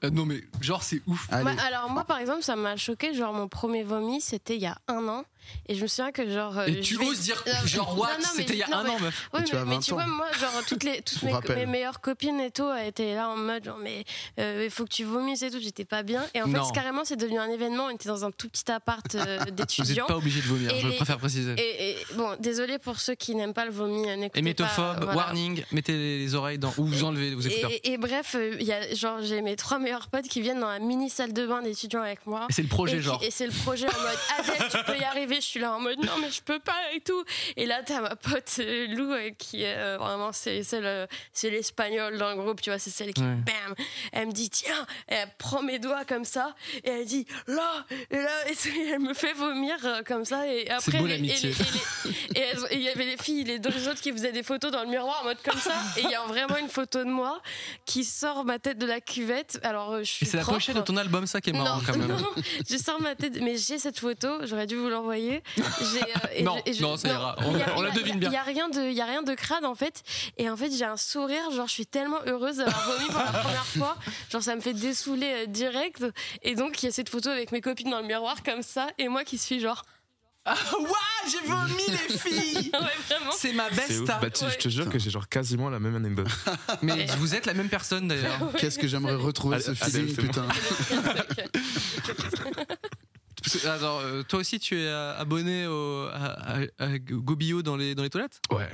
[SPEAKER 1] Euh, non mais genre c'est ouf.
[SPEAKER 3] Allez.
[SPEAKER 4] Moi, alors moi par exemple ça m'a choqué genre mon premier vomi c'était il y a un an et je me souviens que genre euh,
[SPEAKER 1] Et tu
[SPEAKER 4] je vais-
[SPEAKER 1] oses dire
[SPEAKER 4] Non,
[SPEAKER 1] genre
[SPEAKER 4] non,
[SPEAKER 1] what
[SPEAKER 4] mais-
[SPEAKER 1] C'était il y a
[SPEAKER 4] non,
[SPEAKER 1] un
[SPEAKER 4] mais-
[SPEAKER 1] an meuf.
[SPEAKER 4] Oui,
[SPEAKER 3] Et tu
[SPEAKER 4] mais,
[SPEAKER 3] as
[SPEAKER 4] mais
[SPEAKER 3] 20
[SPEAKER 4] tu
[SPEAKER 3] ans.
[SPEAKER 4] vois, moi, genre, toutes, les, toutes
[SPEAKER 3] Pour
[SPEAKER 4] mes,
[SPEAKER 3] rappel.
[SPEAKER 4] mes meilleures copines et tout étaient là en mode, genre, mais euh, il faut que tu vomisses et tout, j'étais pas bien. Et en fait,
[SPEAKER 1] Non.
[SPEAKER 4] c'est- carrément, c'est devenu un événement. On était dans un tout petit appart euh,
[SPEAKER 1] Vous n'êtes
[SPEAKER 4] d'étudiants.
[SPEAKER 1] pas obligé de vomir.
[SPEAKER 4] Et
[SPEAKER 1] je
[SPEAKER 4] les-
[SPEAKER 1] préfère préciser.
[SPEAKER 4] Et, et- bon, désolé pour ceux qui n'aiment pas le vomi, euh, n'écoutez
[SPEAKER 1] Et métophobe,
[SPEAKER 4] pas, voilà.
[SPEAKER 1] warning, mettez les oreilles dans ou vous enlevez vos écouteurs. Et,
[SPEAKER 4] Et, et bref, euh, il y a, genre, j'ai mes trois meilleurs potes qui viennent dans la mini salle de bain d'étudiants avec moi.
[SPEAKER 1] c'est le projet
[SPEAKER 4] Et qui-
[SPEAKER 1] genre.
[SPEAKER 4] Et c'est le projet en mode Adèle, tu peux y arriver. Je suis là en mode non, mais je peux pas et tout. Et là, t'as ma pote euh, Lou euh, qui est euh, vraiment, c'est celle, euh, c'est l'espagnole dans le groupe, tu vois, c'est celle qui,
[SPEAKER 1] Ouais.
[SPEAKER 4] bam, elle me dit tiens, et elle prend mes doigts comme ça et elle dit là, et là, et c'est- elle me fait vomir euh, comme ça. Et après,
[SPEAKER 1] beau,
[SPEAKER 4] les- et les-
[SPEAKER 1] l'amitié.
[SPEAKER 4] et les- et elles ont- et il y avait les filles, les deux autres qui faisaient des photos dans le miroir en mode comme ça. Et il y a vraiment une photo de moi qui sort ma tête de la cuvette. Alors, euh, je suis
[SPEAKER 1] Et c'est la
[SPEAKER 4] propre.
[SPEAKER 1] pochette de ton album ça qui est marrant
[SPEAKER 4] Non,
[SPEAKER 1] quand même.
[SPEAKER 4] non, je sors ma tête, mais j'ai cette photo, j'aurais dû vous l'envoyer. J'ai, euh, et
[SPEAKER 1] Non,
[SPEAKER 4] je- et je-
[SPEAKER 1] non, ça ira. On
[SPEAKER 4] y a-
[SPEAKER 1] la- on la
[SPEAKER 4] y a-
[SPEAKER 1] devine bien.
[SPEAKER 4] Il y a rien de, il y a rien de crade en fait. Et en fait, j'ai un sourire, genre je suis tellement heureuse d'avoir vomi pour la première fois, genre ça me fait dessouler euh, direct. Et donc il y a cette photo avec mes copines dans le miroir comme ça, et moi qui suis genre,
[SPEAKER 1] Ouah, j'ai vomi les filles.
[SPEAKER 4] ouais vraiment.
[SPEAKER 1] C'est ma
[SPEAKER 2] C'est ouf.
[SPEAKER 1] besta.
[SPEAKER 2] Bah, tu- je te jure que j'ai genre quasiment la même anecdote.
[SPEAKER 1] Mais
[SPEAKER 4] Ah.
[SPEAKER 1] vous êtes la même personne d'ailleurs.
[SPEAKER 3] Qu'est-ce que j'aimerais retrouver
[SPEAKER 2] Allez,
[SPEAKER 3] ce
[SPEAKER 2] allez,
[SPEAKER 3] feeling,
[SPEAKER 2] c'est bon.
[SPEAKER 3] putain.
[SPEAKER 1] Parce que, Attends, euh, toi aussi, tu es euh, abonné au, à, à- à Gobio dans les, dans les toilettes
[SPEAKER 2] Ouais.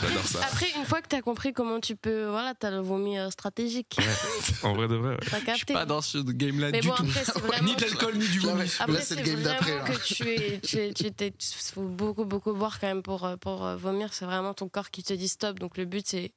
[SPEAKER 2] J'adore ça.
[SPEAKER 4] Après, une fois que t'as compris comment tu peux, voilà, t'as le vomi euh, stratégique,
[SPEAKER 2] Ouais. En vrai de vrai. ouais.
[SPEAKER 4] t'as
[SPEAKER 1] Je suis
[SPEAKER 4] capté.
[SPEAKER 1] pas dans ce game-là
[SPEAKER 4] Mais
[SPEAKER 1] du
[SPEAKER 4] bon,
[SPEAKER 1] tout.
[SPEAKER 4] après, c'est vraiment.
[SPEAKER 1] ni de l'alcool, ni du vomi.
[SPEAKER 3] Là,
[SPEAKER 4] Après,
[SPEAKER 3] c'est
[SPEAKER 4] c'est
[SPEAKER 3] le game d'après,
[SPEAKER 4] vraiment
[SPEAKER 3] là.
[SPEAKER 4] que tu es, tu es- tu t'es- faut beaucoup, beaucoup boire quand même pour, euh, pour euh, vomir. C'est vraiment ton corps qui te dit stop. Donc le but, c'est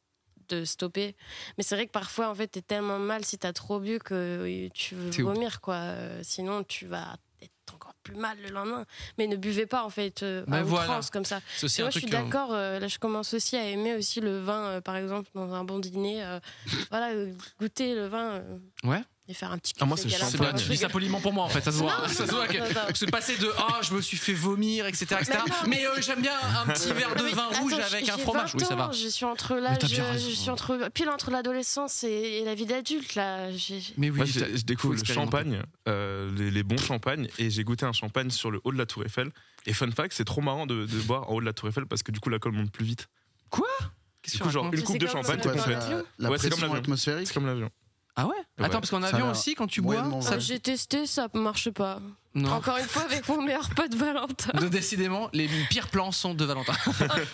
[SPEAKER 4] de stopper. Mais c'est vrai que parfois, en fait, t'es tellement mal si t'as trop bu que euh, tu veux
[SPEAKER 1] C'est ouf.
[SPEAKER 4] vomir, quoi. Euh, Sinon, tu vas être encore plus mal le lendemain. Mais ne buvez pas, en fait, euh,
[SPEAKER 1] Ben
[SPEAKER 4] à
[SPEAKER 1] voilà.
[SPEAKER 4] outrance comme ça.
[SPEAKER 1] C'est aussi
[SPEAKER 4] Et
[SPEAKER 1] un
[SPEAKER 4] moi, je
[SPEAKER 1] truc.
[SPEAKER 4] suis
[SPEAKER 1] euh,
[SPEAKER 4] d'accord. euh, là, je commence aussi à aimer aussi le vin, euh, par exemple, dans un bon dîner. euh, voilà, euh, goûter le vin. euh,
[SPEAKER 1] Ouais.
[SPEAKER 4] Et faire un petit
[SPEAKER 2] Ah, moi,
[SPEAKER 4] café
[SPEAKER 2] c'est le
[SPEAKER 4] galère,
[SPEAKER 1] c'est
[SPEAKER 4] faire
[SPEAKER 1] bien,
[SPEAKER 4] un
[SPEAKER 1] tu dis
[SPEAKER 4] truc.
[SPEAKER 1] ça poliment pour moi en fait, ça se
[SPEAKER 4] Non,
[SPEAKER 1] voit.
[SPEAKER 4] non,
[SPEAKER 1] ça se
[SPEAKER 4] non,
[SPEAKER 1] voit
[SPEAKER 4] non,
[SPEAKER 1] que
[SPEAKER 4] non, non.
[SPEAKER 1] se passer de ah, je me suis fait vomir, etc. etc.
[SPEAKER 4] Mais non,
[SPEAKER 1] mais euh, j'aime bien un petit verre de
[SPEAKER 4] Mais
[SPEAKER 1] vin
[SPEAKER 4] Ah attends,
[SPEAKER 1] rouge
[SPEAKER 4] j'ai-
[SPEAKER 1] avec un
[SPEAKER 4] j'ai
[SPEAKER 1] fromage.
[SPEAKER 4] 20
[SPEAKER 1] Oui, ça va.
[SPEAKER 4] ans, Je suis entre
[SPEAKER 1] Mais
[SPEAKER 4] l'âge,
[SPEAKER 1] t'as bien
[SPEAKER 4] je
[SPEAKER 1] raison. hein.
[SPEAKER 4] suis entre pile entre l'adolescence et, et la vie d'adulte là. J'ai- j'ai-
[SPEAKER 1] Mais oui,
[SPEAKER 2] Moi,
[SPEAKER 1] t'as-
[SPEAKER 2] j'ai- je découvre
[SPEAKER 1] faut
[SPEAKER 2] le champagne, euh, les, les bons champagnes, et j'ai goûté un champagne sur le haut de la Tour Eiffel. Et fun fact, c'est trop marrant de, de boire en haut de la Tour Eiffel parce que du coup l'alcool monte plus vite.
[SPEAKER 1] Qu'est-ce
[SPEAKER 2] Du
[SPEAKER 1] que
[SPEAKER 2] coup,
[SPEAKER 1] tu
[SPEAKER 2] genre
[SPEAKER 1] racontes
[SPEAKER 2] une
[SPEAKER 4] C'est
[SPEAKER 2] coupe de
[SPEAKER 4] comme, euh,
[SPEAKER 2] champagne,
[SPEAKER 4] quoi,
[SPEAKER 2] on
[SPEAKER 4] c'est
[SPEAKER 2] fait.
[SPEAKER 4] la-
[SPEAKER 3] la, la
[SPEAKER 2] Ouais, c'est comme
[SPEAKER 3] pression
[SPEAKER 2] l'avion.
[SPEAKER 3] atmosphérique
[SPEAKER 2] C'est comme l'avion.
[SPEAKER 1] Ah ouais Attends, parce qu'en
[SPEAKER 3] Ça a
[SPEAKER 1] avion
[SPEAKER 3] l'air
[SPEAKER 1] aussi, quand tu bois,
[SPEAKER 3] moyennement
[SPEAKER 1] ça.
[SPEAKER 4] Ah, J'ai testé, ça marche pas.
[SPEAKER 1] Non.
[SPEAKER 4] Encore une fois avec mon meilleur pote Valentin.
[SPEAKER 1] De- Décidément, les pires plans sont de Valentin.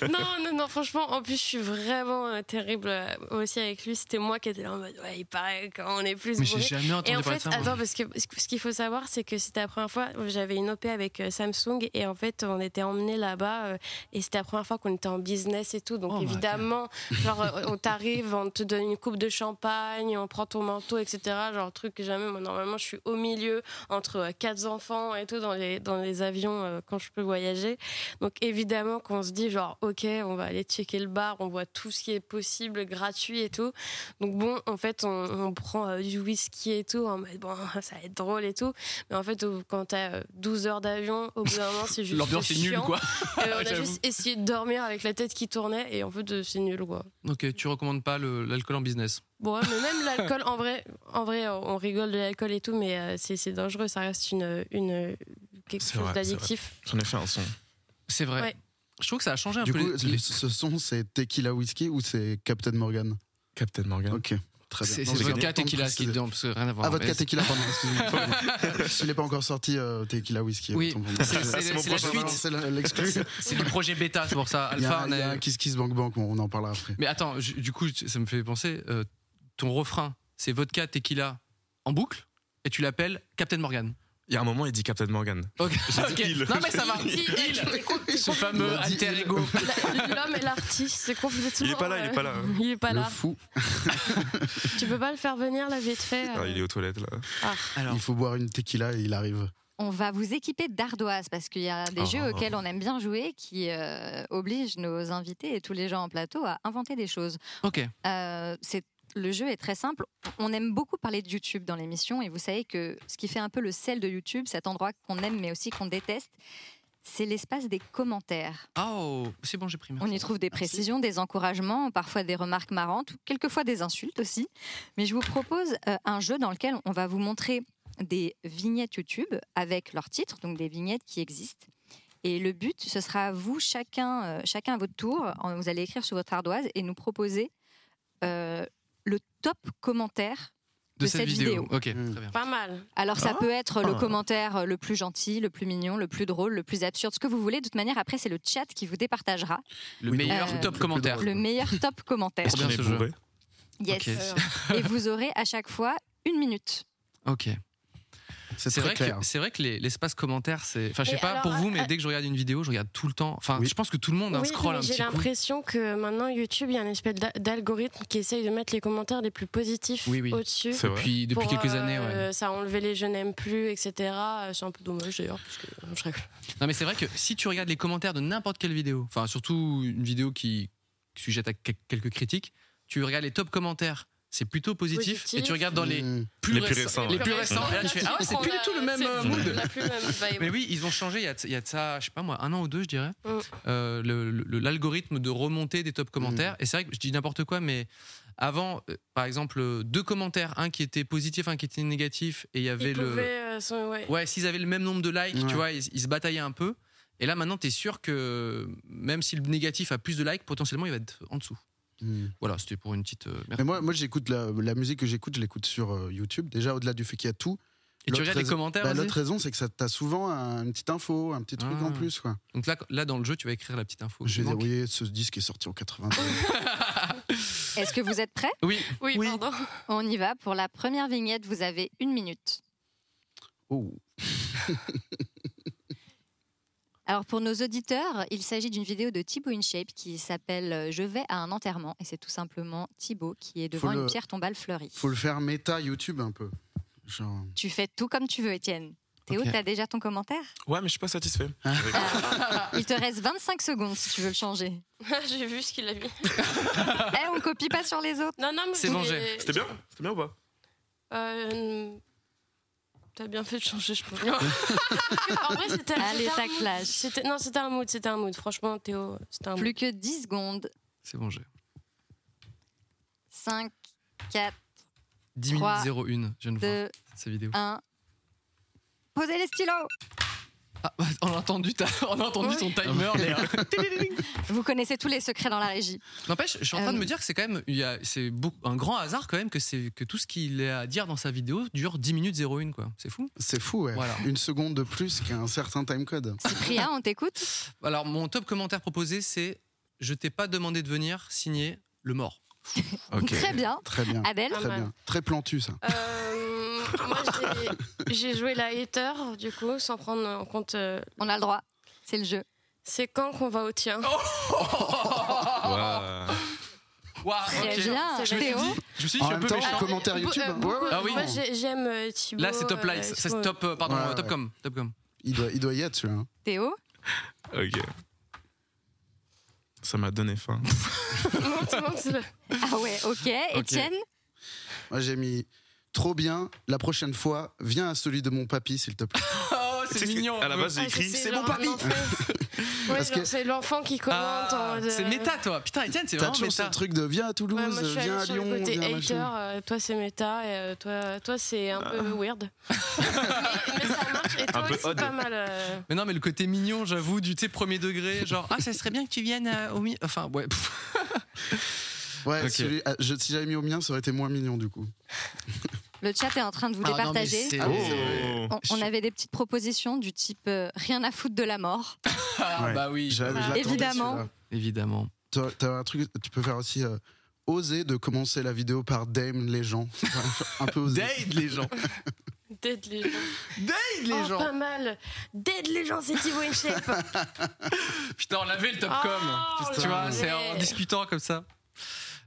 [SPEAKER 4] non, non, non, franchement, en plus, je suis vraiment euh, terrible euh, aussi avec lui. C'était moi qui étais là en mode, ouais, il paraît quand on est plus
[SPEAKER 1] Mais j'ai
[SPEAKER 4] bourré.
[SPEAKER 1] jamais
[SPEAKER 4] Et
[SPEAKER 1] entendu
[SPEAKER 4] en
[SPEAKER 1] parler
[SPEAKER 4] fait,
[SPEAKER 1] de ça. moi.
[SPEAKER 4] attends, parce que ce qu'il faut savoir, c'est que c'était la première fois où j'avais une OP avec euh, Samsung et en fait, on était emmenés là-bas euh, et c'était la première fois qu'on était en business et tout. Donc,
[SPEAKER 1] Oh my
[SPEAKER 4] évidemment, genre, euh, on t'arrive, on te donne une coupe de champagne, on prend ton manteau, etc. Genre, truc que jamais. Moi, normalement, je suis au milieu entre euh, quatre enfants et tout dans les, dans les avions euh, quand je peux voyager. Donc, évidemment, qu'on se dit, genre, ok, on va aller checker le bar, on voit tout ce qui est possible, gratuit et tout. Donc bon, en fait, on, on prend euh, du whisky et tout, en mode bon, ça va être drôle et tout. Mais en fait, au- quand t'as euh, 12 heures d'avion, au bout d'un moment, c'est juste
[SPEAKER 1] L'ambiance est nulle
[SPEAKER 4] chiant.
[SPEAKER 1] quoi.
[SPEAKER 4] Et on a
[SPEAKER 1] J'avoue.
[SPEAKER 4] juste essayé de dormir avec la tête qui tournait et en fait, euh, c'est nul quoi.
[SPEAKER 1] Ok, tu recommandes pas le- l'alcool en business.
[SPEAKER 4] Bon, ouais, mais même l'alcool, euh, en vrai, en vrai, on rigole de l'alcool et tout, mais euh, c'est c'est dangereux, ça reste une, une quelque
[SPEAKER 2] C'est
[SPEAKER 4] chose
[SPEAKER 2] vrai, c'est vrai.
[SPEAKER 4] d'addictif.
[SPEAKER 2] J'en ai fait un son.
[SPEAKER 1] C'est vrai.
[SPEAKER 4] Ouais.
[SPEAKER 1] Je trouve que ça a changé un
[SPEAKER 3] Du
[SPEAKER 1] peu.
[SPEAKER 3] coup,
[SPEAKER 1] les-
[SPEAKER 3] le- ce son, c'est Tequila Whiskey ou c'est Captain Morgan
[SPEAKER 2] Captain Morgan.
[SPEAKER 3] Ok, très bien.
[SPEAKER 1] C'est
[SPEAKER 3] Non,
[SPEAKER 1] c'est
[SPEAKER 3] j'ai pas
[SPEAKER 1] vodka
[SPEAKER 3] le temps de
[SPEAKER 1] tequila qui est
[SPEAKER 3] préciser.
[SPEAKER 1] dedans, parce que rien à voir.
[SPEAKER 3] Ah, votre
[SPEAKER 1] Mais-
[SPEAKER 3] Tequila, pardon, excusez-moi. S'il n'est pas encore sorti, euh, Tequila Whiskey.
[SPEAKER 1] Oui,
[SPEAKER 3] autant pour moi.
[SPEAKER 1] c'est c'est-
[SPEAKER 2] C'est mon
[SPEAKER 1] c'est la
[SPEAKER 2] prochain
[SPEAKER 1] suite.
[SPEAKER 3] C'est la- l'excuse.
[SPEAKER 1] C'est du projet bêta, c'est pour ça.
[SPEAKER 3] Il y
[SPEAKER 1] Alpha, on
[SPEAKER 3] a, il y
[SPEAKER 1] a-
[SPEAKER 3] a Kiss Kiss Bank Bank, on en parlera après.
[SPEAKER 1] Mais attends, ju- du coup, ça me fait penser. euh, ton refrain, c'est vodka tequila en boucle, et tu l'appelles Captain Morgan.
[SPEAKER 2] Il y a un moment, il dit Captain Morgan.
[SPEAKER 1] Ok. Ok.
[SPEAKER 2] Il.
[SPEAKER 1] Non mais ça va.
[SPEAKER 4] Il dit-
[SPEAKER 1] Il. Son fameux
[SPEAKER 3] Il a dit
[SPEAKER 1] alter
[SPEAKER 3] il.
[SPEAKER 1] ego.
[SPEAKER 4] La- L'homme est l'artiste, c'est complètement.
[SPEAKER 2] Il est pas là, il est
[SPEAKER 4] euh,
[SPEAKER 2] pas là. hein.
[SPEAKER 4] Il est pas
[SPEAKER 3] le
[SPEAKER 4] là.
[SPEAKER 3] fou,
[SPEAKER 4] Tu peux pas le faire venir là vite fait.
[SPEAKER 2] Ah,
[SPEAKER 4] euh.
[SPEAKER 2] il est aux toilettes là.
[SPEAKER 4] Ah.
[SPEAKER 1] Alors,
[SPEAKER 3] il faut boire une tequila et il arrive.
[SPEAKER 10] On va vous équiper d'ardoises parce qu'il y a
[SPEAKER 1] Ah,
[SPEAKER 10] des
[SPEAKER 2] Oh.
[SPEAKER 10] jeux auxquels on aime bien jouer qui euh, obligent nos invités et tous les gens en plateau à inventer des choses.
[SPEAKER 1] ok.
[SPEAKER 10] Euh, c'est- le jeu est très simple. On aime beaucoup parler de YouTube dans l'émission et vous savez que ce qui fait un peu le sel de YouTube, cet endroit qu'on aime mais aussi qu'on déteste, c'est l'espace des commentaires.
[SPEAKER 1] Ah, Oh, c'est bon, j'ai pris.
[SPEAKER 10] On
[SPEAKER 1] merci.
[SPEAKER 10] y trouve des précisions, des encouragements, parfois des remarques marrantes, ou quelquefois des insultes aussi. Mais je vous propose euh, un jeu dans lequel on va vous montrer des vignettes YouTube avec leurs titres, donc des vignettes qui existent. Et le but, ce sera à vous, chacun, euh, chacun à votre tour. En- Vous allez écrire sur votre ardoise et nous proposer euh, le top commentaire de, cette vidéo.
[SPEAKER 1] Ok,
[SPEAKER 3] Mm.
[SPEAKER 1] très bien.
[SPEAKER 4] Pas mal.
[SPEAKER 10] Alors ça
[SPEAKER 2] Ah.
[SPEAKER 10] peut être le
[SPEAKER 2] Ah.
[SPEAKER 10] commentaire le plus gentil, le plus mignon, le plus drôle, le plus absurde, ce que vous voulez. De toute manière, après, c'est le chat qui vous départagera
[SPEAKER 1] Le
[SPEAKER 3] Oui,
[SPEAKER 1] meilleur
[SPEAKER 10] euh,
[SPEAKER 1] top commentaire.
[SPEAKER 10] le meilleur top commentaire.
[SPEAKER 2] Est-ce
[SPEAKER 1] bien
[SPEAKER 2] qu'on est
[SPEAKER 1] ce jeu.
[SPEAKER 2] bourré
[SPEAKER 10] Yes.
[SPEAKER 1] Ok.
[SPEAKER 4] Euh,
[SPEAKER 10] Et vous aurez à chaque fois une minute.
[SPEAKER 1] Ok.
[SPEAKER 3] C'est
[SPEAKER 1] C'est
[SPEAKER 3] très
[SPEAKER 1] vrai, que,
[SPEAKER 3] clair.
[SPEAKER 1] c'est vrai que les- l'espace commentaire, c'est. Enfin, je sais
[SPEAKER 4] Mais
[SPEAKER 1] pas
[SPEAKER 4] alors,
[SPEAKER 1] pour vous,
[SPEAKER 4] euh,
[SPEAKER 1] mais dès que je regarde une vidéo, je regarde tout le temps. Enfin,
[SPEAKER 3] Oui.
[SPEAKER 1] je pense que tout le monde hein,
[SPEAKER 4] oui,
[SPEAKER 1] scroll
[SPEAKER 4] mais
[SPEAKER 1] un
[SPEAKER 4] j'ai
[SPEAKER 1] petit coup.
[SPEAKER 4] l'impression que maintenant YouTube, il y a une espèce d'a- d'algorithme qui essaye de mettre les commentaires les plus positifs
[SPEAKER 1] Oui, oui.
[SPEAKER 4] au-dessus.
[SPEAKER 2] C'est vrai.
[SPEAKER 1] Depuis, depuis
[SPEAKER 4] Pour,
[SPEAKER 1] quelques
[SPEAKER 4] euh,
[SPEAKER 1] années, ouais.
[SPEAKER 4] Ça a enlevé les je n'aime plus, etc. Euh, C'est un peu dommage d'ailleurs, parce que euh, je serais-
[SPEAKER 1] Non, mais c'est vrai que si tu regardes les commentaires de n'importe quelle vidéo, enfin, surtout une vidéo qui qui sujette à que- quelques critiques, tu regardes les top commentaires, c'est plutôt positif,
[SPEAKER 4] Positif.
[SPEAKER 1] et tu regardes dans les
[SPEAKER 3] Mm.
[SPEAKER 1] plus,
[SPEAKER 2] Mmh. Les plus
[SPEAKER 1] récents-
[SPEAKER 2] récents,
[SPEAKER 1] les
[SPEAKER 2] ouais.
[SPEAKER 1] plus récents, et là, tu fais Ah ouais, c'est plus du tout le même euh, mood.
[SPEAKER 4] La plus même vibe.
[SPEAKER 1] Mais oui, ils ont changé il y a de, il y a de ça, je sais pas moi, un an ou deux, je dirais,
[SPEAKER 4] Mm.
[SPEAKER 1] euh, le- le- l'algorithme de remontée des top commentaires.
[SPEAKER 3] Mm.
[SPEAKER 1] Et c'est vrai que je dis n'importe quoi, mais avant, euh, par exemple, euh, deux commentaires, un qui était positif, un qui était négatif, et il y avait
[SPEAKER 4] Ils
[SPEAKER 1] le.
[SPEAKER 4] pouvaient, euh, sont- ouais.
[SPEAKER 1] Ouais, s'ils avaient le même nombre de likes,
[SPEAKER 3] Ouais.
[SPEAKER 1] tu vois, ils, ils se bataillaient un peu. Et là, maintenant, t'es sûr que même si le négatif a plus de likes, potentiellement, il va être en dessous.
[SPEAKER 3] Mm.
[SPEAKER 1] Voilà, c'était pour une petite. euh, merde.
[SPEAKER 3] Mais moi, moi j'écoute la, la musique que j'écoute, je l'écoute sur euh, YouTube. Déjà, au-delà du fait qu'il y a tout.
[SPEAKER 1] et tu
[SPEAKER 3] l'autre
[SPEAKER 1] regardes les
[SPEAKER 3] raison-
[SPEAKER 1] commentaires.
[SPEAKER 3] bah,
[SPEAKER 1] vas-y.
[SPEAKER 3] L'autre raison, c'est que ça t'as souvent un- une petite info, un petit truc
[SPEAKER 1] Ah.
[SPEAKER 3] en plus. Quoi.
[SPEAKER 1] Donc là, là, dans le jeu, tu vas écrire la petite info.
[SPEAKER 3] Je vais
[SPEAKER 1] Manque.
[SPEAKER 3] dire, oui, ce disque est sorti en 80.
[SPEAKER 10] Est-ce que vous êtes prêts
[SPEAKER 1] Oui.
[SPEAKER 4] Oui, pardon.
[SPEAKER 10] On y va. Pour la première vignette, vous avez une minute.
[SPEAKER 3] oh.
[SPEAKER 10] Alors pour nos auditeurs, il s'agit d'une vidéo de Thibaut InShape qui s'appelle euh, Je vais à un enterrement et c'est tout simplement Thibaut qui est devant
[SPEAKER 3] Faut le-
[SPEAKER 10] une pierre tombale fleurie.
[SPEAKER 3] Faut le faire méta YouTube un peu. Genre.
[SPEAKER 10] Tu fais tout comme tu veux, Étienne. Théo,
[SPEAKER 1] Ok.
[SPEAKER 10] t'as déjà ton commentaire
[SPEAKER 2] Ouais, mais je suis pas satisfait.
[SPEAKER 10] Il te reste 25 secondes si tu veux le changer.
[SPEAKER 4] J'ai vu ce qu'il a mis.
[SPEAKER 10] Eh, on copie pas sur les autres.
[SPEAKER 4] Non, non, mais
[SPEAKER 1] C'est
[SPEAKER 4] j'ai-
[SPEAKER 1] mangé.
[SPEAKER 2] C'était bien C'était bien ou pas
[SPEAKER 4] Euh, T'as bien fait de changer, je pense. en vrai, c'était
[SPEAKER 10] Allez,
[SPEAKER 4] c'était un
[SPEAKER 10] ça
[SPEAKER 4] mood.
[SPEAKER 10] clash.
[SPEAKER 4] C'était- Non, c'était un mood, c'était un mood. Franchement, Théo, c'était un mood.
[SPEAKER 10] Plus que 10 secondes.
[SPEAKER 1] C'est bon, j'ai.
[SPEAKER 10] 5, 4,
[SPEAKER 1] 10 minutes
[SPEAKER 10] Trois,
[SPEAKER 1] 01, je viens de voir
[SPEAKER 10] 2,
[SPEAKER 1] cette vidéo.
[SPEAKER 10] 1. Posez les stylos
[SPEAKER 1] Ah, bah, on a entendu, ta- on a entendu
[SPEAKER 4] Ouais.
[SPEAKER 1] ton timer d'ailleurs.
[SPEAKER 10] Vous connaissez tous les secrets dans la régie.
[SPEAKER 1] N'empêche, je suis en train de
[SPEAKER 10] Euh.
[SPEAKER 1] me dire que c'est quand même il y a- c'est beaucoup- un grand hasard quand même que, c'est- que tout ce qu'il a à dire dans sa vidéo dure 10 minutes 01, quoi. C'est fou.
[SPEAKER 3] C'est fou, ouais.
[SPEAKER 1] Voilà.
[SPEAKER 3] Une seconde de plus qu'un certain timecode.
[SPEAKER 10] Cyprien, on t'écoute
[SPEAKER 1] Alors, mon top commentaire proposé, c'est Je t'ai pas demandé de venir signer le mort.
[SPEAKER 2] Ok.
[SPEAKER 10] Très bien.
[SPEAKER 3] Très bien.
[SPEAKER 10] Adèle
[SPEAKER 4] Ah,
[SPEAKER 3] Très
[SPEAKER 4] mal.
[SPEAKER 3] bien. Très plantu, ça.
[SPEAKER 4] Euh, moi, j'ai- j'ai joué la hater, du coup, sans prendre en compte. euh,
[SPEAKER 10] On a le droit. C'est le jeu.
[SPEAKER 4] c'est quand qu'on va au tien
[SPEAKER 1] Oh.
[SPEAKER 2] Waouh.
[SPEAKER 1] Waouh,
[SPEAKER 10] Très
[SPEAKER 1] ok.
[SPEAKER 10] bien.
[SPEAKER 1] Je
[SPEAKER 10] Théo,
[SPEAKER 4] C'est
[SPEAKER 1] me suis dit,
[SPEAKER 3] En
[SPEAKER 1] je suis un
[SPEAKER 3] même
[SPEAKER 1] peu
[SPEAKER 3] temps,
[SPEAKER 1] méchant.
[SPEAKER 3] commentaire
[SPEAKER 4] Euh,
[SPEAKER 3] YouTube.
[SPEAKER 4] euh,
[SPEAKER 3] hein.
[SPEAKER 4] beaucoup-
[SPEAKER 3] Ouais, ouais,
[SPEAKER 1] Ah oui.
[SPEAKER 4] Moi,
[SPEAKER 3] non.
[SPEAKER 4] j'ai- j'aime euh, Thibaut.
[SPEAKER 1] Là, c'est top
[SPEAKER 4] euh,
[SPEAKER 1] likes. Ça,
[SPEAKER 4] Thibaut.
[SPEAKER 1] c'est top, euh, pardon,
[SPEAKER 3] Ouais, ouais.
[SPEAKER 1] top com. Top com.
[SPEAKER 3] il, doit, il doit y être, celui-là. hein.
[SPEAKER 10] Théo,
[SPEAKER 2] Ok. Ça m'a donné faim.
[SPEAKER 4] Non, tout le monde se-
[SPEAKER 10] Ah ouais, ok. Étienne,
[SPEAKER 3] Moi, j'ai mis trop bien. La prochaine fois, viens à celui de mon papy, s'il te plaît.
[SPEAKER 1] Oh,
[SPEAKER 2] Tu sais, À la base, j'ai
[SPEAKER 4] Ah,
[SPEAKER 2] écrit.
[SPEAKER 4] sais,
[SPEAKER 3] c'est mon
[SPEAKER 4] genre,
[SPEAKER 3] papy.
[SPEAKER 4] un enfant. Ouais,
[SPEAKER 3] Parce
[SPEAKER 4] genre,
[SPEAKER 3] que-
[SPEAKER 4] c'est l'enfant qui commente.
[SPEAKER 1] Ah,
[SPEAKER 4] en mode,
[SPEAKER 1] c'est
[SPEAKER 4] euh,
[SPEAKER 1] méta, toi. Putain, Étienne, c'est
[SPEAKER 3] T'as
[SPEAKER 1] vraiment
[SPEAKER 3] toujours
[SPEAKER 1] méta.
[SPEAKER 3] ce truc de viens à Toulouse,
[SPEAKER 4] Ouais, moi, je suis
[SPEAKER 3] viens
[SPEAKER 4] allée
[SPEAKER 3] à
[SPEAKER 4] sur le
[SPEAKER 3] Lyon,
[SPEAKER 4] côté
[SPEAKER 3] viens à
[SPEAKER 4] hater,
[SPEAKER 3] machin. Ah.
[SPEAKER 4] euh, toi c'est méta, et euh, toi, toi c'est un peu weird. mais, mais ça marche, et toi
[SPEAKER 1] peu
[SPEAKER 4] c'est
[SPEAKER 1] odd.
[SPEAKER 4] pas mal. euh,
[SPEAKER 1] Mais non, mais le côté mignon, j'avoue, du tu sais, premier degré, genre, ah, ça serait bien que tu viennes euh, au mi- Enfin, ouais. pff.
[SPEAKER 3] Ouais,
[SPEAKER 1] Ok.
[SPEAKER 3] celui- ah, je- si j'avais mis au mien, ça aurait été moins mignon du coup.
[SPEAKER 10] Le chat est en train de vous
[SPEAKER 3] Ah, non, mais
[SPEAKER 10] départager.
[SPEAKER 3] c'est- Ah oui, c'est
[SPEAKER 2] Oh.
[SPEAKER 3] vrai.
[SPEAKER 10] on, on avait des petites propositions du type euh, rien à foutre de la mort.
[SPEAKER 1] Ah,
[SPEAKER 3] Ouais.
[SPEAKER 1] bah oui.
[SPEAKER 3] J'avais- je l'attendais,
[SPEAKER 10] Évidemment.
[SPEAKER 3] celui-là.
[SPEAKER 1] Évidemment.
[SPEAKER 3] T'as t'as un truc, tu peux faire aussi. euh, Oser de commencer la vidéo par Dame les gens. Un peu oser.
[SPEAKER 1] Dame les gens.
[SPEAKER 4] Dead les gens.
[SPEAKER 1] Dead les
[SPEAKER 4] oh,
[SPEAKER 1] gens.
[SPEAKER 4] Pas mal. Dead les gens, c'est Thibaut InShape.
[SPEAKER 1] Putain, on l'avait le Topcom.
[SPEAKER 4] Oh,
[SPEAKER 1] Putain,
[SPEAKER 4] on
[SPEAKER 1] tu vois,
[SPEAKER 4] l'avait.
[SPEAKER 1] c'est en discutant comme ça.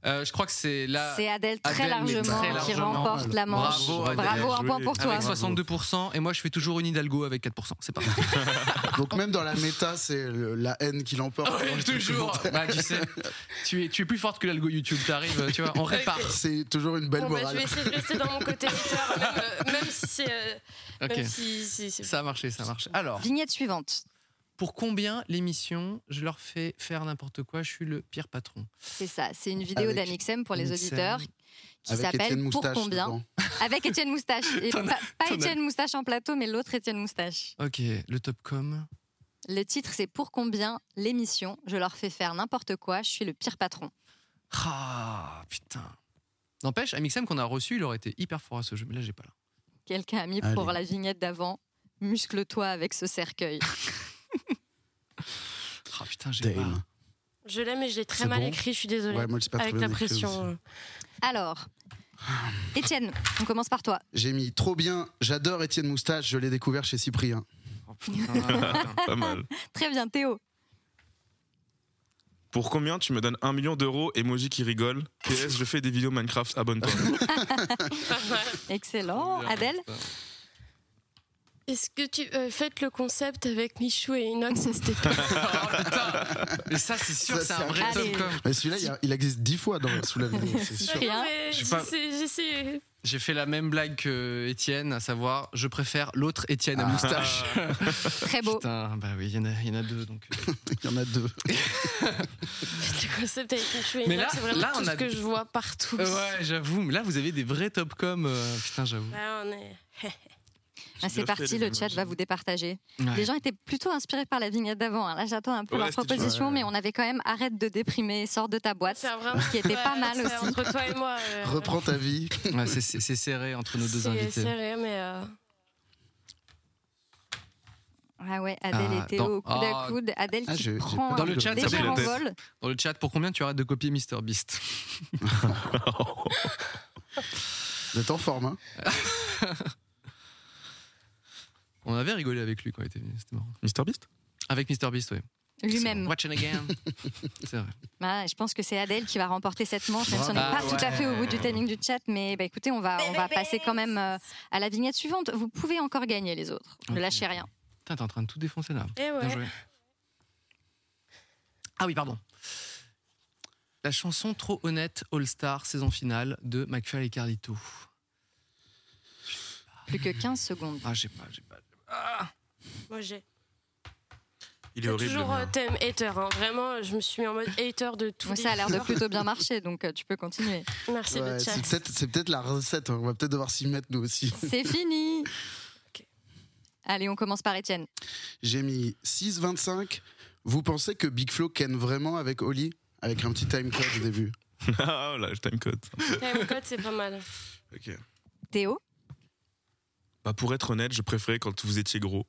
[SPEAKER 1] Euh, je crois que c'est là.
[SPEAKER 10] C'est Adèle très
[SPEAKER 1] Adèle, mais
[SPEAKER 10] largement
[SPEAKER 1] très
[SPEAKER 10] qui
[SPEAKER 1] largement.
[SPEAKER 10] remporte la manche.
[SPEAKER 1] Bravo, Adèle.
[SPEAKER 10] Bravo, un point pour
[SPEAKER 3] Ah,
[SPEAKER 10] toi.
[SPEAKER 1] Avec 62%, et moi je fais toujours une Hidalgo avec 4%. C'est pas mal.
[SPEAKER 3] Donc même dans la méta, c'est le- la haine qui l'emporte.
[SPEAKER 1] Ouais, toujours. Bah, tu sais, tu es, tu es plus forte que l'algo YouTube. T'arrives, tu vois, on répare.
[SPEAKER 3] C'est toujours une belle
[SPEAKER 4] Bon, bah, je
[SPEAKER 3] morale.
[SPEAKER 4] vais essayer de rester dans mon côté hater, même, euh, même si c'est. euh,
[SPEAKER 1] Ok.
[SPEAKER 4] Même si, si- si-
[SPEAKER 1] Ça a marché, ça a marché. Alors,
[SPEAKER 10] Vignette suivante.
[SPEAKER 1] pour combien l'émission, je leur fais faire n'importe quoi, je suis le pire patron.
[SPEAKER 10] C'est ça. C'est une vidéo
[SPEAKER 1] Avec
[SPEAKER 10] d'Amixem pour les
[SPEAKER 1] Amixem.
[SPEAKER 10] auditeurs qui
[SPEAKER 3] Avec Étienne
[SPEAKER 10] s'appelle Pour
[SPEAKER 3] Moustache
[SPEAKER 10] combien
[SPEAKER 3] dedans.
[SPEAKER 10] Avec Étienne Moustache. Et
[SPEAKER 1] T'en
[SPEAKER 10] pas pas
[SPEAKER 1] t'en as-
[SPEAKER 10] Étienne Moustache en plateau, mais l'autre Étienne Moustache.
[SPEAKER 1] Ok, le Topcom.
[SPEAKER 10] Le titre, c'est Pour combien l'émission Je leur fais faire n'importe quoi, je suis le pire patron.
[SPEAKER 1] Ah, putain. N'empêche, Amixem qu'on a reçu, il aurait été hyper fort à ce jeu, mais là j'ai pas là.
[SPEAKER 10] Quelqu'un a mis
[SPEAKER 3] Allez.
[SPEAKER 10] pour la vignette d'avant Muscle-toi avec ce cercueil.
[SPEAKER 1] Ah putain, j'ai pas.
[SPEAKER 3] Dame.
[SPEAKER 4] Je l'aime, mais je l'ai très
[SPEAKER 3] C'est
[SPEAKER 4] mal
[SPEAKER 3] bon
[SPEAKER 4] écrit, je suis désolée.
[SPEAKER 3] Ouais, moi, je l'ai pas très
[SPEAKER 4] Avec
[SPEAKER 3] bien
[SPEAKER 4] la
[SPEAKER 3] écrit
[SPEAKER 4] pression.
[SPEAKER 3] aussi.
[SPEAKER 4] euh.
[SPEAKER 10] Alors,
[SPEAKER 3] Ah.
[SPEAKER 10] Étienne, on commence par toi.
[SPEAKER 3] J'ai mis trop bien. J'adore Étienne Moustache. Je l'ai découvert chez Cyprien.
[SPEAKER 1] Oh, putain.
[SPEAKER 2] pas mal.
[SPEAKER 10] Très bien, Théo.
[SPEAKER 2] Pour combien tu me donnes un million d'euros Emoji qui rigole. PS, je fais des vidéos Minecraft, abonne-toi.
[SPEAKER 10] Excellent. Oh, Adèle
[SPEAKER 1] Oh,
[SPEAKER 4] Est-ce que tu. euh, faites le concept avec Michou et Inox, ça c'était pas.
[SPEAKER 1] Oh, putain. Mais ça, c'est sûr,
[SPEAKER 3] Ça,
[SPEAKER 1] c'est
[SPEAKER 3] c'est
[SPEAKER 1] un vrai
[SPEAKER 10] Allez.
[SPEAKER 1] Topcom.
[SPEAKER 3] Mais celui-là, il y a- il existe dix fois dans, sous la vidéo. c'est sûr.
[SPEAKER 10] Cyprien.
[SPEAKER 1] Je sais pas.
[SPEAKER 4] J'essaie.
[SPEAKER 1] J'ai fait la même blague que Étienne, à savoir, je préfère l'autre Étienne à
[SPEAKER 3] Ah.
[SPEAKER 1] moustache.
[SPEAKER 10] Très beau.
[SPEAKER 1] Putain, bah oui, il y, en a- il y en a deux donc. euh,
[SPEAKER 3] Il y en a deux.
[SPEAKER 4] Le concept avec Michou et
[SPEAKER 1] Mais
[SPEAKER 4] Inox,
[SPEAKER 1] là-
[SPEAKER 4] c'est vraiment
[SPEAKER 1] là,
[SPEAKER 4] tout
[SPEAKER 1] on
[SPEAKER 4] ce
[SPEAKER 1] a-
[SPEAKER 4] que je vois partout.
[SPEAKER 1] ouais, j'avoue, mais là vous avez des vrais Topcom. euh, putain, j'avoue.
[SPEAKER 4] Là, on est.
[SPEAKER 10] Ah, c'est
[SPEAKER 2] bien fait,
[SPEAKER 10] parti,
[SPEAKER 2] les
[SPEAKER 10] le chat
[SPEAKER 2] emojis.
[SPEAKER 10] va vous départager.
[SPEAKER 1] Ouais.
[SPEAKER 10] Les gens étaient plutôt inspirés par la vignette d'avant. hein. Là, j'attends un peu
[SPEAKER 2] Ouais,
[SPEAKER 10] leur
[SPEAKER 2] c'était-
[SPEAKER 10] proposition,
[SPEAKER 3] ouais.
[SPEAKER 10] mais on avait quand même arrête de déprimer, sors de ta boîte.
[SPEAKER 4] C'est vraiment.
[SPEAKER 10] qui était pas
[SPEAKER 4] ouais,
[SPEAKER 10] mal
[SPEAKER 4] c'est
[SPEAKER 10] aussi.
[SPEAKER 4] Entre toi et moi. euh,
[SPEAKER 3] Reprends ta vie.
[SPEAKER 1] Ouais, c'est- c'est c'est serré entre nos deux
[SPEAKER 4] c'est- C'est
[SPEAKER 1] invités.
[SPEAKER 4] vrai, mais. euh,
[SPEAKER 10] Ah ouais, Adèle
[SPEAKER 1] Ah,
[SPEAKER 10] et Théo,
[SPEAKER 1] dans-
[SPEAKER 10] au coude
[SPEAKER 1] ah.
[SPEAKER 10] à coude. Adèle
[SPEAKER 3] Ah,
[SPEAKER 10] qui
[SPEAKER 3] je- j'ai
[SPEAKER 10] prend
[SPEAKER 3] pas-
[SPEAKER 1] Dans
[SPEAKER 10] un
[SPEAKER 1] le chat, ça
[SPEAKER 10] léger
[SPEAKER 2] fait la tête.
[SPEAKER 10] envol.
[SPEAKER 1] Dans le chat, pour combien tu arrêtes de copier Mister Beast
[SPEAKER 3] Vous êtes en forme. hein.
[SPEAKER 1] On avait rigolé avec lui quand il était venu, c'était marrant.
[SPEAKER 2] Mister Beast
[SPEAKER 1] Avec Mister Beast, ouais.
[SPEAKER 10] Lui-même.
[SPEAKER 1] Ah, C'est bon. Watch it again. c'est vrai.
[SPEAKER 10] Bah, je pense que c'est Adèle qui va remporter cette manche, même si on n'est
[SPEAKER 1] Bravo.
[SPEAKER 10] pas
[SPEAKER 1] Ah
[SPEAKER 10] tout à fait au bout
[SPEAKER 1] ouais.
[SPEAKER 10] du timing du chat. Mais bah, écoutez, on va, on va passer quand même euh, à la vignette suivante. Vous pouvez encore gagner les autres. Ne
[SPEAKER 1] Ok.
[SPEAKER 10] lâchez rien.
[SPEAKER 1] Putain, t'es en train de tout défoncer là.
[SPEAKER 4] Eh
[SPEAKER 1] Bien
[SPEAKER 4] ouais.
[SPEAKER 1] joué. Ah oui, pardon. La chanson Trop honnête All Star saison finale de McFly et Carlito.
[SPEAKER 10] Plus que 15 secondes.
[SPEAKER 1] Ah, j'ai pas, j'ai pas.
[SPEAKER 4] Moi, j'ai.
[SPEAKER 2] Il est
[SPEAKER 4] C'est
[SPEAKER 2] horrible. le
[SPEAKER 4] toujours
[SPEAKER 2] mien.
[SPEAKER 4] euh, thème hater. hein. Vraiment, je me suis mis en mode hater de tout.
[SPEAKER 10] Moi, ça a l'air de plutôt bien marcher, donc euh, tu peux continuer.
[SPEAKER 4] Merci
[SPEAKER 3] Ouais,
[SPEAKER 4] le chat.
[SPEAKER 3] c'est peut-être c'est peut-être la recette. hein. On va peut-être devoir s'y mettre nous aussi.
[SPEAKER 10] C'est fini. Allez, on commence par Étienne.
[SPEAKER 3] J'ai mis 6,25. Vous pensez que Big Flo ken vraiment avec Oli Avec un petit time code au début.
[SPEAKER 2] Ah, là, je timecode.
[SPEAKER 4] Time Eh, code, c'est pas mal.
[SPEAKER 2] Ok.
[SPEAKER 10] Théo
[SPEAKER 2] Bah, pour être honnête, je préférais quand vous étiez gros.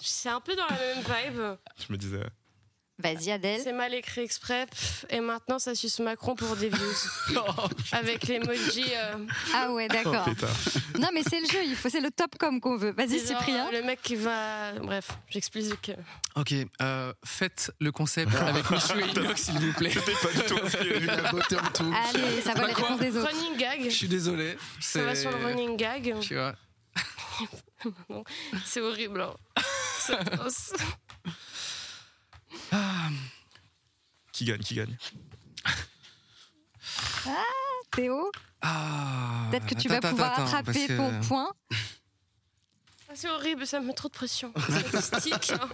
[SPEAKER 4] C'est un peu dans la même vibe.
[SPEAKER 2] Je me disais. oh,
[SPEAKER 10] Vas-y, Adèle.
[SPEAKER 4] C'est mal écrit exprès. pff, et maintenant, ça suce Macron pour des views. Avec l'emoji. euh,
[SPEAKER 10] Ah ouais, d'accord.
[SPEAKER 2] Oh, pétard.
[SPEAKER 10] Non, mais c'est le jeu, il faut, c'est le top comme qu'on veut. Vas-y,
[SPEAKER 4] genre,
[SPEAKER 10] Cyprien.
[SPEAKER 4] euh, Le mec qui va. Bref, j'explique.
[SPEAKER 1] Ok, euh, faites le concept avec Michou et Inox, s'il vous plaît.
[SPEAKER 2] T'es pas du tout
[SPEAKER 3] Vu
[SPEAKER 2] inspiré.
[SPEAKER 3] la beauté en tout.
[SPEAKER 10] Allez, ça va les réponses des autres.
[SPEAKER 4] Running gag.
[SPEAKER 1] Je suis désolé.
[SPEAKER 4] Ça va sur le running gag.
[SPEAKER 1] Tu vois.
[SPEAKER 4] Non, C'est horrible. hein. C'est atroce.
[SPEAKER 2] Qui gagne Qui gagne
[SPEAKER 10] Théo,
[SPEAKER 1] Ah,
[SPEAKER 10] peut-être que
[SPEAKER 1] attends,
[SPEAKER 10] tu vas
[SPEAKER 1] attends,
[SPEAKER 10] pouvoir
[SPEAKER 1] attends,
[SPEAKER 10] attraper
[SPEAKER 1] parce que-
[SPEAKER 10] ton point.
[SPEAKER 4] Ah, C'est horrible, ça me met trop de pression. C'est mystique. hein.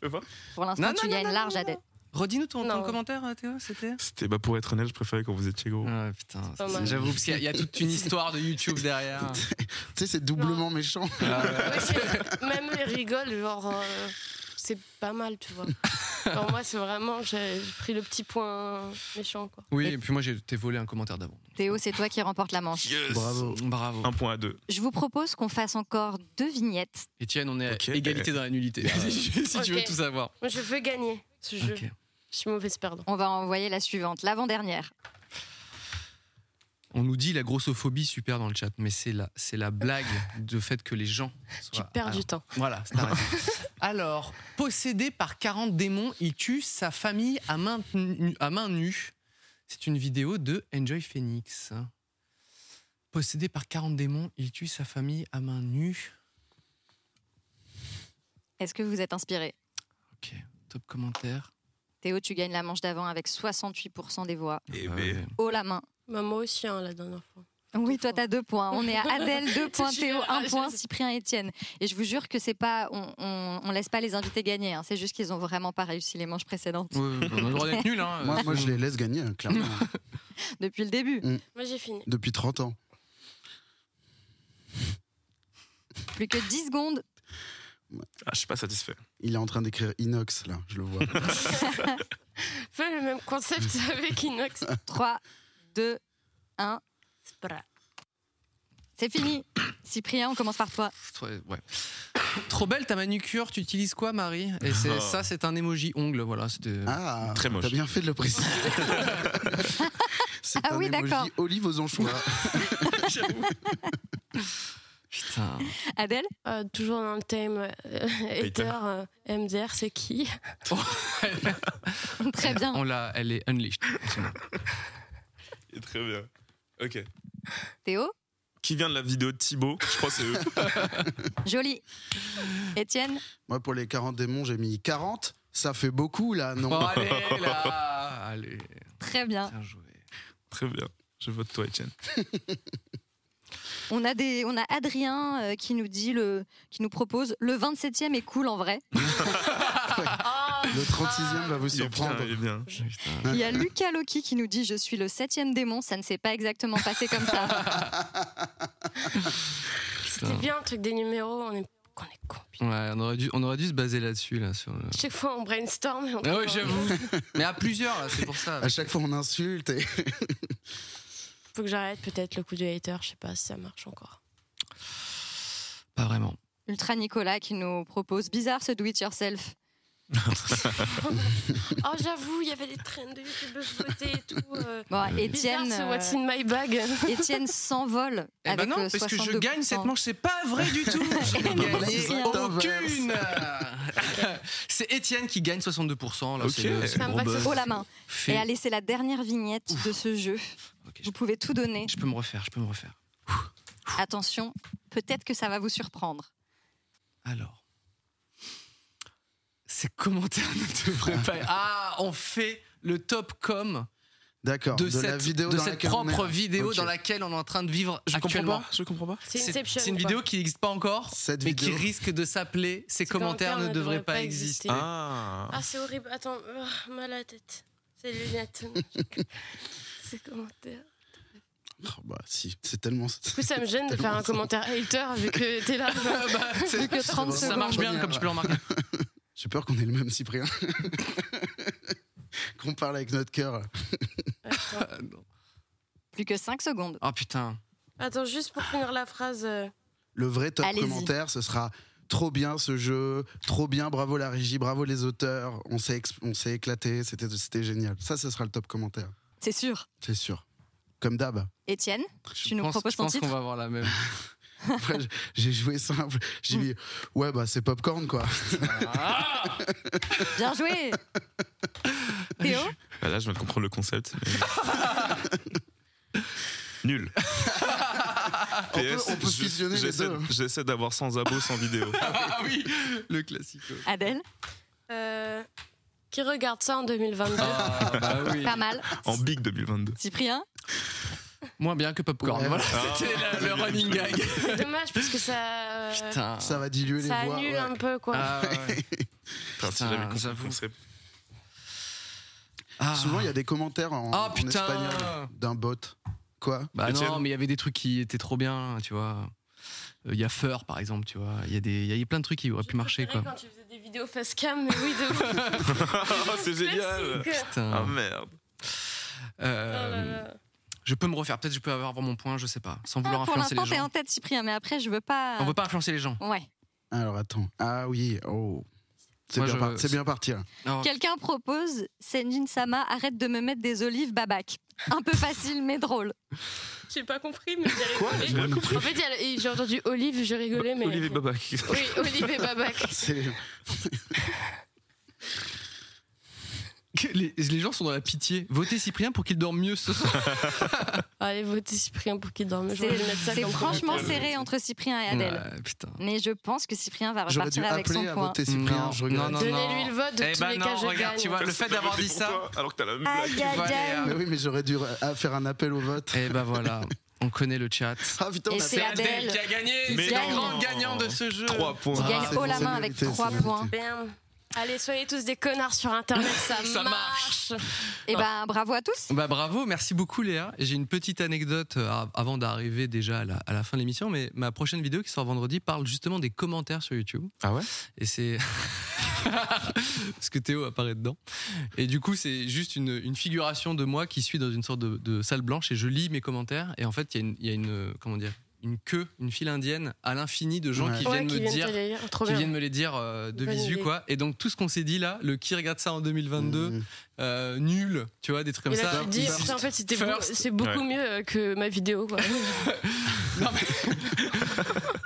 [SPEAKER 2] Peux pas
[SPEAKER 10] Pour l'instant,
[SPEAKER 1] Non,
[SPEAKER 10] tu
[SPEAKER 1] non,
[SPEAKER 10] gagnes
[SPEAKER 1] non, non,
[SPEAKER 10] large
[SPEAKER 1] non,
[SPEAKER 10] à dette.
[SPEAKER 1] Redis-nous ton, ton
[SPEAKER 10] Non.
[SPEAKER 1] commentaire, euh, Théo, c'était
[SPEAKER 2] C'était bah, pour être honnête, je préférais quand vous étiez gros.
[SPEAKER 1] Ah putain,
[SPEAKER 3] pas mal.
[SPEAKER 1] j'avoue, parce qu'il y a- il y, a toute une histoire de YouTube derrière.
[SPEAKER 3] Tu sais, c'est doublement méchant.
[SPEAKER 1] Ah,
[SPEAKER 4] Ouais, c'est- Même les rigoles, genre, euh, c'est pas mal, tu vois. Pour moi, c'est vraiment, j'ai j'ai pris le petit point méchant, quoi.
[SPEAKER 1] Oui, et puis moi, j'ai t'ai volé un commentaire d'avant.
[SPEAKER 10] Théo, c'est toi qui remporte la manche.
[SPEAKER 1] Bravo. Bravo.
[SPEAKER 2] Un point à deux.
[SPEAKER 10] Je vous propose qu'on fasse encore deux vignettes.
[SPEAKER 1] Etienne, on est à égalité dans la nullité. si tu veux
[SPEAKER 4] Ok.
[SPEAKER 1] tout savoir.
[SPEAKER 4] Moi, je veux gagner ce jeu. Je suis mauvaise perdante.
[SPEAKER 10] On va envoyer la suivante, l'avant-dernière.
[SPEAKER 1] On nous dit la grossophobie super dans le chat, mais c'est la, c'est la blague de fait que les gens. soient-
[SPEAKER 4] perds
[SPEAKER 1] Alors,
[SPEAKER 4] du temps.
[SPEAKER 1] Voilà, c'est arrêté. Alors, possédé par 40 démons, il tue sa famille à main, nu- à main nue. C'est une vidéo de Enjoy Phoenix. Possédé par 40 démons, il tue sa famille à main nue.
[SPEAKER 10] Est-ce que vous êtes inspiré
[SPEAKER 1] Top commentaire.
[SPEAKER 10] Théo, tu gagnes la manche d'avant avec 68% des voix.
[SPEAKER 2] Et
[SPEAKER 1] Ah
[SPEAKER 10] Haut la main.
[SPEAKER 4] Bah, moi aussi, hein, la dernière fois.
[SPEAKER 10] Oui, toi, t'as deux points. On est à Adèle, deux
[SPEAKER 4] C'est
[SPEAKER 10] points, Théo,
[SPEAKER 4] génial.
[SPEAKER 10] un point, Cyprien, Étienne. Et je vous jure que c'est pas, on, on, on laisse pas les invités gagner. hein. C'est juste qu'ils ont vraiment pas réussi les manches précédentes.
[SPEAKER 1] on a le droit d'être nul, hein.
[SPEAKER 3] Moi, moi, je les laisse gagner, hein, clairement.
[SPEAKER 10] Depuis le début.
[SPEAKER 3] Mm.
[SPEAKER 4] Moi, j'ai fini.
[SPEAKER 3] Depuis 30 ans.
[SPEAKER 10] Plus que 10 secondes.
[SPEAKER 2] Ah, je suis pas satisfait.
[SPEAKER 3] Il est en train d'écrire Inox, là, je le vois.
[SPEAKER 4] Fais le même concept avec Inox.
[SPEAKER 10] 3, 2, 1. C'est fini. Cyprien, on commence par toi.
[SPEAKER 1] Ouais, ouais. Trop belle ta manucure, tu utilises quoi, Marie Et c'est-
[SPEAKER 2] Oh.
[SPEAKER 1] ça, c'est un emoji ongle, voilà. c'était-
[SPEAKER 3] Ah,
[SPEAKER 2] Très moche.
[SPEAKER 3] T'as bien fait de le préciser. C'est
[SPEAKER 10] Ah
[SPEAKER 3] un
[SPEAKER 10] oui,
[SPEAKER 3] emoji
[SPEAKER 10] d'accord.
[SPEAKER 3] Olive aux anchois.
[SPEAKER 1] Putain.
[SPEAKER 10] Adèle
[SPEAKER 4] Euh, toujours dans le thème euh, hater, euh, MDR, c'est qui
[SPEAKER 10] Très bien.
[SPEAKER 1] On l'a, elle est unleashed.
[SPEAKER 2] Et très bien. Ok.
[SPEAKER 10] Théo
[SPEAKER 2] Qui vient de la vidéo de Thibaut Je crois que c'est eux.
[SPEAKER 10] Joli. Étienne
[SPEAKER 3] Moi, pour les 40 démons, j'ai mis 40. Ça fait beaucoup, là, non
[SPEAKER 1] Bon, allez, là Allez,
[SPEAKER 10] Très bien.
[SPEAKER 1] bien joué.
[SPEAKER 2] très bien. Je vote toi, Etienne.
[SPEAKER 10] On a, des, on a Adrien euh, qui nous dit le, qui nous propose le 27e est cool en vrai.
[SPEAKER 3] Le 36e va vous
[SPEAKER 2] Il est bien,
[SPEAKER 3] surprendre.
[SPEAKER 2] il est bien.
[SPEAKER 10] Il y a Lucas Loki qui nous dit je suis le 7e démon, ça ne s'est pas exactement passé comme ça.
[SPEAKER 4] C'était bien le truc des numéros, on est, qu'on est con.
[SPEAKER 1] Ouais, on aurait dû, on aurait dû se baser là-dessus, là, sur le-
[SPEAKER 4] Chaque fois, on brainstorm. et on-
[SPEAKER 1] Ah ouais, j'avoue. Ah, Mais à plusieurs, là, c'est pour ça.
[SPEAKER 3] À chaque fois, on insulte. et-
[SPEAKER 4] Faut que j'arrête peut-être le coup du hater, je sais pas si ça marche encore.
[SPEAKER 1] Pas vraiment.
[SPEAKER 10] Ultra Nicolas qui nous propose bizarre ce do it yourself.
[SPEAKER 4] Oh, j'avoue, il y avait des traînes de youtubeurs beauté et tout. euh,
[SPEAKER 10] Bon,
[SPEAKER 4] bizarre,
[SPEAKER 10] Étienne
[SPEAKER 4] ce
[SPEAKER 10] euh,
[SPEAKER 4] What's in my bag
[SPEAKER 10] Étienne s'envole
[SPEAKER 1] Eh ben
[SPEAKER 10] avec
[SPEAKER 1] non,
[SPEAKER 10] euh,
[SPEAKER 1] parce que je
[SPEAKER 10] 62%.
[SPEAKER 1] gagne cette manche, c'est pas vrai du tout. Je n'ai
[SPEAKER 10] non,
[SPEAKER 1] gagné
[SPEAKER 10] c'est rien.
[SPEAKER 1] aucune. c'est Étienne qui gagne 62%. Là,
[SPEAKER 2] Ok.
[SPEAKER 1] c'est le- c'est le
[SPEAKER 4] Même
[SPEAKER 1] gros
[SPEAKER 4] pas que ce
[SPEAKER 1] buzz.
[SPEAKER 10] Haut la main.
[SPEAKER 1] Fait.
[SPEAKER 10] Et allez, c'est la dernière vignette de ce jeu.
[SPEAKER 1] je-
[SPEAKER 10] Vous pouvez tout donner.
[SPEAKER 1] Je peux me refaire, je peux me refaire.
[SPEAKER 10] Attention, peut-être que ça va vous surprendre.
[SPEAKER 1] Alors. Ces commentaires ne devraient pas. Ah, on fait le top com
[SPEAKER 3] D'accord.
[SPEAKER 1] de,
[SPEAKER 3] De,
[SPEAKER 1] cette,
[SPEAKER 3] la vidéo
[SPEAKER 1] de
[SPEAKER 3] dans
[SPEAKER 1] cette
[SPEAKER 3] laquelle on est
[SPEAKER 1] propre
[SPEAKER 3] là.
[SPEAKER 1] vidéo
[SPEAKER 3] Ok.
[SPEAKER 1] dans laquelle on est en train de vivre actuellement.
[SPEAKER 2] Je comprends pas.
[SPEAKER 4] C'est
[SPEAKER 1] C'est
[SPEAKER 4] Inception.
[SPEAKER 1] c'est une
[SPEAKER 4] quoi.
[SPEAKER 1] vidéo qui n'existe pas encore,
[SPEAKER 3] Cette
[SPEAKER 1] mais qui
[SPEAKER 3] vidéo.
[SPEAKER 1] risque de s'appeler Ces commentaires ne devraient pas exister.
[SPEAKER 2] Ah.
[SPEAKER 4] Ah, c'est horrible. Attends, euh, mal à la tête. C'est les lunettes. Ces commentaires.
[SPEAKER 3] Oh, bah, si, c'est tellement.
[SPEAKER 4] Du coup, ça me gêne de faire un commentaire hater vu que t'es là.
[SPEAKER 1] Bah,
[SPEAKER 10] Que 30
[SPEAKER 1] ça
[SPEAKER 10] secondes.
[SPEAKER 1] marche bien, comme tu peux le remarquer.
[SPEAKER 3] J'ai peur qu'on ait le même Cyprien. qu'on parle avec notre cœur.
[SPEAKER 4] Attends.
[SPEAKER 10] Plus que 5 secondes.
[SPEAKER 1] Ah putain.
[SPEAKER 4] Attends, juste pour finir la phrase. euh,
[SPEAKER 3] Le vrai top
[SPEAKER 10] Allez-y.
[SPEAKER 3] commentaire, ce sera trop bien ce jeu, trop bien, bravo la régie, bravo les auteurs, on s'est ex- on s'est éclaté, c'était c'était génial. Ça, ce sera le top commentaire,
[SPEAKER 10] C'est sûr.
[SPEAKER 3] c'est sûr. Comme d'hab.
[SPEAKER 10] Étienne,
[SPEAKER 1] Je
[SPEAKER 10] tu nous
[SPEAKER 1] pense-
[SPEAKER 10] proposes
[SPEAKER 1] Je
[SPEAKER 10] ton
[SPEAKER 1] pense
[SPEAKER 10] titre
[SPEAKER 1] qu'on va avoir la même.
[SPEAKER 3] Moi, j- J'ai joué simple. J'ai dit, ouais, bah c'est popcorn quoi.
[SPEAKER 1] Ah
[SPEAKER 10] Bien joué Théo
[SPEAKER 2] Bah là, je viens de comprendre le concept. mais- Nul.
[SPEAKER 3] On peut- on peut fusionner les
[SPEAKER 2] j'essaie-
[SPEAKER 3] deux.
[SPEAKER 2] J'essaie d'avoir sans abo, sans vidéo.
[SPEAKER 1] Ah oui, le classico.
[SPEAKER 10] Adèle
[SPEAKER 4] euh, qui regarde ça en 2022
[SPEAKER 1] Ah bah oui.
[SPEAKER 10] Pas mal.
[SPEAKER 2] en big 2022.
[SPEAKER 10] Cyprien
[SPEAKER 1] Moins bien que Popcorn.
[SPEAKER 3] Ouais. Ah.
[SPEAKER 1] Voilà, c'était la- le running gag.
[SPEAKER 4] Dommage parce que ça. euh,
[SPEAKER 1] Putain.
[SPEAKER 10] Ah.
[SPEAKER 3] Ça va diluer
[SPEAKER 4] ça
[SPEAKER 3] les voix.
[SPEAKER 4] annule
[SPEAKER 3] ouais.
[SPEAKER 4] un peu quoi.
[SPEAKER 1] Ah ouais.
[SPEAKER 2] Putain, si j'avais compris le concept.
[SPEAKER 3] Ah.
[SPEAKER 4] Ah.
[SPEAKER 3] Souvent, il y a des commentaires en,
[SPEAKER 1] Ah,
[SPEAKER 3] en
[SPEAKER 1] putain.
[SPEAKER 3] espagnol d'un bot. Quoi
[SPEAKER 1] Bah
[SPEAKER 3] Étienne
[SPEAKER 1] non, mais il y avait des trucs qui étaient trop bien, tu vois. Euh, Il y a Fur, par exemple, tu vois. Il y, a des- il y a eu plein de trucs qui auraient pu marcher, quoi.
[SPEAKER 4] Quand tu faisais des vidéos facecam, mais oui, de ouf.
[SPEAKER 1] Ah,
[SPEAKER 2] Oh, c'est génial.
[SPEAKER 4] Classique. Oh
[SPEAKER 2] Ah merde.
[SPEAKER 4] là Ah, là.
[SPEAKER 1] euh, Je peux me refaire, peut-être je peux avoir mon point, je sais pas, sans vouloir
[SPEAKER 10] Ah, Pour
[SPEAKER 1] influencer
[SPEAKER 10] l'instant,
[SPEAKER 1] les
[SPEAKER 10] t'es
[SPEAKER 1] gens.
[SPEAKER 10] en tête, Cyprien, mais après, je veux pas.
[SPEAKER 1] On veut pas influencer les gens.
[SPEAKER 10] Ouais.
[SPEAKER 3] Alors attends. Ah oui, oh. C'est
[SPEAKER 1] Moi,
[SPEAKER 3] bien,
[SPEAKER 1] je-
[SPEAKER 3] par- c'est bien parti. là.
[SPEAKER 4] Ah,
[SPEAKER 10] Quelqu'un propose Senjin Sama, arrête de me mettre des olives babac. Un peu facile, mais drôle.
[SPEAKER 4] J'ai pas compris, mais j'ai rigolé.
[SPEAKER 2] J'ai rien compris.
[SPEAKER 4] En fait, il y a le- j'ai entendu Olive, j'ai rigolé, mais.
[SPEAKER 2] Olivier Babac.
[SPEAKER 4] Oui, Olive et Babac.
[SPEAKER 3] C'est-
[SPEAKER 1] Que Les, les gens sont dans la pitié. Votez Cyprien pour qu'il dorme mieux ce soir.
[SPEAKER 4] Allez, votez Cyprien pour qu'il dorme. Je vais
[SPEAKER 10] C'est
[SPEAKER 4] lui mettre ça
[SPEAKER 10] c'est
[SPEAKER 4] comme
[SPEAKER 10] franchement
[SPEAKER 4] commentaire.
[SPEAKER 10] serré entre Cyprien et Adèle.
[SPEAKER 1] Ouais, putain.
[SPEAKER 10] Mais je pense que Cyprien va
[SPEAKER 3] J'aurais dû
[SPEAKER 10] repartir avec son
[SPEAKER 3] appeler à
[SPEAKER 10] point.
[SPEAKER 3] voter Cyprien.
[SPEAKER 1] Non,
[SPEAKER 3] je regrette.
[SPEAKER 1] non, non, non.
[SPEAKER 4] Donnez-lui le vote, de
[SPEAKER 1] Eh
[SPEAKER 4] tous
[SPEAKER 1] ben
[SPEAKER 4] les
[SPEAKER 1] non,
[SPEAKER 4] cas, je
[SPEAKER 1] regarde,
[SPEAKER 4] gagne.
[SPEAKER 1] tu vois, le fait
[SPEAKER 2] Personne n'a
[SPEAKER 1] d'avoir
[SPEAKER 2] voté
[SPEAKER 1] dit
[SPEAKER 2] pour
[SPEAKER 1] ça.
[SPEAKER 2] toi, Alors que t'as la même blague.
[SPEAKER 10] Aïe, aïe, aïe.
[SPEAKER 3] Mais oui, mais j'aurais dû euh, faire un appel au vote.
[SPEAKER 1] Et ben voilà, on connaît le chat.
[SPEAKER 3] Ah putain, on
[SPEAKER 10] Et
[SPEAKER 3] a
[SPEAKER 10] c'est
[SPEAKER 3] perdu.
[SPEAKER 10] Adèle.
[SPEAKER 1] a gagné,
[SPEAKER 2] Mais
[SPEAKER 1] c'est
[SPEAKER 10] non.
[SPEAKER 1] le grand gagnant de ce jeu.
[SPEAKER 2] 3
[SPEAKER 10] Tu
[SPEAKER 2] points.
[SPEAKER 10] gagnes
[SPEAKER 3] c'est
[SPEAKER 10] haut
[SPEAKER 3] bon,
[SPEAKER 10] la
[SPEAKER 3] c'est
[SPEAKER 10] main avec
[SPEAKER 3] mérité, c'est
[SPEAKER 10] 3
[SPEAKER 3] mérité.
[SPEAKER 10] points.
[SPEAKER 4] Bam. Allez, soyez tous des connards sur internet, ça,
[SPEAKER 1] Ça marche.
[SPEAKER 4] marche.
[SPEAKER 10] Et ben bravo à tous.
[SPEAKER 1] Bah bravo, merci beaucoup Léa. J'ai une petite anecdote euh, av- avant d'arriver déjà à la, à la fin de l'émission, mais ma prochaine vidéo qui sort vendredi parle justement des commentaires sur YouTube.
[SPEAKER 2] Ah ouais
[SPEAKER 1] Et c'est... Parce que Théo apparaît dedans. Et du coup, c'est juste une, une figuration de moi qui suis dans une sorte de, de salle blanche et je lis mes commentaires. Et en fait, il y a une... il y a une, euh, comment dire une queue, une file indienne à l'infini de gens
[SPEAKER 3] Ouais.
[SPEAKER 1] qui
[SPEAKER 4] Ouais,
[SPEAKER 1] viennent
[SPEAKER 4] qui
[SPEAKER 1] me
[SPEAKER 4] viennent
[SPEAKER 1] dire
[SPEAKER 4] te les lire. Trop
[SPEAKER 1] qui
[SPEAKER 4] bien.
[SPEAKER 1] viennent me les dire euh, de
[SPEAKER 4] Bonne
[SPEAKER 1] visu
[SPEAKER 4] idée.
[SPEAKER 1] quoi. Et donc tout ce qu'on s'est dit là, le qui regarde ça en 2022,
[SPEAKER 3] Mmh.
[SPEAKER 1] euh, nul, tu vois, des trucs comme
[SPEAKER 4] Et là,
[SPEAKER 1] ça.
[SPEAKER 4] tu te dis,
[SPEAKER 1] Ils-
[SPEAKER 4] putain, en fait, c'était beau-
[SPEAKER 1] First.
[SPEAKER 4] c'est beaucoup
[SPEAKER 2] Ouais.
[SPEAKER 4] mieux euh, que ma vidéo, quoi.
[SPEAKER 1] Non, mais-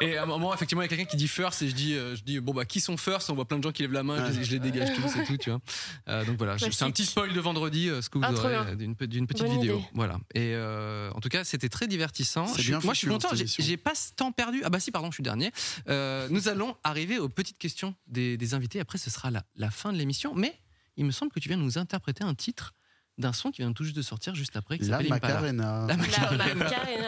[SPEAKER 1] et à un moment, effectivement, il y a quelqu'un qui dit first et je dis, euh, je dis bon bah qui sont first On voit plein de gens qui lèvent la main, je, les- je les dégage tous et tout, tu vois. Euh, donc voilà, je- c'est un
[SPEAKER 4] Classique.
[SPEAKER 1] petit spoil de vendredi, euh, ce que vous
[SPEAKER 4] Ah, trop
[SPEAKER 1] aurez
[SPEAKER 4] bien.
[SPEAKER 1] d'une pe- d'une petite
[SPEAKER 4] Bonne
[SPEAKER 1] vidéo.
[SPEAKER 4] idée.
[SPEAKER 1] Voilà. Et euh, en tout cas, c'était très divertissant.
[SPEAKER 3] C'est
[SPEAKER 1] Je suis-
[SPEAKER 3] bien
[SPEAKER 1] moi, je suis
[SPEAKER 3] foutu,
[SPEAKER 1] content.
[SPEAKER 3] cette
[SPEAKER 1] J'ai
[SPEAKER 3] émission.
[SPEAKER 1] j'ai pas ce temps perdu. Ah bah si, pardon, je suis le dernier. Euh, nous allons arriver aux petites questions des, des invités. Après, ce sera la, la fin de l'émission. Mais il me semble que tu viens de nous interpréter un titre d'un son qui vient tout juste de sortir juste après. Qui
[SPEAKER 3] La
[SPEAKER 1] s'appelle Impala.
[SPEAKER 3] Macarena.
[SPEAKER 1] La
[SPEAKER 4] La
[SPEAKER 1] Macarena.
[SPEAKER 4] Macarena.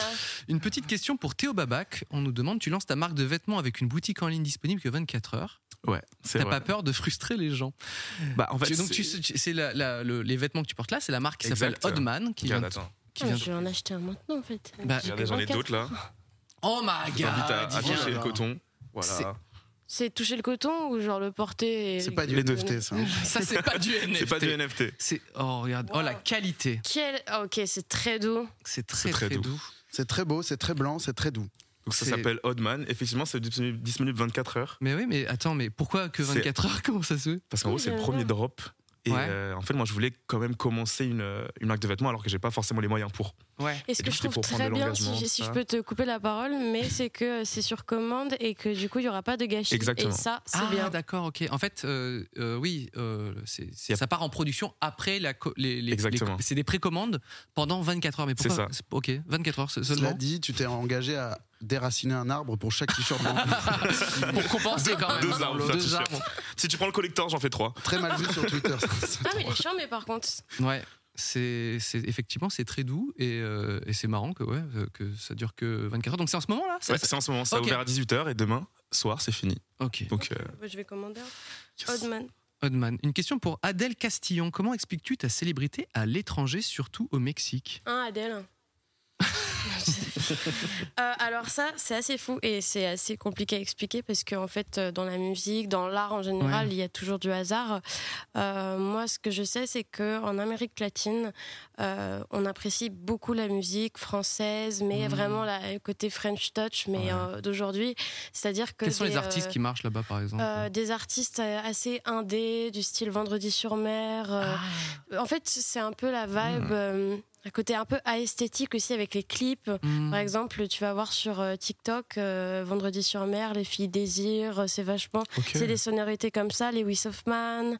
[SPEAKER 1] Une petite question pour Théo Babac. On nous demande, tu lances ta marque de vêtements avec une boutique en ligne disponible que 24 heures.
[SPEAKER 2] Ouais, c'est
[SPEAKER 1] T'as
[SPEAKER 2] vrai.
[SPEAKER 1] pas peur de frustrer les gens
[SPEAKER 2] Bah, en
[SPEAKER 1] Tu- Donc tu- tu- c'est la- la- le- les vêtements que tu portes là, c'est la marque qui s'appelle
[SPEAKER 2] Exact.
[SPEAKER 1] Oddman qui vient.
[SPEAKER 2] Regarde,
[SPEAKER 1] de-
[SPEAKER 2] attends.
[SPEAKER 1] Qui
[SPEAKER 4] Ah,
[SPEAKER 1] vient
[SPEAKER 4] Je vais en acheter un maintenant, en fait.
[SPEAKER 1] Bah,
[SPEAKER 4] J'ai
[SPEAKER 2] Regardez, j'en ai
[SPEAKER 4] que
[SPEAKER 2] d'autres là.
[SPEAKER 1] Oh my
[SPEAKER 2] Je t'invite à,
[SPEAKER 1] god
[SPEAKER 2] à
[SPEAKER 1] dis-moi.
[SPEAKER 2] toucher le coton.
[SPEAKER 1] C'est-
[SPEAKER 2] Voilà.
[SPEAKER 4] C'est toucher le coton ou genre le porter et-
[SPEAKER 3] C'est pas du
[SPEAKER 2] Les deux.
[SPEAKER 3] NFT, ça. hein.
[SPEAKER 1] Ça c'est pas du NFT.
[SPEAKER 2] C'est pas du NFT.
[SPEAKER 1] C'est- oh regarde, oh la
[SPEAKER 4] Wow.
[SPEAKER 1] qualité.
[SPEAKER 4] Quel... ah, ok, c'est très doux.
[SPEAKER 1] C'est très,
[SPEAKER 2] très
[SPEAKER 1] très
[SPEAKER 2] doux.
[SPEAKER 1] doux.
[SPEAKER 3] C'est très beau, c'est très blanc, c'est très doux.
[SPEAKER 2] Donc ça
[SPEAKER 1] C'est-
[SPEAKER 2] s'appelle Oddman. Effectivement, c'est disponible disponible 24 heures.
[SPEAKER 1] Mais oui, mais attends, mais pourquoi que
[SPEAKER 2] C'est-
[SPEAKER 1] 24 heures Comment ça se fait
[SPEAKER 2] Parce qu'en
[SPEAKER 4] Oui,
[SPEAKER 2] gros, c'est le
[SPEAKER 4] j'aime
[SPEAKER 2] premier
[SPEAKER 4] bien.
[SPEAKER 2] drop. Et
[SPEAKER 1] Ouais.
[SPEAKER 2] euh, en fait, moi, je voulais quand même commencer une, euh, une marque de vêtements alors que j'ai pas forcément les moyens pour.
[SPEAKER 1] Ouais.
[SPEAKER 4] Et ce
[SPEAKER 2] Et donc,
[SPEAKER 4] que je
[SPEAKER 2] c'est
[SPEAKER 4] trouve
[SPEAKER 2] pour prendre
[SPEAKER 4] très
[SPEAKER 2] de
[SPEAKER 4] bien, si,
[SPEAKER 2] l'engagement,
[SPEAKER 4] j'ai- si je
[SPEAKER 2] ça.
[SPEAKER 4] peux te couper la parole, mais c'est que euh, c'est sur commande et que du coup, il n'y aura pas de gâchis.
[SPEAKER 2] Exactement.
[SPEAKER 4] Et ça, c'est
[SPEAKER 1] Ah
[SPEAKER 4] bien.
[SPEAKER 1] d'accord, ok. En fait, euh, euh, oui, euh, c'est- c'est- ça part en production après la co- les, les-
[SPEAKER 2] Exactement.
[SPEAKER 1] les- c'est des précommandes pendant 24 heures. Mais
[SPEAKER 2] C'est
[SPEAKER 1] pourquoi
[SPEAKER 2] ça.
[SPEAKER 1] Ok, 24 heures se-
[SPEAKER 3] Cela
[SPEAKER 1] seulement.
[SPEAKER 3] dit, tu t'es engagé à déraciner un arbre pour chaque t-shirt. vendu.
[SPEAKER 1] Pour compenser quand même.
[SPEAKER 2] Deux
[SPEAKER 1] Dans
[SPEAKER 2] arbres,
[SPEAKER 1] le-
[SPEAKER 2] faire
[SPEAKER 1] deux
[SPEAKER 2] t-shirt.
[SPEAKER 1] arbres.
[SPEAKER 2] Si tu prends le collector, j'en fais trois.
[SPEAKER 3] très mal vu sur Twitter. ça. C'est
[SPEAKER 4] Ah,
[SPEAKER 3] trop-
[SPEAKER 4] mais il est chiant, mais par contre.
[SPEAKER 1] Ouais. C'est, c'est- effectivement c'est très doux et, euh, et c'est marrant que ouais euh, que ça dure que 24 heures. Donc c'est en ce moment là. ça-
[SPEAKER 2] Ouais, c'est en ce moment. Ça a
[SPEAKER 1] Ok.
[SPEAKER 2] ouvert à 18h et demain soir, c'est fini.
[SPEAKER 1] Ok.
[SPEAKER 2] Donc, euh,
[SPEAKER 4] Bah, je vais commander.
[SPEAKER 2] yes.
[SPEAKER 4] Oddman.
[SPEAKER 1] Oddman, une question pour Adèle Castillon. Comment expliques-tu ta célébrité à l'étranger, surtout au Mexique
[SPEAKER 4] Un Adèle. Euh, alors ça, c'est assez fou et c'est assez compliqué à expliquer parce qu'en fait, euh, dans la musique, dans l'art en général,
[SPEAKER 1] Ouais.
[SPEAKER 4] il y a toujours du hasard. Euh, moi, ce que je sais, c'est que en Amérique latine, euh, on apprécie beaucoup la musique française, mais
[SPEAKER 1] Mhm.
[SPEAKER 4] vraiment la- le côté French touch, mais
[SPEAKER 1] Ouais.
[SPEAKER 4] euh, d'aujourd'hui, c'est-à-dire que
[SPEAKER 1] Quels sont
[SPEAKER 4] des,
[SPEAKER 1] les artistes
[SPEAKER 4] euh,
[SPEAKER 1] qui marchent là-bas par exemple
[SPEAKER 4] euh, des artistes euh, assez indés, du style Vendredi sur mer. euh,
[SPEAKER 1] Ah.
[SPEAKER 4] En fait, c'est un peu la vibe, euh, un côté un peu aesthétique aussi avec les clips.
[SPEAKER 1] Hmm.
[SPEAKER 4] Par exemple, tu vas voir sur euh, TikTok, euh, Vendredi sur mer, les filles désirent, euh, c'est vachement.
[SPEAKER 2] Ok.
[SPEAKER 4] C'est des sonorités comme ça, les Wiss of Man.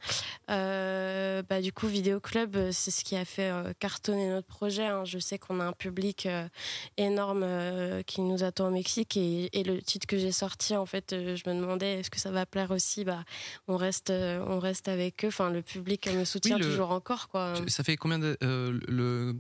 [SPEAKER 4] Euh, bah, du coup, Vidéo Club, euh, c'est ce qui a fait euh, cartonner notre projet. hein. Je sais qu'on a un public euh, énorme euh, qui nous attend au Mexique. Et, et le titre que j'ai sorti, en fait, euh, je me demandais est-ce que ça va plaire aussi bah, on, reste, euh, on reste avec eux. Enfin, le public euh, me soutient
[SPEAKER 1] le-
[SPEAKER 4] toujours encore. Quoi.
[SPEAKER 1] euh, Tu- Ça fait combien de. euh, le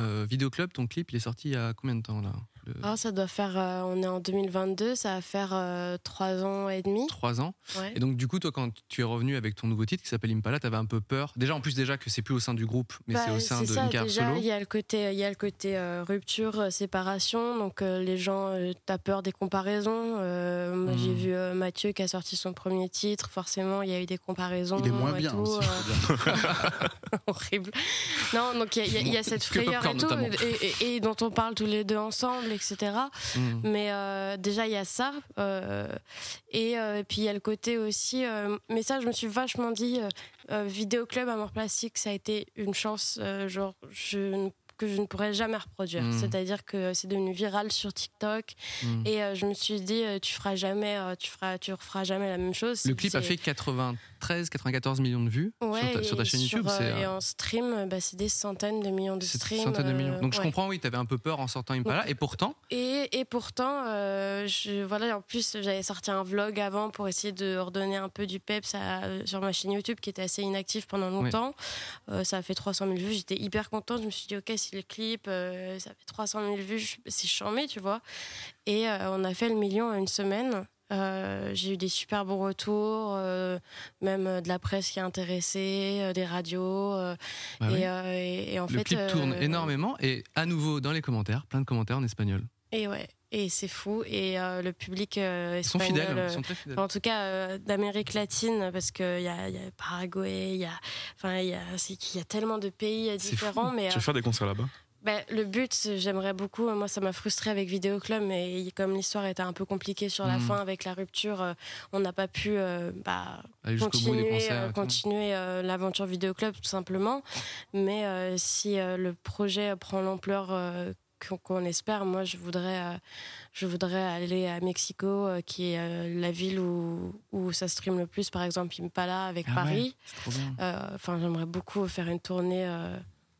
[SPEAKER 1] euh, vidéoclub, ton clip, il est sorti il y a combien de temps là le-
[SPEAKER 4] Ah, ça doit faire. euh, on est en 2022, ça va faire euh, trois ans et demi.
[SPEAKER 1] trois ans.
[SPEAKER 4] Ouais.
[SPEAKER 1] Et donc, du coup, toi, quand tu es revenu avec ton nouveau titre qui s'appelle Impala, t'avais un peu peur. Déjà, en plus, déjà que c'est plus au sein du groupe, mais c'est
[SPEAKER 4] Bah,
[SPEAKER 1] au sein
[SPEAKER 4] c'est
[SPEAKER 1] de
[SPEAKER 4] ça,
[SPEAKER 1] une carrière
[SPEAKER 4] déjà,
[SPEAKER 1] solo.
[SPEAKER 4] Il y a le côté, il y a le côté euh, rupture, euh, séparation. Donc euh, les gens, euh, t'as peur des comparaisons. Euh, moi, J'ai
[SPEAKER 3] Hmm.
[SPEAKER 4] vu euh, Mathieu qui a sorti son premier titre. Forcément, il y a eu des comparaisons.
[SPEAKER 3] Il est moins
[SPEAKER 4] et
[SPEAKER 3] bien
[SPEAKER 4] tout,
[SPEAKER 3] aussi,
[SPEAKER 4] euh,
[SPEAKER 3] faut dire.
[SPEAKER 4] horrible. Non, donc il y a- il y, a- il y a cette
[SPEAKER 3] Que
[SPEAKER 4] frayeur et
[SPEAKER 3] Popcorn,
[SPEAKER 4] tout,
[SPEAKER 3] notamment.
[SPEAKER 4] et, et- et dont on parle tous les deux ensemble, etc.
[SPEAKER 1] Mm.
[SPEAKER 4] Mais euh, déjà, il y a ça. euh, et, euh, et puis, il y a le côté aussi. euh, mais ça, je me suis vachement dit euh, euh, Vidéoclub à mort plastique, ça a été une chance euh, genre, je ne- que je ne pourrais jamais reproduire.
[SPEAKER 11] Mm.
[SPEAKER 4] C'est-à-dire que c'est devenu viral sur TikTok.
[SPEAKER 1] Mm.
[SPEAKER 4] Et euh, je me suis dit euh, Tu feras jamais, euh, tu feras, tu referas jamais la même chose.
[SPEAKER 1] Le clip a
[SPEAKER 4] C'est-
[SPEAKER 1] fait 93, 94 millions de vues
[SPEAKER 4] Ouais,
[SPEAKER 1] sur, ta, sur ta
[SPEAKER 4] et
[SPEAKER 1] chaîne
[SPEAKER 4] sur,
[SPEAKER 1] YouTube. c'est,
[SPEAKER 4] euh, et
[SPEAKER 1] euh,
[SPEAKER 4] en stream, euh, bah, c'est des centaines de millions de
[SPEAKER 1] c'est
[SPEAKER 4] streams.
[SPEAKER 1] centaines de millions.
[SPEAKER 4] euh,
[SPEAKER 1] Donc je
[SPEAKER 4] ouais.
[SPEAKER 1] comprends, oui, t'avais un peu peur en sortant Impala,
[SPEAKER 4] Donc-
[SPEAKER 1] et pourtant,
[SPEAKER 4] Et, et pourtant, euh, je, voilà, en plus, j'avais sorti un vlog avant pour essayer de redonner un peu du peps à- sur ma chaîne YouTube qui était assez inactive pendant longtemps. Euh, ça a fait 300 000 vues. J'étais hyper contente. Je me suis dit, OK, c'est le clip, euh, ça fait 300 000 vues, je- c'est charmé, tu vois. Et euh, on a fait le million en une semaine. Euh, j'ai eu des super bons retours, euh, même euh, de la presse qui est intéressée, euh, des radios. euh,
[SPEAKER 1] Bah
[SPEAKER 4] et,
[SPEAKER 1] oui.
[SPEAKER 4] euh, et- et en
[SPEAKER 1] le
[SPEAKER 4] fait,
[SPEAKER 1] clip tourne
[SPEAKER 4] euh,
[SPEAKER 1] énormément, et à nouveau dans les commentaires, plein de commentaires en espagnol.
[SPEAKER 4] et ouais, et c'est fou. Et euh, le public euh,
[SPEAKER 1] Ils sont
[SPEAKER 4] espagnol,
[SPEAKER 1] fidèles, hein,
[SPEAKER 4] euh,
[SPEAKER 1] ils sont très fidèles.
[SPEAKER 4] En tout cas, euh, d'Amérique latine, parce qu'il y a, y a Paraguay, il y a, enfin, il y a, c'est qu'il y a tellement de pays euh, différents. Mais
[SPEAKER 2] Tu
[SPEAKER 4] euh,
[SPEAKER 2] veux faire des concerts là-bas
[SPEAKER 4] ben, le but, c'est- j'aimerais beaucoup. Moi, ça m'a frustré avec Vidéo Club, mais il- comme l'histoire était un peu compliquée sur la
[SPEAKER 1] Mhm.
[SPEAKER 4] fin avec la rupture, euh, on n'a pas pu euh, bah,
[SPEAKER 1] Aller jusqu'au bout des
[SPEAKER 4] continuer,
[SPEAKER 1] concerts
[SPEAKER 4] euh,
[SPEAKER 1] et tout.
[SPEAKER 4] continuer euh, l'aventure Vidéo Club tout simplement. Mais euh, si euh, le projet prend l'ampleur euh, qu'on qu'on espère, moi, je voudrais, euh, je voudrais aller à Mexico, euh, qui est euh, la ville où, où ça stream le plus, par exemple Impala avec
[SPEAKER 11] Ah ouais,
[SPEAKER 4] Paris.
[SPEAKER 11] c'est trop bien.
[SPEAKER 4] Euh, Enfin, j'aimerais beaucoup faire une tournée euh,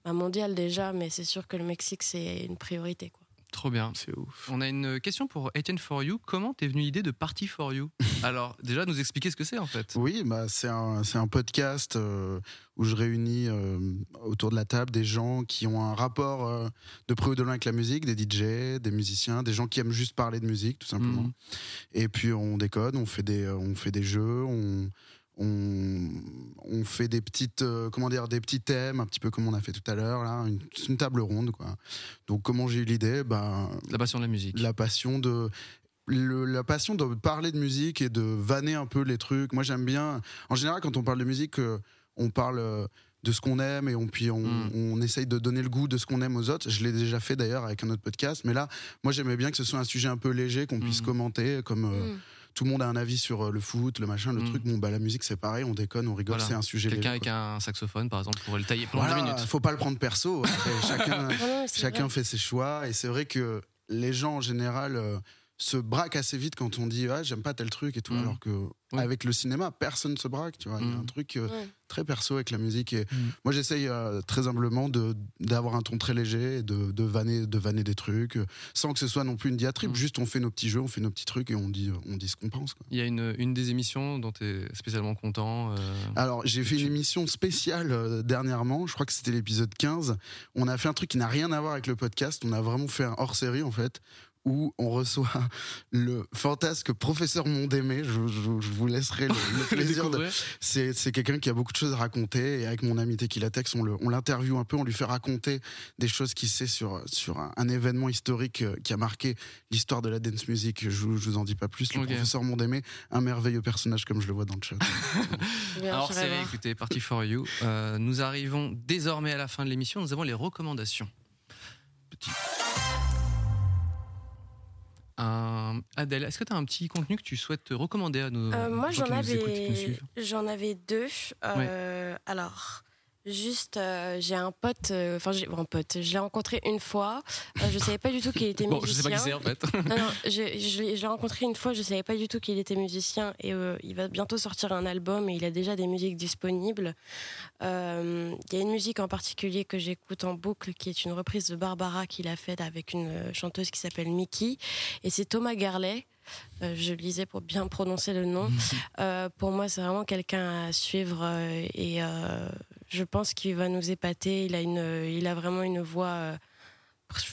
[SPEAKER 4] bah, mondiale déjà, mais c'est sûr que le Mexique, c'est une priorité. Quoi.
[SPEAKER 1] Trop bien. C'est ouf. On a une question pour Etienne For You. Comment t'es venue l'idée de Party For You Alors, déjà, nous expliquer ce que c'est en fait.
[SPEAKER 3] Oui, bah, c'est un, c'est un podcast euh, où je réunis euh, autour de la table des gens qui ont un rapport euh, de près ou de loin avec la musique, des DJ, des musiciens, des gens qui aiment juste parler de musique, tout simplement. Et puis on décode, on fait des, euh, on fait des jeux, on, on, on fait des petites, euh, comment dire, des petits thèmes, un petit peu comme on a fait tout à l'heure, là, une, une table ronde, quoi. Donc comment j'ai eu l'idée ben,
[SPEAKER 1] La passion de la musique.
[SPEAKER 3] La passion de le- la passion de parler de musique et de vanner un peu les trucs. Moi, j'aime bien. En général, quand on parle de musique, euh, on parle euh, de ce qu'on aime et on, puis on,
[SPEAKER 1] Hmm.
[SPEAKER 3] on essaye de donner le goût de ce qu'on aime aux autres. Je l'ai déjà fait d'ailleurs avec un autre podcast, mais là, moi, j'aimais bien que ce soit un sujet un peu léger qu'on
[SPEAKER 1] Hmm.
[SPEAKER 3] puisse commenter, comme euh,
[SPEAKER 1] Mm.
[SPEAKER 3] tout le monde a un avis sur euh, le foot, le machin, le truc. Bon, bah la musique, c'est pareil, on déconne, on
[SPEAKER 1] Hmm.
[SPEAKER 3] rigole,
[SPEAKER 1] Voilà.
[SPEAKER 3] c'est un sujet léger.
[SPEAKER 1] Quelqu'un avec un saxophone, par exemple, pourrait le tailler pendant 10
[SPEAKER 3] Voilà,
[SPEAKER 1] minutes.
[SPEAKER 3] faut pas le prendre perso. Après, chacun
[SPEAKER 1] Ah non, mais c'est
[SPEAKER 3] chacun
[SPEAKER 1] vrai.
[SPEAKER 3] fait ses choix. Et c'est vrai que les gens, en général, euh, se braquent assez vite quand on dit ah, j'aime pas tel truc et
[SPEAKER 1] Mmh.
[SPEAKER 3] tout. Alors que avec le cinéma, personne se braque. Tu vois, il y a un truc euh,
[SPEAKER 4] Ouais.
[SPEAKER 3] très perso avec la musique. Et
[SPEAKER 1] Mmh.
[SPEAKER 3] moi, j'essaye euh, très humblement de- d'avoir un ton très léger et de, de, vanner, de vanner des trucs euh, sans que ce soit non plus une diatribe.
[SPEAKER 1] Mmh.
[SPEAKER 3] Juste, on fait nos petits jeux, on fait nos petits trucs et on dit, euh, on dit ce qu'on pense. quoi.
[SPEAKER 1] Il y a une, une des émissions dont tu es spécialement content. euh,
[SPEAKER 3] Alors, j'ai fait une émission spéciale euh, dernièrement, je crois que c'était l'épisode 15. On a fait un truc qui n'a rien à voir avec le podcast, on a vraiment fait un hors-série en fait où on reçoit le fantasque professeur Mondémé, je, je- je vous laisserai le, le plaisir de...
[SPEAKER 1] découvrir.
[SPEAKER 3] C'est c'est quelqu'un qui a beaucoup de choses à raconter, et avec mon ami Tequila Tex, on le- on l'interviewe un peu, on lui fait raconter des choses qu'il sait sur, sur un, un événement historique euh, qui a marqué l'histoire de la dance music, je, vous- je vous en dis pas plus, le
[SPEAKER 1] Ok.
[SPEAKER 3] professeur Mondémé, un merveilleux personnage comme je le vois dans le chat.
[SPEAKER 4] Bien,
[SPEAKER 1] Alors,
[SPEAKER 4] je hein. vais
[SPEAKER 1] c'est
[SPEAKER 4] voir.
[SPEAKER 1] écoutez, Party for You. Euh, nous arrivons désormais à la fin de l'émission. Nous avons les recommandations. Petit. Un- Adèle, est-ce que tu as un petit contenu que tu souhaites recommander à nos
[SPEAKER 4] Euh, moi,
[SPEAKER 1] gens
[SPEAKER 4] j'en
[SPEAKER 1] qui nous écoutent, qui nous
[SPEAKER 4] avais,
[SPEAKER 1] suivent
[SPEAKER 4] j'en avais deux. Euh, Alors, juste, euh, j'ai un pote, euh, enfin, j'ai bon, un pote, je l'ai rencontré une fois. Euh, je savais pas du tout qu'il était
[SPEAKER 1] Bon, je
[SPEAKER 4] musicien.
[SPEAKER 1] sais pas qui c'est hein. en fait.
[SPEAKER 4] Non, non, je, je l'ai- je l'ai rencontré une fois, je savais pas du tout qu'il était musicien et euh, il va bientôt sortir un album et il a déjà des musiques disponibles. Euh, Il y a une musique en particulier que j'écoute en boucle qui est une reprise de Barbara qu'il a faite avec une euh, chanteuse qui s'appelle Mickey et c'est Thomas Garlet. Euh, je lisais pour bien prononcer le nom. Euh, pour moi, c'est vraiment quelqu'un à suivre euh, et euh, je pense qu'il va nous épater. Il a, une, il a vraiment une voix euh,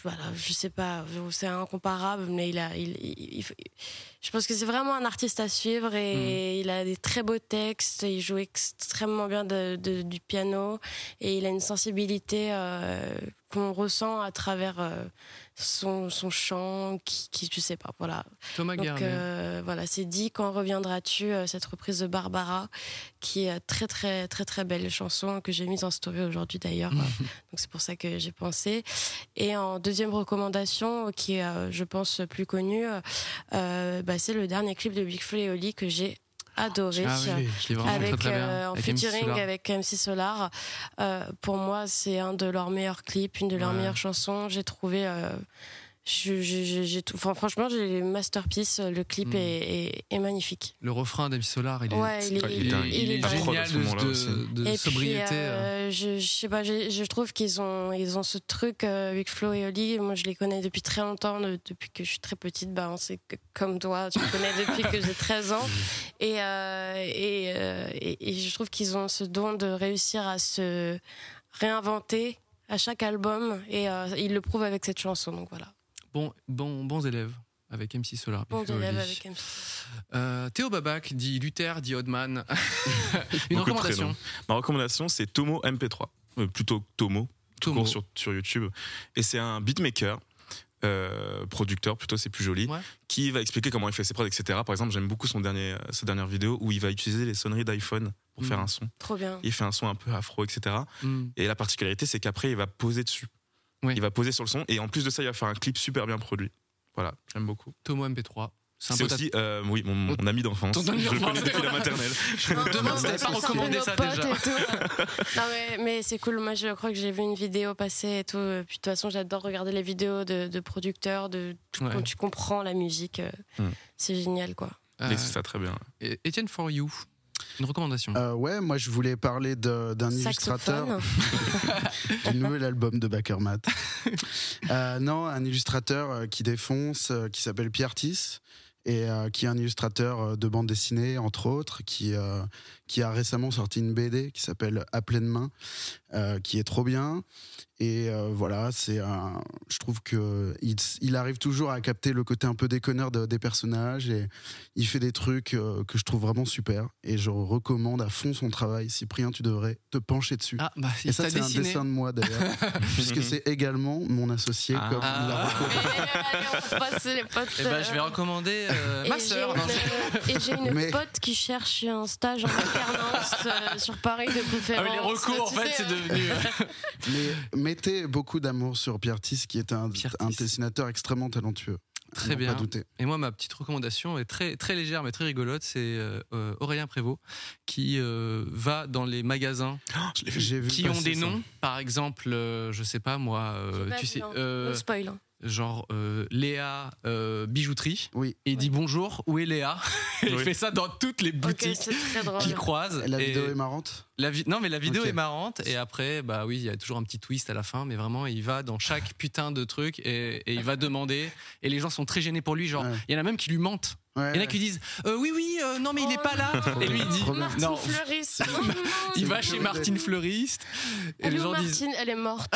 [SPEAKER 4] voilà, je sais pas, c'est incomparable, mais il a, il, il- il faut- je pense que c'est vraiment un artiste à suivre et il a des très beaux textes, il joue extrêmement bien de- de- du piano et il a une sensibilité euh, qu'on ressent à travers euh, son, son chant, qui, qui, je sais pas, voilà.
[SPEAKER 1] Thomas
[SPEAKER 4] Donc,
[SPEAKER 1] Garnier.
[SPEAKER 4] euh, voilà, c'est dit quand reviendras-tu euh, cette reprise de Barbara, qui est euh, très très très très belle chanson hein, que j'ai mise en story aujourd'hui d'ailleurs. euh, donc c'est pour ça que j'ai pensé. Et en deuxième recommandation, euh, qui est euh, je pense plus connue, euh, euh, bah, c'est le dernier clip de Big Flo et Oli que j'ai adoré
[SPEAKER 1] Ah oui, je l'ai vraiment
[SPEAKER 4] avec
[SPEAKER 1] très, très bien.
[SPEAKER 4] euh, en
[SPEAKER 1] Avec MC
[SPEAKER 4] featuring
[SPEAKER 1] Solar.
[SPEAKER 4] avec MC Solar. Euh, pour moi, c'est un de leurs meilleurs clips, une de leurs
[SPEAKER 1] Ouais.
[SPEAKER 4] meilleures chansons. J'ai trouvé. euh, je- je- je- j'ai tout- enfin, franchement, j'ai les masterpiece. Le clip
[SPEAKER 1] Mm.
[SPEAKER 4] est, est- est magnifique.
[SPEAKER 1] Le refrain d'Amy Solar, il est,
[SPEAKER 4] Ouais, il est-
[SPEAKER 1] Ah, il est-
[SPEAKER 4] il est-
[SPEAKER 1] il
[SPEAKER 4] il
[SPEAKER 1] est
[SPEAKER 4] est dingue.
[SPEAKER 1] génial de, de- de
[SPEAKER 4] Et puis,
[SPEAKER 1] sobriété. euh.
[SPEAKER 4] euh, je, je sais pas, je, je trouve qu'ils ont, ils ont ce truc euh, avec Flo et Oli. Moi, je les connais depuis très longtemps, de- depuis que je suis très petite. Bah, c'est que- comme toi, tu me connais depuis que j'ai 13 ans. Et, euh, et, euh, et- et je trouve qu'ils ont ce don de réussir à se réinventer à chaque album. Et euh, ils le prouvent avec cette chanson. Donc voilà.
[SPEAKER 1] Bon, bon, bons élèves avec MC Solar. Big
[SPEAKER 4] Bons
[SPEAKER 1] Flo et
[SPEAKER 4] élèves
[SPEAKER 1] Oli.
[SPEAKER 4] avec MC.
[SPEAKER 1] Euh, Théo Babac dit Luther, dit Hodman. Une
[SPEAKER 2] Beaucoup de
[SPEAKER 1] recommandation.
[SPEAKER 2] prénoms. Ma recommandation, c'est Tomo MP3. Euh, plutôt Tomo, tout
[SPEAKER 1] Tomo.
[SPEAKER 2] court sur, sur YouTube. Et c'est un beatmaker. euh, producteur plutôt c'est plus joli qui va expliquer comment il fait ses prods etc par exemple j'aime beaucoup son dernier euh, sa dernière vidéo où il va utiliser les sonneries d'iPhone pour
[SPEAKER 4] Mm.
[SPEAKER 1] Hmm.
[SPEAKER 2] faire un son
[SPEAKER 4] Trop bien.
[SPEAKER 2] il fait un son un peu afro etc
[SPEAKER 1] Mm.
[SPEAKER 2] et la particularité c'est qu'après il va poser dessus il va poser sur le son et en plus de ça il va faire un clip super bien produit voilà j'aime beaucoup
[SPEAKER 1] Tomo MP3. C'est un
[SPEAKER 2] c'est
[SPEAKER 1] peu ta-
[SPEAKER 2] aussi euh, oui mon, mon ami d'enfance
[SPEAKER 1] Ton ami
[SPEAKER 2] je le
[SPEAKER 1] d'enfance.
[SPEAKER 2] connais depuis la maternelle
[SPEAKER 1] Je me demande si t'avais pas recommandé
[SPEAKER 4] nos
[SPEAKER 1] ça
[SPEAKER 4] potes
[SPEAKER 1] déjà.
[SPEAKER 4] et tout. non mais, mais c'est cool. Moi, je crois que j'ai vu une vidéo passer et tout. Euh, Puis de toute façon, j'adore regarder les vidéos de, de producteurs, de tout-
[SPEAKER 1] Ouais.
[SPEAKER 4] quand tu comprends la musique. euh,
[SPEAKER 2] Hmm.
[SPEAKER 4] C'est génial, quoi.
[SPEAKER 1] Ah.
[SPEAKER 2] Mais c'est ça très bien
[SPEAKER 1] Euh, Et- Étienne For You, une recommandation.
[SPEAKER 3] Euh, ouais, moi je voulais parler de- d'un illustrateur. du nouvel album de Backermat. Euh, non, un illustrateur euh, qui défonce, euh, qui s'appelle Pierre Tiss et euh, qui est un illustrateur euh, de bande dessinée, entre autres, qui, euh, qui a récemment sorti une BD qui s'appelle À pleine main, euh, qui est trop bien. Et euh, voilà, c'est un- je trouve que il, il arrive toujours à capter le côté un peu déconneur de- des personnages et il fait des trucs euh, que je trouve vraiment super. Et je recommande à fond son travail. Cyprien, tu devrais te pencher dessus. et
[SPEAKER 1] il
[SPEAKER 3] ça,
[SPEAKER 1] t'a
[SPEAKER 3] c'est
[SPEAKER 1] Ah,
[SPEAKER 3] un
[SPEAKER 1] bah, dessiné.
[SPEAKER 3] dessin de moi d'ailleurs, puisque c'est également mon associé.
[SPEAKER 1] Ah.
[SPEAKER 3] Comme il l'a recommandé.
[SPEAKER 4] On passe les potes.
[SPEAKER 1] Eh ben, je vais recommander euh,
[SPEAKER 4] Et
[SPEAKER 1] ma
[SPEAKER 4] j'ai
[SPEAKER 1] sœur. hein.
[SPEAKER 4] une-
[SPEAKER 1] Non, je-
[SPEAKER 4] Et j'ai une
[SPEAKER 1] Mais-
[SPEAKER 4] pote qui cherche un stage en alternance euh, sur Paris de
[SPEAKER 1] Ah
[SPEAKER 4] préférence.
[SPEAKER 1] oui, les recours, en
[SPEAKER 4] Tu
[SPEAKER 1] fait,
[SPEAKER 4] sais,
[SPEAKER 1] c'est
[SPEAKER 4] euh,
[SPEAKER 1] devenu.
[SPEAKER 3] Mais mettez beaucoup d'amour sur Piertis, qui est un, un dessinateur extrêmement talentueux.
[SPEAKER 1] Très
[SPEAKER 3] N'en
[SPEAKER 1] bien.
[SPEAKER 3] Pas douter.
[SPEAKER 1] Et moi, ma petite recommandation est très, très légère, mais très rigolote. C'est euh, euh, Aurélien Prévost qui euh, va dans les magasins
[SPEAKER 3] J'ai vu
[SPEAKER 1] qui ont
[SPEAKER 3] passer
[SPEAKER 1] des
[SPEAKER 3] ça.
[SPEAKER 1] noms. Par exemple, euh, je sais pas moi, euh,
[SPEAKER 4] J'ai pas
[SPEAKER 1] tu
[SPEAKER 4] vu,
[SPEAKER 1] sais,
[SPEAKER 4] hein.
[SPEAKER 1] euh,
[SPEAKER 4] No spoil, hein.
[SPEAKER 1] genre euh, Léa euh, bijouterie.
[SPEAKER 3] Oui.
[SPEAKER 1] Et il dit bonjour, où est Léa Et il fait ça dans toutes les boutiques
[SPEAKER 4] très drôle.
[SPEAKER 1] qu'il croise.
[SPEAKER 3] La
[SPEAKER 1] et-
[SPEAKER 3] vidéo est marrante.
[SPEAKER 1] la vi- non mais la vidéo
[SPEAKER 3] Ok.
[SPEAKER 1] est marrante et après bah oui il y a toujours un petit twist à la fin mais vraiment il va dans chaque putain de truc et, et il va demander et les gens sont très gênés pour lui genre il y en a même qui lui mentent il y en a
[SPEAKER 3] ouais.
[SPEAKER 1] qui disent Euh, oui oui euh, non mais il est pas là et lui il dit
[SPEAKER 3] Trop bien.
[SPEAKER 1] non
[SPEAKER 4] Fleuriste.
[SPEAKER 1] il va chez Martine Fleuriste et
[SPEAKER 4] Elle
[SPEAKER 1] les
[SPEAKER 4] est où,
[SPEAKER 1] gens disent
[SPEAKER 4] Martine Elle est morte.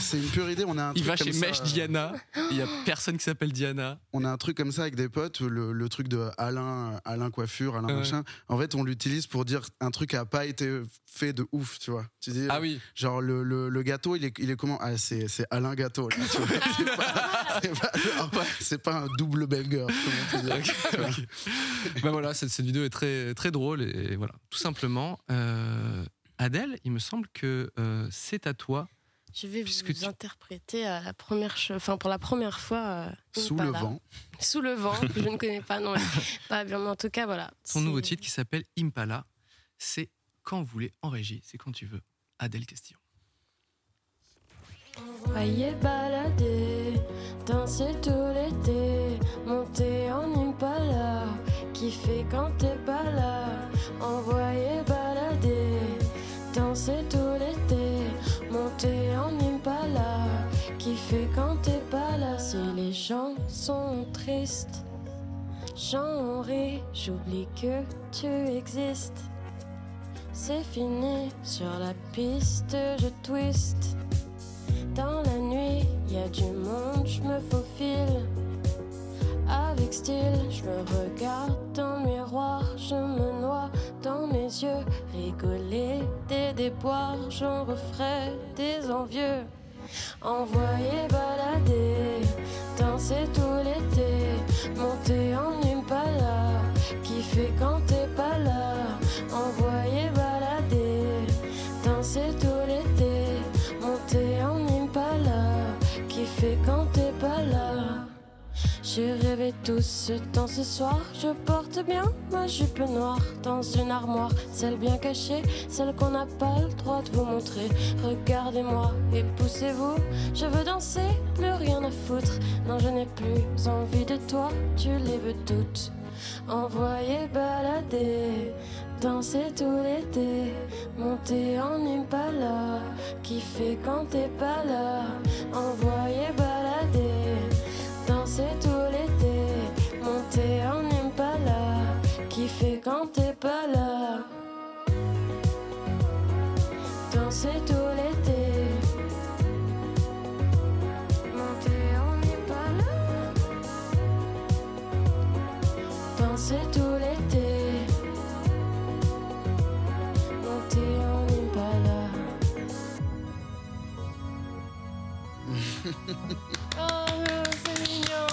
[SPEAKER 3] C'est une pure idée. On a un
[SPEAKER 1] il
[SPEAKER 3] truc
[SPEAKER 1] va
[SPEAKER 3] comme
[SPEAKER 1] chez
[SPEAKER 3] ça,
[SPEAKER 1] Mèche
[SPEAKER 3] euh,
[SPEAKER 1] Diana il y a personne qui s'appelle Diana
[SPEAKER 3] On a un truc comme ça avec des potes, le, le truc de Alain, Alain coiffure, Alain
[SPEAKER 1] Ouais.
[SPEAKER 3] machin. En fait, on l'utilise pour dire un truc qui a pas été fait de ouf, tu vois. Tu dis,
[SPEAKER 1] Ah oui.
[SPEAKER 3] Genre le, le- le gâteau, il est, il est comment Ah, c'est c'est Alain gâteau. là, tu vois. C'est pas- c'est pas, genre, c'est pas un double banger. Comment on peut dire.
[SPEAKER 1] bah voilà, cette, cette vidéo est très, très drôle et, voilà, tout simplement. euh, Adèle, il me semble que euh, c'est à toi.
[SPEAKER 4] Je vais vous interpréter à la première, che- enfin pour la première fois. euh,
[SPEAKER 1] Sous
[SPEAKER 4] Impala.
[SPEAKER 1] le vent.
[SPEAKER 4] Sous le vent. que je ne connais pas non. Pas bien, mais en tout cas voilà.
[SPEAKER 1] Ton nouveau titre qui s'appelle Impala, c'est quand vous voulez en régie, c'est quand tu veux. Adèle Question.
[SPEAKER 4] Voyez balader, danser tout l'été, monter en Impala, kiffer quand t'es pas là. Envoyer balader, danser tout l'été, monter en Impala, kiffer quand t'es pas là. Si les gens sont tristes, j'en ris, j'oublie que tu existes. C'est fini, sur la piste je twiste. Dans la nuit, Y a du monde, je me faufile avec style. Je me regarde dans le miroir, je me noie dans mes yeux. Rigoler des déboires, j'en referai des envieux. Envoyer balader, danser tout l'été, monter en Impala, kiffer quand t'es pas là. Envoyer balader, danser tout l'été, monter en Impala, kiffer quand t'es pas là. J'ai rêvé tout ce temps ce soir. Je porte bien ma jupe noire dans une armoire, celle bien cachée, celle qu'on n'a pas le droit de vous montrer. Regardez-moi et poussez-vous. Je veux danser, plus rien à foutre. Non, je n'ai plus envie de toi, tu les veux toutes. Envoyer balader, danser tout l'été, monter en Impala, kiffer quand t'es pas là. Envoyer balader. Danser tout l'été, monter en Impala, kiffer quand t'es pas là. Danser tout l'été, monter en Impala. Danser tout l'été, monter en Impala. Oh, c'est mignon.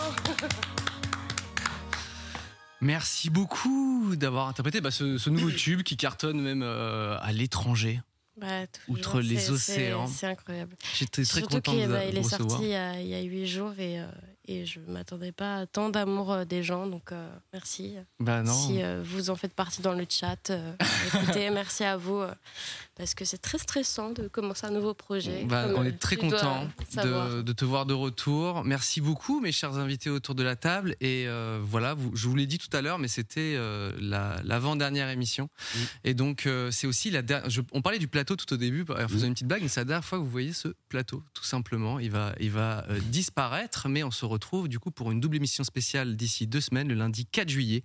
[SPEAKER 1] Merci beaucoup d'avoir interprété bah, ce, ce nouveau tube qui cartonne même euh, à l'étranger.
[SPEAKER 4] Bah, tout
[SPEAKER 1] Outre
[SPEAKER 4] genre,
[SPEAKER 1] les
[SPEAKER 4] c'est- c'est-
[SPEAKER 1] océans.
[SPEAKER 4] C'est incroyable.
[SPEAKER 1] J'étais très
[SPEAKER 4] Surtout
[SPEAKER 1] content
[SPEAKER 4] qu'il,
[SPEAKER 1] de
[SPEAKER 4] bah,
[SPEAKER 1] vous
[SPEAKER 4] il est
[SPEAKER 1] recevoir.
[SPEAKER 4] sorti il y a- il y a huit jours et, euh, et je ne m'attendais pas à tant d'amour euh, des gens, donc euh, merci.
[SPEAKER 1] Bah non.
[SPEAKER 4] Si euh, vous en faites partie dans le chat, euh, écoutez, merci à vous, euh, parce que c'est très stressant de commencer un nouveau projet.
[SPEAKER 1] Bah,
[SPEAKER 4] comme,
[SPEAKER 1] on
[SPEAKER 4] euh,
[SPEAKER 1] est très
[SPEAKER 4] tu dois
[SPEAKER 1] content
[SPEAKER 4] savoir.
[SPEAKER 1] de, de te voir de retour. Merci beaucoup, mes chers invités autour de la table. Et euh, voilà, vous- je vous l'ai dit tout à l'heure, mais c'était euh, la- l'avant-dernière émission. Et donc, euh, c'est aussi la dernière. je- on parlait du plateau tout au début, en faisant une petite blague, mais c'est la dernière fois que vous voyez ce plateau, tout simplement. Il va, il va euh, disparaître, mais on se retrouve du coup pour une double émission spéciale d'ici deux semaines, le lundi 4 juillet.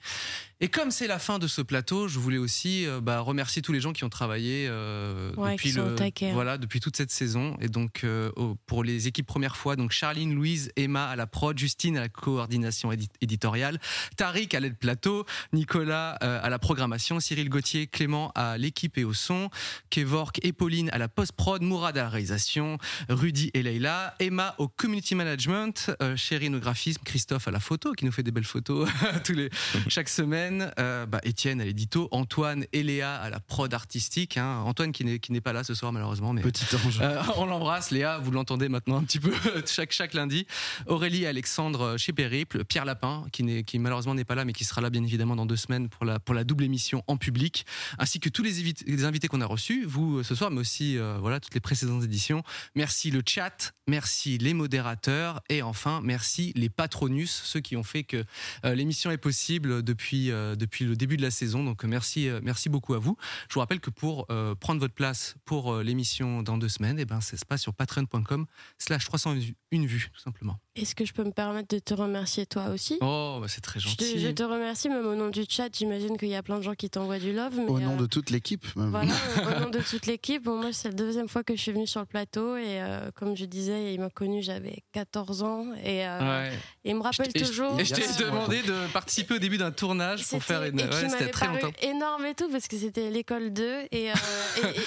[SPEAKER 1] Et comme c'est la fin de ce plateau, je voulais aussi euh, bah, remercier tous les gens qui ont travaillé euh,
[SPEAKER 4] Ouais,
[SPEAKER 1] depuis
[SPEAKER 4] qui sont au
[SPEAKER 1] le
[SPEAKER 4] taquet, hein.
[SPEAKER 1] voilà, voilà, depuis toute cette saison. Et donc, euh, au- pour les équipes première fois, donc Charline, Louise, Emma à la prod, Justine à la coordination édi- éditoriale, Tariq à l'aide plateau, Nicolas euh, à la programmation, Cyril Gauthier, Clément à l'équipe et au son, Kevork et Pauline à la post-prod, Mourad à la réalisation, Rudy et Leïla, Emma au community management, euh, Chérine au graphisme, Christophe à la photo, qui nous fait des belles photos tous les, chaque semaine, euh, bah, Étienne à l'édito, Antoine et Léa à la prod artistique, hein. Antoine qui n'est qui n'est pas là ce soir malheureusement, mais
[SPEAKER 3] Petit ange.
[SPEAKER 1] euh, on l'embrasse, Léa, vous l'entendez maintenant un petit peu chaque, chaque lundi. Aurélie et Alexandre euh, chez Périple, Pierre Lapin, qui, n'est- qui malheureusement n'est pas là, mais qui sera là bien évidemment dans deux semaines pour la, pour la double émission en public, ainsi que tous les, évit- les invités qu'on a reçus, vous euh, ce soir, mais aussi euh, voilà, toutes les précédentes éditions. Merci le chat, merci les modérateurs, et enfin, merci les patronus, ceux qui ont fait que euh, l'émission est possible depuis, euh, depuis le début de la saison. Donc euh, merci, euh, merci beaucoup à vous. Je vous rappelle que pour euh, prendre votre place pour euh, l'émission dans deux semaines, et ben, ça se passe sur patreon.com slash 301 vues, tout simplement.
[SPEAKER 4] Est-ce que je peux me permettre de te remercier toi aussi
[SPEAKER 1] Oh, bah, c'est très
[SPEAKER 4] je te,
[SPEAKER 1] gentil.
[SPEAKER 4] je te remercie, même au nom du chat, j'imagine qu'il y a plein de gens qui t'envoient du love. Mais
[SPEAKER 3] Au nom
[SPEAKER 4] euh,
[SPEAKER 3] de toute l'équipe. même.
[SPEAKER 4] Voilà, euh, au nom de toute l'équipe. Bon, moi, c'est la deuxième fois que je suis venue sur le plateau. Et euh, comme je disais, il m'a connue, j'avais 14 ans. Et, euh,
[SPEAKER 1] Ouais.
[SPEAKER 4] et il me rappelle
[SPEAKER 1] Et
[SPEAKER 4] toujours.
[SPEAKER 1] je, et je
[SPEAKER 4] euh,
[SPEAKER 1] t'ai demandé de participer au début d'un tournage pour faire une.
[SPEAKER 4] et qui
[SPEAKER 1] ouais,
[SPEAKER 4] m'avait
[SPEAKER 1] c'était très
[SPEAKER 4] paru
[SPEAKER 1] longtemps.
[SPEAKER 4] énorme et tout, parce que c'était l'école 2. Et, euh,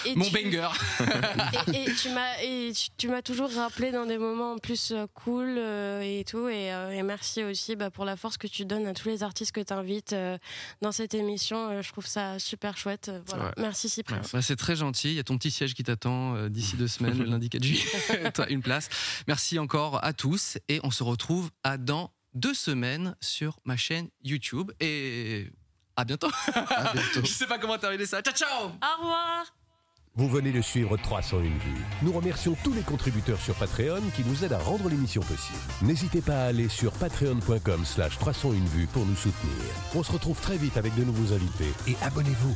[SPEAKER 4] et- et- et
[SPEAKER 1] Mon
[SPEAKER 4] tu-
[SPEAKER 1] banger.
[SPEAKER 4] et, et tu m'as et tu- tu m'as toujours rappelé dans des moments en plus euh, cool euh, et tout et, euh, et merci aussi bah, pour la force que tu donnes à tous les artistes que tu invites dans cette émission Euh, je trouve ça super chouette Euh, voilà.
[SPEAKER 1] Ouais.
[SPEAKER 4] merci Cyprien
[SPEAKER 1] Bah, c'est très gentil. Il y a ton petit siège qui t'attend euh, d'ici deux semaines, le lundi 4 juillet. T'as une place. Merci encore à tous. Et on se retrouve à dans deux semaines sur ma chaîne YouTube. Et à bientôt. Je sais pas comment terminer ça. Ciao, ciao
[SPEAKER 4] au revoir
[SPEAKER 5] Vous venez de suivre 301 vues. Nous remercions tous les contributeurs sur Patreon qui nous aident à rendre l'émission possible. N'hésitez pas à aller sur patreon.com slash 301 vues pour nous soutenir. On se retrouve très vite avec de nouveaux invités et abonnez-vous.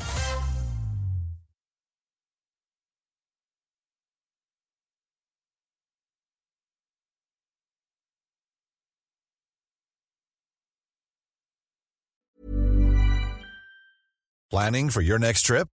[SPEAKER 11] Planning for your next trip?